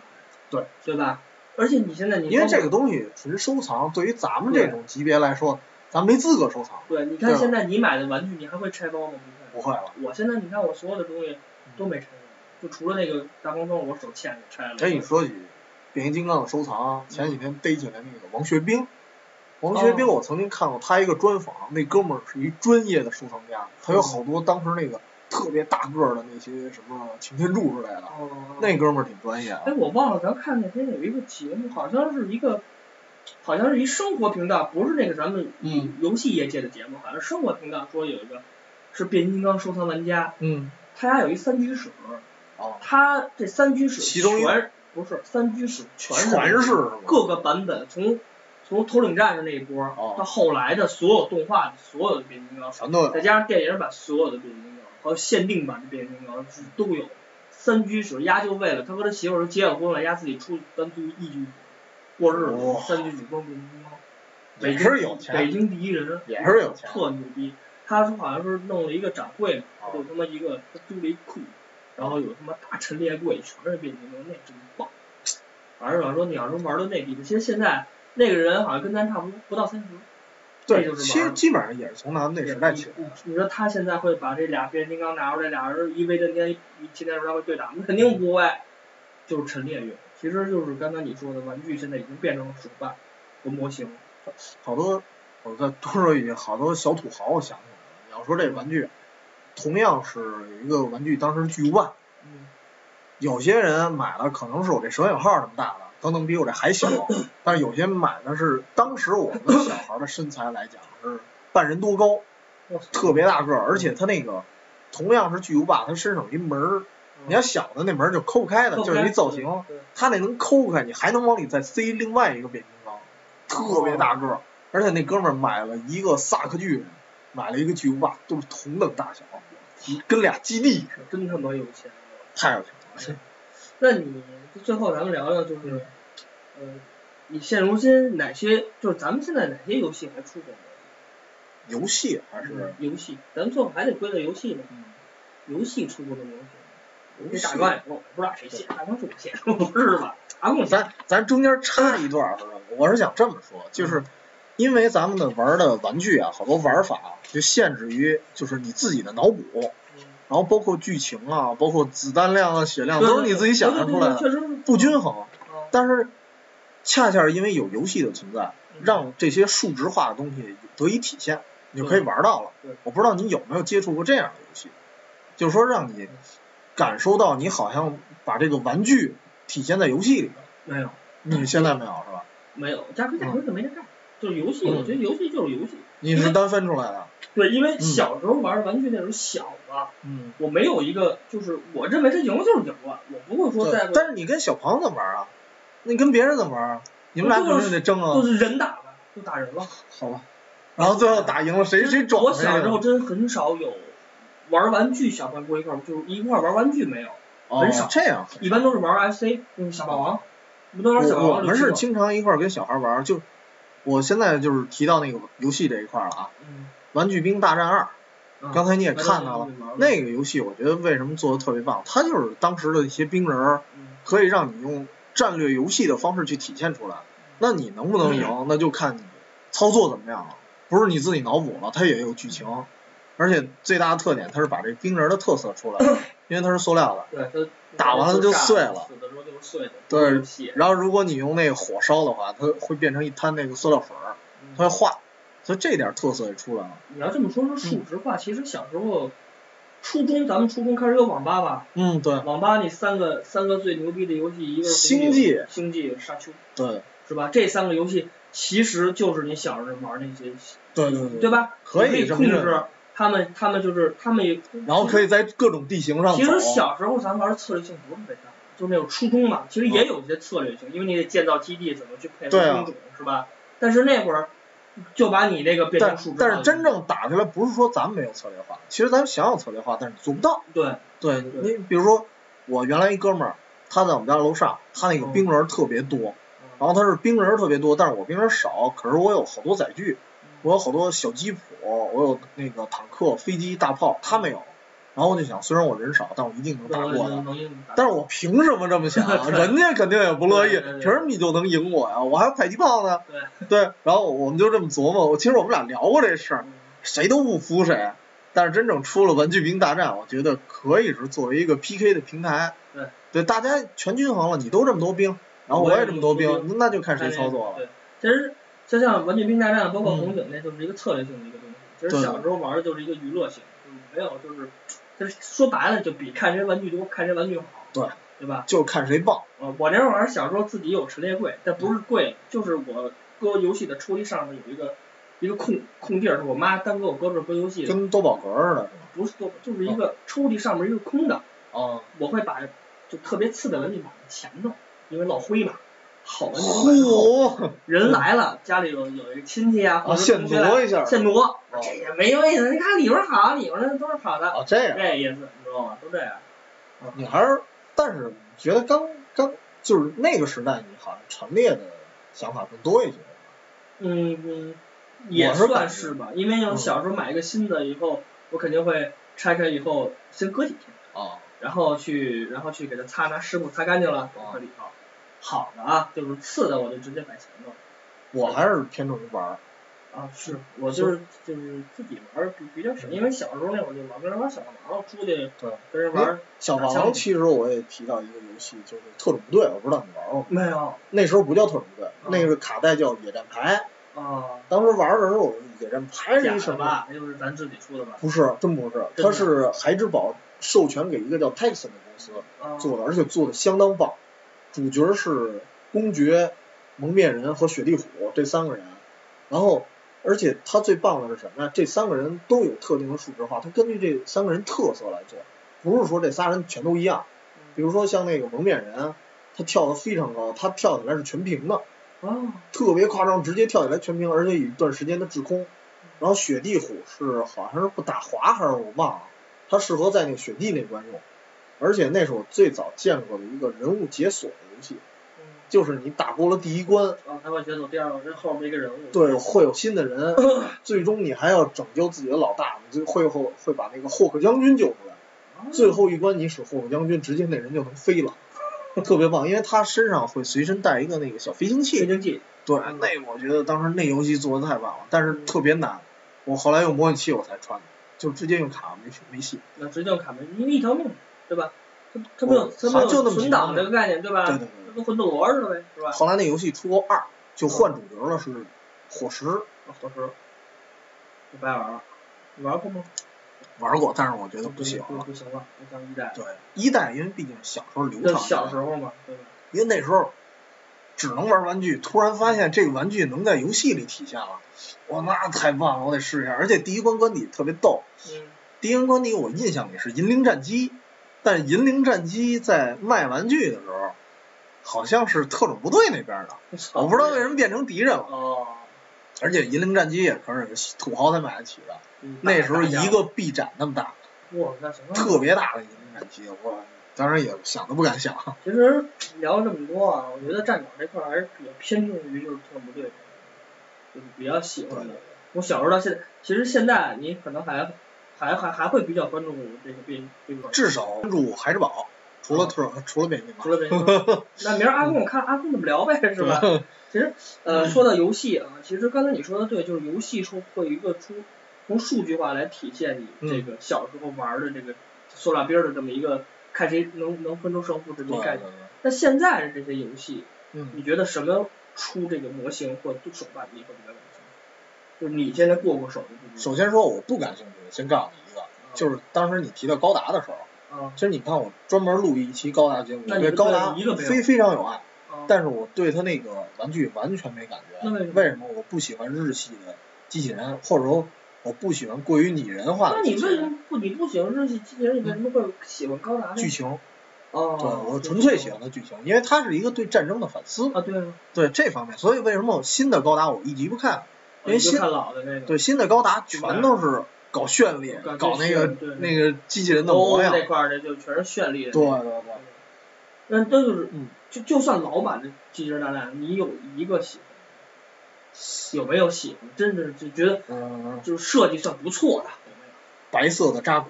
[SPEAKER 2] 对
[SPEAKER 1] 对吧？而且你现在你
[SPEAKER 2] 因为
[SPEAKER 1] 包括
[SPEAKER 2] 这个东西纯收藏，对于咱们这种级别来说，咱没资格收藏，
[SPEAKER 1] 对，你
[SPEAKER 2] 对
[SPEAKER 1] 看
[SPEAKER 2] 吧
[SPEAKER 1] 现在你买的玩具，你还会拆包吗？不
[SPEAKER 2] 不会了。
[SPEAKER 1] 会。我现在你看我所有的东西都没拆包，就除了那个大黄蜂，我手欠着拆了。
[SPEAKER 2] 跟你说起变形金刚的收藏，啊前几天逮起来那个王学兵。王学兵，
[SPEAKER 1] 哦
[SPEAKER 2] 我曾经看过他一个专访，那哥们儿是一专业的收藏家，他有好多当时那个特别大个儿的那些什么擎天柱之类的，
[SPEAKER 1] 哦，
[SPEAKER 2] 那哥们儿挺专业啊
[SPEAKER 1] 哎，。我忘了，咱看那天有一个节目，好像是一个，好像是一生活频道，不是那个咱们
[SPEAKER 2] 嗯
[SPEAKER 1] 游戏业界的节目，好像是生活频道说有一个是变形金刚收藏玩家，
[SPEAKER 2] 嗯，
[SPEAKER 1] 他家有一三居室，
[SPEAKER 2] 哦，
[SPEAKER 1] 他这三居室
[SPEAKER 2] 其中一
[SPEAKER 1] 全不是三居室全是
[SPEAKER 2] 全是
[SPEAKER 1] 各个版本，从从头领战士那一波、
[SPEAKER 2] 哦
[SPEAKER 1] 到后来的所有动画的所有的变形金刚，
[SPEAKER 2] 全都有
[SPEAKER 1] 再。加上电影版所有的变形金刚，还有限定版的变形金刚是都有。三居室，丫就为了他和他媳妇儿都结了婚了，丫自己出去单独一居过日子
[SPEAKER 2] 哇，
[SPEAKER 1] 三居室装变形金刚，
[SPEAKER 2] 也
[SPEAKER 1] 北
[SPEAKER 2] 是
[SPEAKER 1] 京
[SPEAKER 2] 有钱
[SPEAKER 1] 北京第一人，
[SPEAKER 2] 也是有钱
[SPEAKER 1] 特牛逼。他说好像是弄了一个展会嘛，
[SPEAKER 2] 哦
[SPEAKER 1] 就他妈一个他租了一库，然后有他妈大陈列柜，全是变形金刚，那真棒。而是老说你要是玩到内地的，其实现在那个人好像跟咱差不多，不到三十。这
[SPEAKER 2] 对，
[SPEAKER 1] 就是
[SPEAKER 2] 其实
[SPEAKER 1] 玩
[SPEAKER 2] 基本上也是从咱们那时代起。
[SPEAKER 1] 你说他现在会把这俩变形金刚拿出来，俩人一围着天，一天天说他会对打吗？肯定不会，就是陈列用。其实就是刚才你说的，玩具现在已经变成了手办和模型。
[SPEAKER 2] 好多我再多说一句，好多小土豪，我想起来了，你要说这玩具，同样是一个玩具，当时巨无霸，
[SPEAKER 1] 嗯，
[SPEAKER 2] 有些人买了可能是我这手影号这么大的，可能比我这 还小，但是有些买的是当时我们小孩的身材来讲是半人多高，
[SPEAKER 1] 哇塞
[SPEAKER 2] 特别大个儿，而且他那个同样是巨无霸，他身上有一门儿，你要小的那门儿就抠不开的，
[SPEAKER 1] 嗯
[SPEAKER 2] 就是一造型，啊
[SPEAKER 1] 对
[SPEAKER 2] 他那能抠开，你还能往里再塞另外一个变形金刚，特别大个
[SPEAKER 1] 哦
[SPEAKER 2] 儿，而且那哥们儿买了一个萨克巨人，买了一个巨无霸，都是同等大小，跟俩基地似的，
[SPEAKER 1] 真他妈有钱。
[SPEAKER 2] 太有钱了。
[SPEAKER 1] 那你最后咱们聊聊就是，
[SPEAKER 2] 嗯
[SPEAKER 1] 呃，你现如今哪些就是咱们现在哪些游戏还出国没
[SPEAKER 2] 游戏还是
[SPEAKER 1] 有？游戏，咱们最后还得归到游戏呢。
[SPEAKER 2] 嗯
[SPEAKER 1] 游戏出过的模型，
[SPEAKER 2] 游
[SPEAKER 1] 你
[SPEAKER 2] 戏
[SPEAKER 1] 打断以后，我不知道谁写的，大光是我写的，不是吧？阿贡写的，
[SPEAKER 2] 咱咱中间插一段儿，啊我是想这么说，就是因为咱们的玩儿的玩具啊，好多玩法啊就限制于就是你自己的脑补，然后包括剧情啊，包括子弹量啊、血量都是你自己想象出来的，
[SPEAKER 1] 对对对对确实是
[SPEAKER 2] 不均衡。
[SPEAKER 1] 啊
[SPEAKER 2] 但是恰恰是因为有游戏的存在，
[SPEAKER 1] 嗯
[SPEAKER 2] 让这些数值化的东西得以体现，你就可以玩到了
[SPEAKER 1] 对对。
[SPEAKER 2] 我不知道你有没有接触过这样的游戏，就是说让你感受到你好像把这个玩具体现在游戏里边。
[SPEAKER 1] 没有
[SPEAKER 2] 你现在没有是吧？
[SPEAKER 1] 没有，压根压根就没人干。就是游戏，
[SPEAKER 2] 嗯
[SPEAKER 1] 我觉得游戏就是游戏。
[SPEAKER 2] 你是单分出来的？
[SPEAKER 1] 对，因为小时候玩玩具那时候小嘛，
[SPEAKER 2] 嗯，
[SPEAKER 1] 我没有一个就是我认为他赢了就是赢了，我不会说在乎
[SPEAKER 2] 对。但是你跟小朋友怎么玩啊？那你跟别人怎么玩啊？你们俩肯定得争
[SPEAKER 1] 就
[SPEAKER 2] 啊，
[SPEAKER 1] 是人打吧，就打人了。
[SPEAKER 2] 好吧？然后最后打赢了，谁谁肿
[SPEAKER 1] 我
[SPEAKER 2] 谁啊
[SPEAKER 1] 小时候
[SPEAKER 2] 就
[SPEAKER 1] 真很少有玩玩具小朋友一块儿，就是一块儿玩玩具没有，
[SPEAKER 2] 哦
[SPEAKER 1] 很少
[SPEAKER 2] 这样。
[SPEAKER 1] 一般都是玩 FC，就是嗯小霸王，我们都玩小霸
[SPEAKER 2] 我我
[SPEAKER 1] 王。
[SPEAKER 2] 们是，经常一块儿跟小孩玩儿，就我现在就是提到那个游戏这一块儿了啊，
[SPEAKER 1] 嗯，
[SPEAKER 2] 《玩具兵大战二》，
[SPEAKER 1] 啊
[SPEAKER 2] 刚才你也看到了，，那个游戏我觉得为什么做的特别棒，它就是当时的一些兵人儿
[SPEAKER 1] 嗯
[SPEAKER 2] 可以让你用战略游戏的方式去体现出来。那你能不能
[SPEAKER 1] 嗯
[SPEAKER 2] 赢，那就看你操作怎么样了，不是你自己脑补了，它也有剧情，而且最大的特点它是把这冰人的特色出来 了，因为它是塑料的。
[SPEAKER 1] 对，它
[SPEAKER 2] 打完了就碎了
[SPEAKER 1] 死的时候就是碎的，
[SPEAKER 2] 对
[SPEAKER 1] 就是血，
[SPEAKER 2] 然后如果你用那个火烧的话，它会变成一滩那个塑料水儿，
[SPEAKER 1] 嗯
[SPEAKER 2] 它会化，所以这点特色也出来了。
[SPEAKER 1] 你要这么
[SPEAKER 2] 嗯
[SPEAKER 1] 说，说数值化，其实小时候。初中，咱们初中开始有网吧吧？
[SPEAKER 2] 嗯，对
[SPEAKER 1] 网吧那三个三个最牛逼的游戏，一个是
[SPEAKER 2] 星际、
[SPEAKER 1] 星际、沙丘，
[SPEAKER 2] 对
[SPEAKER 1] 是吧？这三个游戏其实就是你小时候玩那些
[SPEAKER 2] 对对对
[SPEAKER 1] 对吧？
[SPEAKER 2] 可以
[SPEAKER 1] 以
[SPEAKER 2] 这
[SPEAKER 1] 控
[SPEAKER 2] 么认
[SPEAKER 1] 制他们，他们就是他们也。
[SPEAKER 2] 然后可以在各种地形上
[SPEAKER 1] 其实
[SPEAKER 2] 走。
[SPEAKER 1] 小时候咱玩策略性不是特别大，就是那种初中嘛，其实也有一些策略性，因为你得建造基地，怎么去配合
[SPEAKER 2] 嗯对啊
[SPEAKER 1] 兵种，是吧？但是那会儿就把你那个变成
[SPEAKER 2] 但
[SPEAKER 1] 数值啊化
[SPEAKER 2] 但
[SPEAKER 1] 了
[SPEAKER 2] 是真正打下来，不是说咱们没有策略化，其实咱们想有策略化，但是做不到。
[SPEAKER 1] 对，
[SPEAKER 2] 对
[SPEAKER 1] 对
[SPEAKER 2] 你比如说，我原来一哥们儿，他在我们家楼上，他那个
[SPEAKER 1] 嗯
[SPEAKER 2] 冰人儿特别多，然后他是冰人儿特别多，但是我冰人儿少，可是我有好多载具，
[SPEAKER 1] 嗯
[SPEAKER 2] 我有好多小吉普，我有那个坦克、飞机、大炮，他没有。然后我就想，虽然我人少，但我一定能打
[SPEAKER 1] 能
[SPEAKER 2] 过
[SPEAKER 1] 嗯能
[SPEAKER 2] 他。
[SPEAKER 1] 能赢打
[SPEAKER 2] 但是我凭什么这么想啊？
[SPEAKER 1] 对
[SPEAKER 2] 人家肯定也不乐意，
[SPEAKER 1] 对对对
[SPEAKER 2] 凭什么你就能赢我呀？我还有迫击炮呢。对，然后我们就这么琢磨。我其实我们俩聊过这事儿，
[SPEAKER 1] 嗯
[SPEAKER 2] 谁都不服谁。但是真正出了《玩具兵大战》，我觉得可以是作为一个 PK 的平台。
[SPEAKER 1] 对，
[SPEAKER 2] 大家全均衡了，你都这么多兵，然后
[SPEAKER 1] 我
[SPEAKER 2] 我
[SPEAKER 1] 也
[SPEAKER 2] 也这么多
[SPEAKER 1] 这么多
[SPEAKER 2] 兵，那就看谁操作了。嗯
[SPEAKER 1] 对，其实就像《玩具兵大战》，包括《红警》，那就是一个策略性的一个东西。其实
[SPEAKER 2] 对
[SPEAKER 1] 小时候玩的就是一个娱乐性，就是没有就是，就是说白了就比看谁玩具多，看谁玩具好，
[SPEAKER 2] 对
[SPEAKER 1] 对吧？
[SPEAKER 2] 就看谁棒。
[SPEAKER 1] 呃，我那会儿小时候自己有陈列柜，但不是柜，就是我搁游戏的抽屉上面有一个一个空空地儿，是我妈单给我搁这儿搁游戏的，
[SPEAKER 2] 跟多宝格似的，是吧？
[SPEAKER 1] 不是多，就是一个抽屉上面一个空的，
[SPEAKER 2] 哦，
[SPEAKER 1] 我会把就特别次的文具摆在前头，因为落灰嘛，好文具都摆在后头
[SPEAKER 2] 嚯！
[SPEAKER 1] 人来了，家里有有一个亲戚啊，或
[SPEAKER 2] 嗯啊，
[SPEAKER 1] 者
[SPEAKER 2] 现
[SPEAKER 1] 同学来
[SPEAKER 2] 挪一下。哦
[SPEAKER 1] 现挪，这也没意思，你看里边好，里边那都是好的，
[SPEAKER 2] 啊，这样。
[SPEAKER 1] 这意思你知道吗？都这样。
[SPEAKER 2] 你还是，但是觉得刚刚就是那个时代，你好像陈列的想法更多一些。
[SPEAKER 1] 嗯，嗯，也
[SPEAKER 2] 我是
[SPEAKER 1] 算
[SPEAKER 2] 感觉嗯
[SPEAKER 1] 是吧，因为我小时候买一个新的以后，我肯定会拆开以后先搁几天，
[SPEAKER 2] 啊，
[SPEAKER 1] 然后去然后去给它擦，拿湿布擦干净了，
[SPEAKER 2] 哦
[SPEAKER 1] 搁里头。好的啊，就是次的我就直接买前头。
[SPEAKER 2] 我还是偏重于玩儿，
[SPEAKER 1] 啊，是我就是就是自己玩儿比比较少，因为小时候那会儿就老跟人玩小王，出去
[SPEAKER 2] 对。
[SPEAKER 1] 跟人玩儿
[SPEAKER 2] 小
[SPEAKER 1] 打枪
[SPEAKER 2] 王其实我也提到一个游戏，就是特种部队，我不知道你玩过吗？
[SPEAKER 1] 没有
[SPEAKER 2] 那时候不叫特种部队，那个卡带叫野战排。
[SPEAKER 1] 啊？
[SPEAKER 2] 当时玩的时候，我说野战排哦是
[SPEAKER 1] 假
[SPEAKER 2] 一什
[SPEAKER 1] 的
[SPEAKER 2] 么？
[SPEAKER 1] 吧？就是咱自己出的吧？
[SPEAKER 2] 不是，真不是，
[SPEAKER 1] 真的
[SPEAKER 2] 它是孩之宝授权给一个叫 Texan 的公司
[SPEAKER 1] 啊，
[SPEAKER 2] 做的，而且做的相当棒。主角是公爵、蒙面人和雪地虎这三个人，然后而且他最棒的是什么呀？这三个人都有特定的数值化，他根据这三个人特色来做，不是说这仨人全都一样。比如说像那个蒙面人，他跳得非常高，他跳起来是全屏的，
[SPEAKER 1] 啊，
[SPEAKER 2] 特别夸张，直接跳起来全屏，而且有一段时间的滞空。然后雪地虎是好像是不打滑还是我忘了，它适合在那个雪地那关用。而且那是我最早见过的一个人物解锁的游戏，
[SPEAKER 1] 嗯
[SPEAKER 2] 就是你打过了第一关，
[SPEAKER 1] 啊，他会选走第二个，这后面一个人物。
[SPEAKER 2] 对，会有新的人，最终你还要拯救自己的老大，你最会后会把那个霍克将军救出来。
[SPEAKER 1] 啊，
[SPEAKER 2] 最后一关你使霍克将军，直接那人就能飞了，特别棒，因为他身上会随身带一个那个小飞行
[SPEAKER 1] 飞
[SPEAKER 2] 器。
[SPEAKER 1] 行器
[SPEAKER 2] 对，那我觉得当时那游戏做的太棒了，但是特别难。我后来用模拟器我才穿的，就直接用卡没没戏。
[SPEAKER 1] 那直接砍门，因为一条命，对吧？他他没有他没
[SPEAKER 2] 哦好像就
[SPEAKER 1] 有
[SPEAKER 2] 那么
[SPEAKER 1] 存
[SPEAKER 2] 几
[SPEAKER 1] 档
[SPEAKER 2] 条
[SPEAKER 1] 这个概念，对吧？
[SPEAKER 2] 对对
[SPEAKER 1] 这
[SPEAKER 2] 对。
[SPEAKER 1] 跟魂斗罗似的呗，是吧？
[SPEAKER 2] 后来那游戏出过二，就换主角了，是火石，
[SPEAKER 1] 哦到时候就白玩了。你玩过吗？
[SPEAKER 2] 玩过，但是我觉得不行
[SPEAKER 1] 不
[SPEAKER 2] 了。
[SPEAKER 1] 不行了，不像一代。
[SPEAKER 2] 对，一代因为毕竟小时候流
[SPEAKER 1] 就
[SPEAKER 2] 畅，
[SPEAKER 1] 小时候嘛，对吧？
[SPEAKER 2] 因为那时候只能玩玩具，突然发现这个玩具能在游戏里体现了，哇，那太棒了，我得试一下。而且第一关关底特别逗，
[SPEAKER 1] 嗯，
[SPEAKER 2] 第一关关底我印象里是银铃战机，但是银铃战机在卖玩具的时候，好像是特种部队那边的，我不知道为
[SPEAKER 1] 么。
[SPEAKER 2] 什么变成敌人了。
[SPEAKER 1] 哦，
[SPEAKER 2] 而且银铃战机也可能是土豪才买得起的，那时候一个臂展那么大，
[SPEAKER 1] 哇，那行啊。
[SPEAKER 2] 特别大的银铃战机，我当然也想都不敢想。
[SPEAKER 1] 其实聊了这么多啊，我觉得站长这块儿还是比较偏重于就是特种部队，就是比较喜欢的。我小时候到现在，其实现在你可能还还还还会比较关注这个变这 个，
[SPEAKER 2] 至少关注孩之宝，除了特除了变形金
[SPEAKER 1] 除
[SPEAKER 2] 刚，
[SPEAKER 1] 了变形金刚，那明儿阿公我看阿公怎么聊呗，是吧？其实呃，说到游戏啊，其实刚才你说的对，就是游戏说会有一个出从数据化来体现你这个小时候玩的这个塑料兵儿的这么一个看谁能能分出胜负这么一个概
[SPEAKER 2] 对
[SPEAKER 1] 念。那现在这些游戏，
[SPEAKER 2] 嗯，
[SPEAKER 1] 你觉得什么出这个模型或手办你会比较感兴趣？就是你现在过过手的这种
[SPEAKER 2] 首先说我不感兴趣，先告诉你一个，就是是当时你提到高达的时候，
[SPEAKER 1] 啊
[SPEAKER 2] 其实你看我专门录了一期高达节目，
[SPEAKER 1] 那
[SPEAKER 2] 我
[SPEAKER 1] 你
[SPEAKER 2] 对高达
[SPEAKER 1] 对一个没有
[SPEAKER 2] 非非常有爱，
[SPEAKER 1] 啊，
[SPEAKER 2] 但是我对他那个玩具完全没感觉。
[SPEAKER 1] 那为什么
[SPEAKER 2] 为什么我不喜欢日系的机器人，或者说我不喜欢过于拟人化
[SPEAKER 1] 那
[SPEAKER 2] 的
[SPEAKER 1] 你
[SPEAKER 2] 机器
[SPEAKER 1] 为什
[SPEAKER 2] 人？
[SPEAKER 1] 么不你不喜欢日系机器人？你为什么会喜欢高达呢？
[SPEAKER 2] 剧情，
[SPEAKER 1] 哦，
[SPEAKER 2] 对我纯粹喜欢的剧情，因为它是一个对战争的反思，
[SPEAKER 1] 啊，对啊，
[SPEAKER 2] 对这方面，所以为什么我新的高达我一集不看？因为
[SPEAKER 1] 哦你就
[SPEAKER 2] 新
[SPEAKER 1] 看老的那个，
[SPEAKER 2] 对新的高达全都是搞绚丽
[SPEAKER 1] 搞，
[SPEAKER 2] 搞那个
[SPEAKER 1] 对
[SPEAKER 2] 那个机器人的
[SPEAKER 1] 欧
[SPEAKER 2] 模样，
[SPEAKER 1] 哦那
[SPEAKER 2] 对
[SPEAKER 1] 块儿的就全是绚丽的，
[SPEAKER 2] 对，对。
[SPEAKER 1] 那这就是
[SPEAKER 2] 嗯，
[SPEAKER 1] 就就算老版的机器人大战，你有一个喜欢的，有没有喜欢？真的就觉得
[SPEAKER 2] 嗯，
[SPEAKER 1] 就是设计算不错的，有没有？
[SPEAKER 2] 白色的扎古，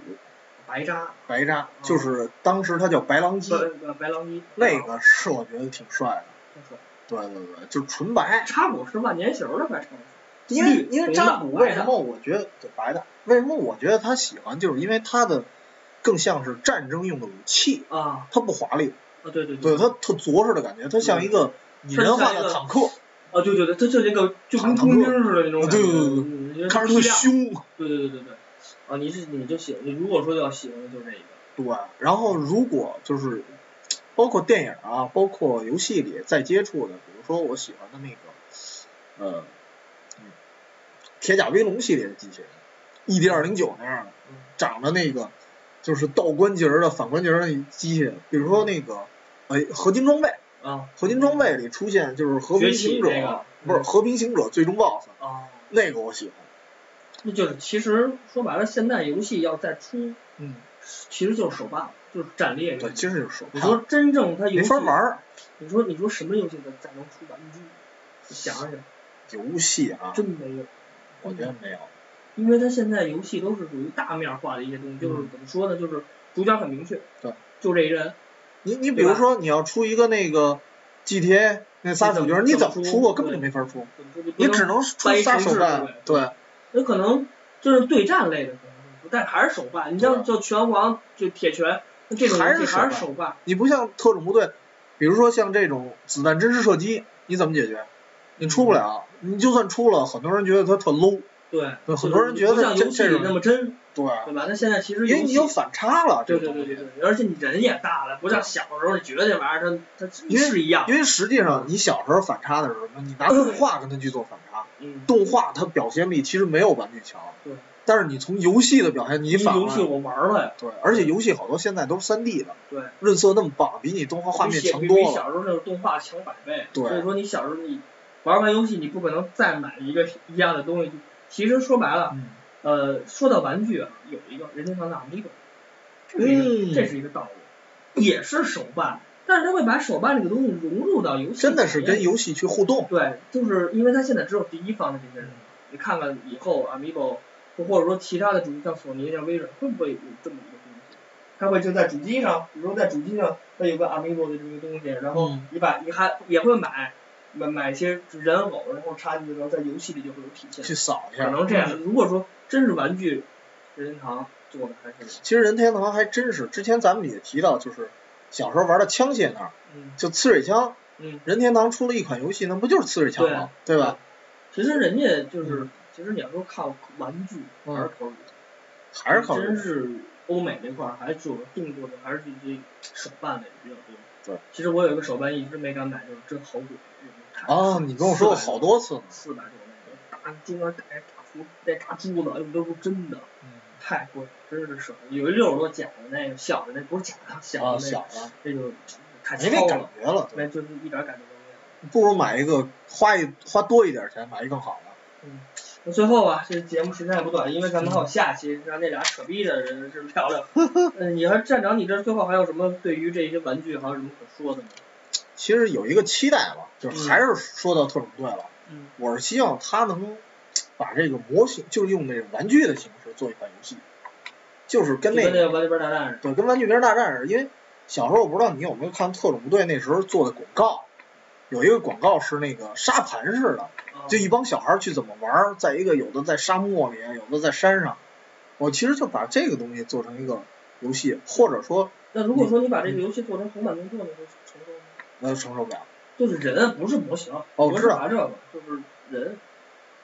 [SPEAKER 1] 白渣，
[SPEAKER 2] 白渣，就是当时它叫白狼机，
[SPEAKER 1] 白白狼一，啊
[SPEAKER 2] 那个是我觉得挺帅的。
[SPEAKER 1] 挺爽
[SPEAKER 2] 对对对，就纯白。
[SPEAKER 1] 插股是万年球的，快成。
[SPEAKER 2] 因为
[SPEAKER 1] 绿
[SPEAKER 2] 因为
[SPEAKER 1] 红
[SPEAKER 2] 扎
[SPEAKER 1] 的
[SPEAKER 2] 古
[SPEAKER 1] 白
[SPEAKER 2] 为什
[SPEAKER 1] 的
[SPEAKER 2] 么我觉得对白的，为什么我觉得他喜欢，就是因为他的更像是战争用的武器，
[SPEAKER 1] 啊
[SPEAKER 2] 它不华丽，
[SPEAKER 1] 啊，对对
[SPEAKER 2] 对，它特着实的感觉，它像一个拟人化的坦克，
[SPEAKER 1] 啊对对对，它就那个就跟工兵似的那种感觉，嗯
[SPEAKER 2] 对对对对
[SPEAKER 1] 对对
[SPEAKER 2] 看着特凶。
[SPEAKER 1] 对对对对对，啊，你是你就喜欢，你如果说要喜欢的就是这一个，
[SPEAKER 2] 对，然后如果就是包括电影啊，包括游戏里再接触的，比如说我喜欢的那个呃，嗯，铁甲威龙系列的机器人，E D 二零九那样的
[SPEAKER 1] 嗯，
[SPEAKER 2] 长着那个就是倒关节儿的、反关节儿的机器人，比如说那个呃合金装备，
[SPEAKER 1] 啊，
[SPEAKER 2] 合金装备里出现就是和平行者，
[SPEAKER 1] 崛起那个
[SPEAKER 2] 不是
[SPEAKER 1] 嗯
[SPEAKER 2] 和平行者最终 BOSS，
[SPEAKER 1] 啊，
[SPEAKER 2] 那个我喜欢，
[SPEAKER 1] 那就是其实说白了，现在游戏要再出，
[SPEAKER 2] 嗯，
[SPEAKER 1] 其实就是手办了，就是战略。
[SPEAKER 2] 对，其实就是手
[SPEAKER 1] 你
[SPEAKER 2] 办
[SPEAKER 1] 说真正它游
[SPEAKER 2] 没
[SPEAKER 1] 戏
[SPEAKER 2] 法玩，儿
[SPEAKER 1] 你说你说什么游戏才才能出版？你就你想想，
[SPEAKER 2] 游戏啊，
[SPEAKER 1] 真没有。
[SPEAKER 2] 我觉得没有。
[SPEAKER 1] 因为它现在游戏都是属于大面化的一些东西，就是怎么说呢，就是主角很明确，
[SPEAKER 2] 嗯对，
[SPEAKER 1] 就这一人，
[SPEAKER 2] 你你比如说你要出一个那个 GTA 那仨主角，你
[SPEAKER 1] 怎
[SPEAKER 2] 怎
[SPEAKER 1] 么
[SPEAKER 2] 么
[SPEAKER 1] 出
[SPEAKER 2] 出啊？根本
[SPEAKER 1] 对
[SPEAKER 2] 就没法出，
[SPEAKER 1] 怎么说就不
[SPEAKER 2] 你
[SPEAKER 1] 能
[SPEAKER 2] 只能出
[SPEAKER 1] 掰一
[SPEAKER 2] 仨
[SPEAKER 1] 城
[SPEAKER 2] 手
[SPEAKER 1] 市
[SPEAKER 2] 办
[SPEAKER 1] 对。
[SPEAKER 2] 对，
[SPEAKER 1] 有可能就是对战类的可能不但还是手办。你像
[SPEAKER 2] 对
[SPEAKER 1] 就拳王就铁拳，那这种
[SPEAKER 2] 还
[SPEAKER 1] 游
[SPEAKER 2] 是
[SPEAKER 1] 戏
[SPEAKER 2] 手
[SPEAKER 1] 还
[SPEAKER 2] 办
[SPEAKER 1] 是手办，
[SPEAKER 2] 你不像特种部队，比如说像这种子弹真实射击，你怎么解决？你出不了，
[SPEAKER 1] 嗯
[SPEAKER 2] 你就算出了，很多人觉得它特 low，
[SPEAKER 1] 对，
[SPEAKER 2] 对
[SPEAKER 1] 就是
[SPEAKER 2] 很多人觉得
[SPEAKER 1] 不像
[SPEAKER 2] 这
[SPEAKER 1] 游戏
[SPEAKER 2] 这
[SPEAKER 1] 里
[SPEAKER 2] 种
[SPEAKER 1] 那么真，
[SPEAKER 2] 对，
[SPEAKER 1] 对吧？那现在其实
[SPEAKER 2] 因为
[SPEAKER 1] 游
[SPEAKER 2] 你
[SPEAKER 1] 戏
[SPEAKER 2] 有反差了，
[SPEAKER 1] 对
[SPEAKER 2] 这
[SPEAKER 1] 对
[SPEAKER 2] 种
[SPEAKER 1] 对对对，而且你人也大了，不像小时候你觉得这玩意儿它它
[SPEAKER 2] 因为
[SPEAKER 1] 是一样，
[SPEAKER 2] 因为实际上你小时候反差的时候，你拿动画跟它去做反差，
[SPEAKER 1] 嗯，
[SPEAKER 2] 动画它表现力其实没有玩具强，
[SPEAKER 1] 对，
[SPEAKER 2] 但是你从游戏的表现你
[SPEAKER 1] 因为
[SPEAKER 2] 反过
[SPEAKER 1] 游
[SPEAKER 2] 来
[SPEAKER 1] 戏我玩了呀，
[SPEAKER 2] 对，而且游戏好多现在都是三 D 的，
[SPEAKER 1] 对，
[SPEAKER 2] 润色那么棒，比你动画画面
[SPEAKER 1] 比
[SPEAKER 2] 强
[SPEAKER 1] 比
[SPEAKER 2] 多了。
[SPEAKER 1] 小时候那种动画强百倍，
[SPEAKER 2] 对
[SPEAKER 1] 所以说你小时候你玩完游戏，你不可能再买一个一样的东西。其实说白了，
[SPEAKER 2] 嗯，
[SPEAKER 1] 呃，说到玩具啊，有一个任天堂的 Amigo，这是一
[SPEAKER 2] 嗯
[SPEAKER 1] 个这是一个道理，也是手办，但是他会把手办这个东西融入到游戏，
[SPEAKER 2] 真的是跟。游戏去互动。
[SPEAKER 1] 对，就是因为他现在只有第一方的这些人，你看看以后 Amigo 或或者说其他的主机，像索尼、像微软，会不会有这么一个东西？他会就在主机上，比如说在主机上，它有个 Amigo 的这么一个东西，然后
[SPEAKER 2] 嗯
[SPEAKER 1] 你把你还也会买买买一些人偶，然后插进去，然后在游戏里就会有体现。
[SPEAKER 2] 去扫一
[SPEAKER 1] 可
[SPEAKER 2] 下，
[SPEAKER 1] 能这样，如果说真是玩具，任天堂做的还是
[SPEAKER 2] 其实任天堂还真是，之前咱们也提到，就是小时候玩的枪械那儿，
[SPEAKER 1] 嗯
[SPEAKER 2] 就呲水枪，
[SPEAKER 1] 嗯，
[SPEAKER 2] 任天堂出了一款游戏，那不就是呲水枪吗？对吧？
[SPEAKER 1] 其实人家就是，其实你要说靠玩具
[SPEAKER 2] 嗯
[SPEAKER 1] 还是口语，
[SPEAKER 2] 还是靠
[SPEAKER 1] 真
[SPEAKER 2] 人。
[SPEAKER 1] 是欧美那块儿还是有动作的，还是这些手办类比较多。
[SPEAKER 2] 对，
[SPEAKER 1] 其实我有一个手办一直没敢买，就是真好贵。
[SPEAKER 2] 啊，你跟我说过好多次呢。
[SPEAKER 1] 四百多那个，大中间带着大珠带大珠子，哎呦都是真的，
[SPEAKER 2] 嗯
[SPEAKER 1] 太贵了，真是舍不得。有一六十多假的那个，小的那不是假的，小
[SPEAKER 2] 啊，
[SPEAKER 1] 的那个，
[SPEAKER 2] 小了，
[SPEAKER 1] 这就太
[SPEAKER 2] 没那
[SPEAKER 1] 糙
[SPEAKER 2] 感
[SPEAKER 1] 了，
[SPEAKER 2] 觉了，
[SPEAKER 1] 那
[SPEAKER 2] 对
[SPEAKER 1] 就是一点感觉都没有。
[SPEAKER 2] 不如买一个花一花多一点钱买一更好的。
[SPEAKER 1] 那最后啊，这节目时间也不短，因为咱们还有下期，让那俩扯逼的人是聊 聊。嗯，你和站长，你这最后还有什么对于这些玩具还有什么可说的吗？
[SPEAKER 2] 其实有一个期待吧，就是还是说到特种队了，
[SPEAKER 1] 嗯
[SPEAKER 2] 我是希望他能把这个模型，就是用那种玩具的形式做一款游戏，就是跟那
[SPEAKER 1] 跟
[SPEAKER 2] 个
[SPEAKER 1] 那个玩具边大战似的。
[SPEAKER 2] 对，跟《玩具兵大战》似的。因为小时候我不知道你有没有看特种部队那时候做的广告，有一个广告是那个沙盘似的，
[SPEAKER 1] 啊
[SPEAKER 2] 就一帮小孩儿去怎么玩儿，在一个有的在沙漠里，有的在山上。我其实就把这个东西做成一个游戏，或者说
[SPEAKER 1] 那如
[SPEAKER 2] 嗯
[SPEAKER 1] 果说你把这个游戏做成横版动作，你会承受吗？
[SPEAKER 2] 呃承受不了。
[SPEAKER 1] 就是人，啊不是模型。
[SPEAKER 2] 哦
[SPEAKER 1] 不
[SPEAKER 2] 我
[SPEAKER 1] 是
[SPEAKER 2] 知道
[SPEAKER 1] 拿这个，就是人。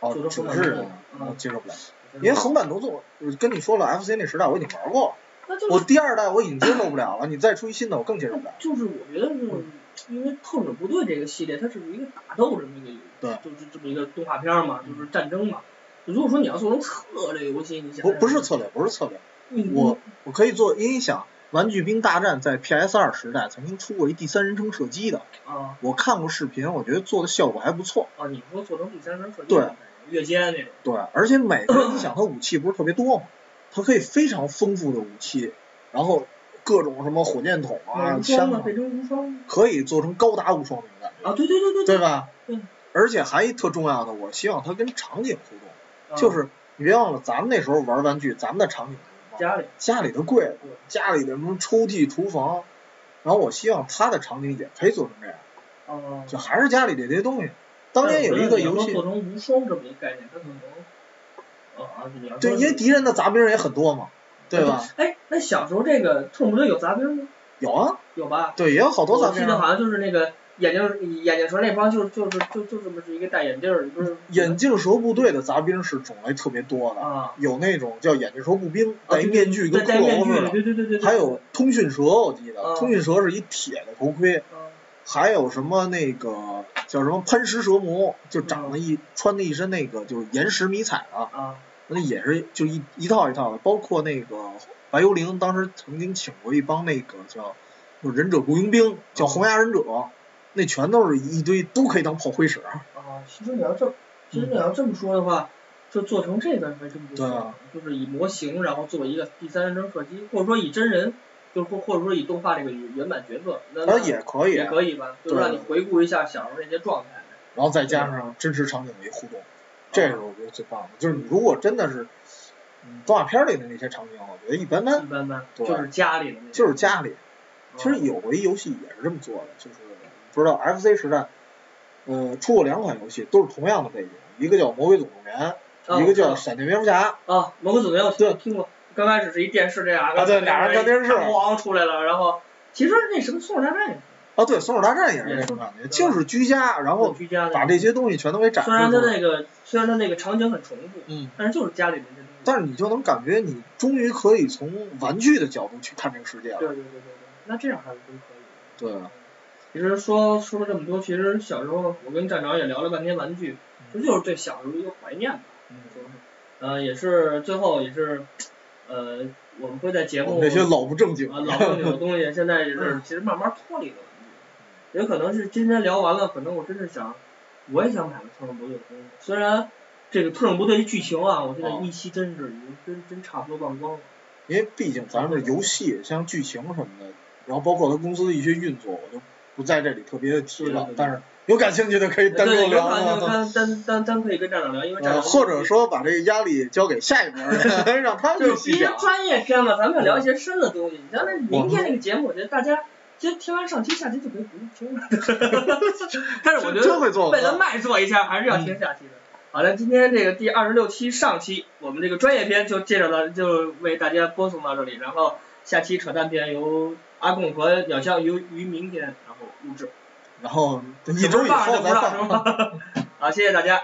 [SPEAKER 2] 哦，
[SPEAKER 1] 就是
[SPEAKER 2] 只
[SPEAKER 1] 横版
[SPEAKER 2] 是
[SPEAKER 1] 动作
[SPEAKER 2] 人我
[SPEAKER 1] 嗯
[SPEAKER 2] 接受不了，因为横版动作，我跟你说了，FC 那时代我已经玩过了，
[SPEAKER 1] 那就是
[SPEAKER 2] 我第二代我已经接受不了了，你再出一新的我嗯更接受不了。
[SPEAKER 1] 就是我觉得是，因为《特种部队》这个系列，它是一个打斗这么一个，
[SPEAKER 2] 对
[SPEAKER 1] 就是这么一个动画片儿嘛，就是战争嘛。如果说你要做成策略游戏，你想
[SPEAKER 2] 不不
[SPEAKER 1] 策，
[SPEAKER 2] 是策略，不是策略，
[SPEAKER 1] 你
[SPEAKER 2] 我我可以做音响。玩具兵大战在 PS 二时代曾经出过一第三人称射击的，
[SPEAKER 1] 啊
[SPEAKER 2] 我看过视频，我觉得做的效果还不错。
[SPEAKER 1] 啊，你说做成第三人称
[SPEAKER 2] 对
[SPEAKER 1] 越阶那种，
[SPEAKER 2] 对，而且每个你想它武器不是特别多嘛，它可以非常丰富的武器，然后各种什么火箭筒啊、
[SPEAKER 1] 无双
[SPEAKER 2] 枪
[SPEAKER 1] 嘛，
[SPEAKER 2] 啊，
[SPEAKER 1] 变成无双嘛
[SPEAKER 2] 可以做成高达无双那种感觉，
[SPEAKER 1] 啊，对对对对
[SPEAKER 2] 对吧
[SPEAKER 1] 对？
[SPEAKER 2] 而且还一特重要的，我希望它跟场景互动，
[SPEAKER 1] 对，
[SPEAKER 2] 就
[SPEAKER 1] 啊
[SPEAKER 2] 是你别忘了咱们那时候玩玩具，咱们的场景是什么？
[SPEAKER 1] 家里
[SPEAKER 2] 家里的柜子、家里的什么抽屉、厨房，然后我希望它的场景也可以做成这样，
[SPEAKER 1] 啊，
[SPEAKER 2] 就还是家里这些东西。当年有一个游戏
[SPEAKER 1] 但是我觉得你要，做成无双这么一个概念，它可能啊，你要说
[SPEAKER 2] 对，因为敌人的杂兵也很多嘛，对吧？？
[SPEAKER 1] 哎，那小时候这个《特种部队》有杂兵吗？
[SPEAKER 2] 有啊，
[SPEAKER 1] 有吧？
[SPEAKER 2] 对，也有好多
[SPEAKER 1] 我
[SPEAKER 2] 杂
[SPEAKER 1] 记
[SPEAKER 2] 兵
[SPEAKER 1] 得
[SPEAKER 2] 啊。
[SPEAKER 1] 好像就是那个眼镜眼镜蛇那帮，就是就是就就这么是一个戴眼镜儿，不是
[SPEAKER 2] 眼镜蛇部队的杂兵是种类特别多的，
[SPEAKER 1] 啊，
[SPEAKER 2] 有那种叫眼镜蛇步兵，戴一
[SPEAKER 1] 对
[SPEAKER 2] 面具
[SPEAKER 1] 戴
[SPEAKER 2] 跟
[SPEAKER 1] 戴
[SPEAKER 2] 骷
[SPEAKER 1] 面
[SPEAKER 2] 髅
[SPEAKER 1] 具
[SPEAKER 2] 似
[SPEAKER 1] 的，
[SPEAKER 2] 的，
[SPEAKER 1] 对对对对对，
[SPEAKER 2] 还有通讯蛇，我记
[SPEAKER 1] 啊
[SPEAKER 2] 得通讯蛇是一铁的头盔，
[SPEAKER 1] 啊
[SPEAKER 2] 还有什么那个叫什么喷石蛇魔，就长得
[SPEAKER 1] 嗯
[SPEAKER 2] 一穿的一身那个就是岩石迷彩啊，
[SPEAKER 1] 啊
[SPEAKER 2] 那也是就一一套一套的，包括那个白幽灵当时曾经请过一帮那个叫就是忍者雇佣兵，叫红牙忍者，那全都是一堆都可以当炮灰使。
[SPEAKER 1] 啊！其实你要这，其实你要这么说的话，就做成这个还真不
[SPEAKER 2] 对
[SPEAKER 1] 错
[SPEAKER 2] 啊，
[SPEAKER 1] 就是以模型然后做一个第三人称射击，或者说以真人，就或或者说以动画这个原版角色，那
[SPEAKER 2] 呃，
[SPEAKER 1] 那
[SPEAKER 2] 也可以，
[SPEAKER 1] 嗯也可以吧，就是
[SPEAKER 2] 对
[SPEAKER 1] 让你回顾一下小时候那些状态。
[SPEAKER 2] 然后再加上真实场景的一
[SPEAKER 1] 嗯
[SPEAKER 2] 互动，这是我觉得最棒的。就是你如果真的是，嗯，动画片里的那些场景，我觉得一般般，
[SPEAKER 1] 一般般，
[SPEAKER 2] 对
[SPEAKER 1] 就是家里的那种，
[SPEAKER 2] 就是家里，其实有一游戏也是这么做的，就是不知道 FC 时代，呃，出过两款游戏，都是同样的背景，一个叫《魔鬼总动员》，
[SPEAKER 1] 啊
[SPEAKER 2] 一个叫
[SPEAKER 1] 我
[SPEAKER 2] 《
[SPEAKER 1] 知
[SPEAKER 2] 闪电蝙蝠侠
[SPEAKER 1] 道啊，魔鬼总动员我
[SPEAKER 2] 对
[SPEAKER 1] 听听过，刚开始是一电视这样，
[SPEAKER 2] 啊对俩人看电视
[SPEAKER 1] 国王出来了，然后其实那什么宋大战也》
[SPEAKER 2] 啊，对，《松鼠大战》也是
[SPEAKER 1] 也
[SPEAKER 2] 那
[SPEAKER 1] 是
[SPEAKER 2] 种感觉，就是居家，然后
[SPEAKER 1] 居家的，
[SPEAKER 2] 把这些东西全都给展示
[SPEAKER 1] 虽然
[SPEAKER 2] 出
[SPEAKER 1] 他
[SPEAKER 2] 来，
[SPEAKER 1] 那个虽然他那个场景很重复，
[SPEAKER 2] 嗯，
[SPEAKER 1] 但是就是家里的这东西。
[SPEAKER 2] 但是你就能感觉你终于可以从玩具的角度去看这个世界
[SPEAKER 1] 对
[SPEAKER 2] 了，
[SPEAKER 1] 对对对对，那这样还是真可以。
[SPEAKER 2] 对，啊
[SPEAKER 1] 其实说说了这么多，其实小时候我跟站长也聊了半天玩具，这就是对小时候一个怀念吧。
[SPEAKER 2] 嗯
[SPEAKER 1] 就是，呃，也是最后也是，呃，我们会在节
[SPEAKER 2] 我
[SPEAKER 1] 目
[SPEAKER 2] 们这些老不正经
[SPEAKER 1] 啊，老正经的 东西，现在也是嗯其实慢慢脱离了玩具，也可能是今天聊完了，可能我真是想，我也想买个特种部队的东西，虽然这个特种部队的剧情啊，我现在
[SPEAKER 2] 哦
[SPEAKER 1] 一期真是已经真真差不多忘光了。
[SPEAKER 2] 因为毕竟咱们是游戏，像剧情什么的，然后包括它公司的一些运作，我就不在这里特别的提了。
[SPEAKER 1] 对对对
[SPEAKER 2] 但是有感兴趣的可以单独
[SPEAKER 1] 对，有
[SPEAKER 2] 聊
[SPEAKER 1] 可能
[SPEAKER 2] 啊，
[SPEAKER 1] 单单单单可以跟站长聊，因为站
[SPEAKER 2] 呃
[SPEAKER 1] 长
[SPEAKER 2] 或者说把这个压力交给下一 波人，让他
[SPEAKER 1] 就
[SPEAKER 2] 们
[SPEAKER 1] 是
[SPEAKER 2] 去
[SPEAKER 1] 其实
[SPEAKER 2] 讲。
[SPEAKER 1] 专业片嘛，咱们要
[SPEAKER 2] 嗯
[SPEAKER 1] 聊一些深的东西。你像那
[SPEAKER 2] 我
[SPEAKER 1] 明
[SPEAKER 2] 们
[SPEAKER 1] 天那个节目，我觉得大家其实听完上期、下期就可以不用听了。 但是我觉
[SPEAKER 2] 真
[SPEAKER 1] 得
[SPEAKER 2] 会做
[SPEAKER 1] 为了
[SPEAKER 2] 广告，
[SPEAKER 1] 卖座一下，还是要听下期的。
[SPEAKER 2] 嗯
[SPEAKER 1] 好了，今天这个第二十六期上期，我们这个专业片就介绍到，就为大家播送到这里。然后下期扯淡片由阿贡和鸟香由于明天然后录制，
[SPEAKER 2] 然后一周以
[SPEAKER 1] 什么时候放
[SPEAKER 2] 后
[SPEAKER 1] 就不知
[SPEAKER 2] 再
[SPEAKER 1] 道是
[SPEAKER 2] 放。
[SPEAKER 1] 吗？好，谢谢大家。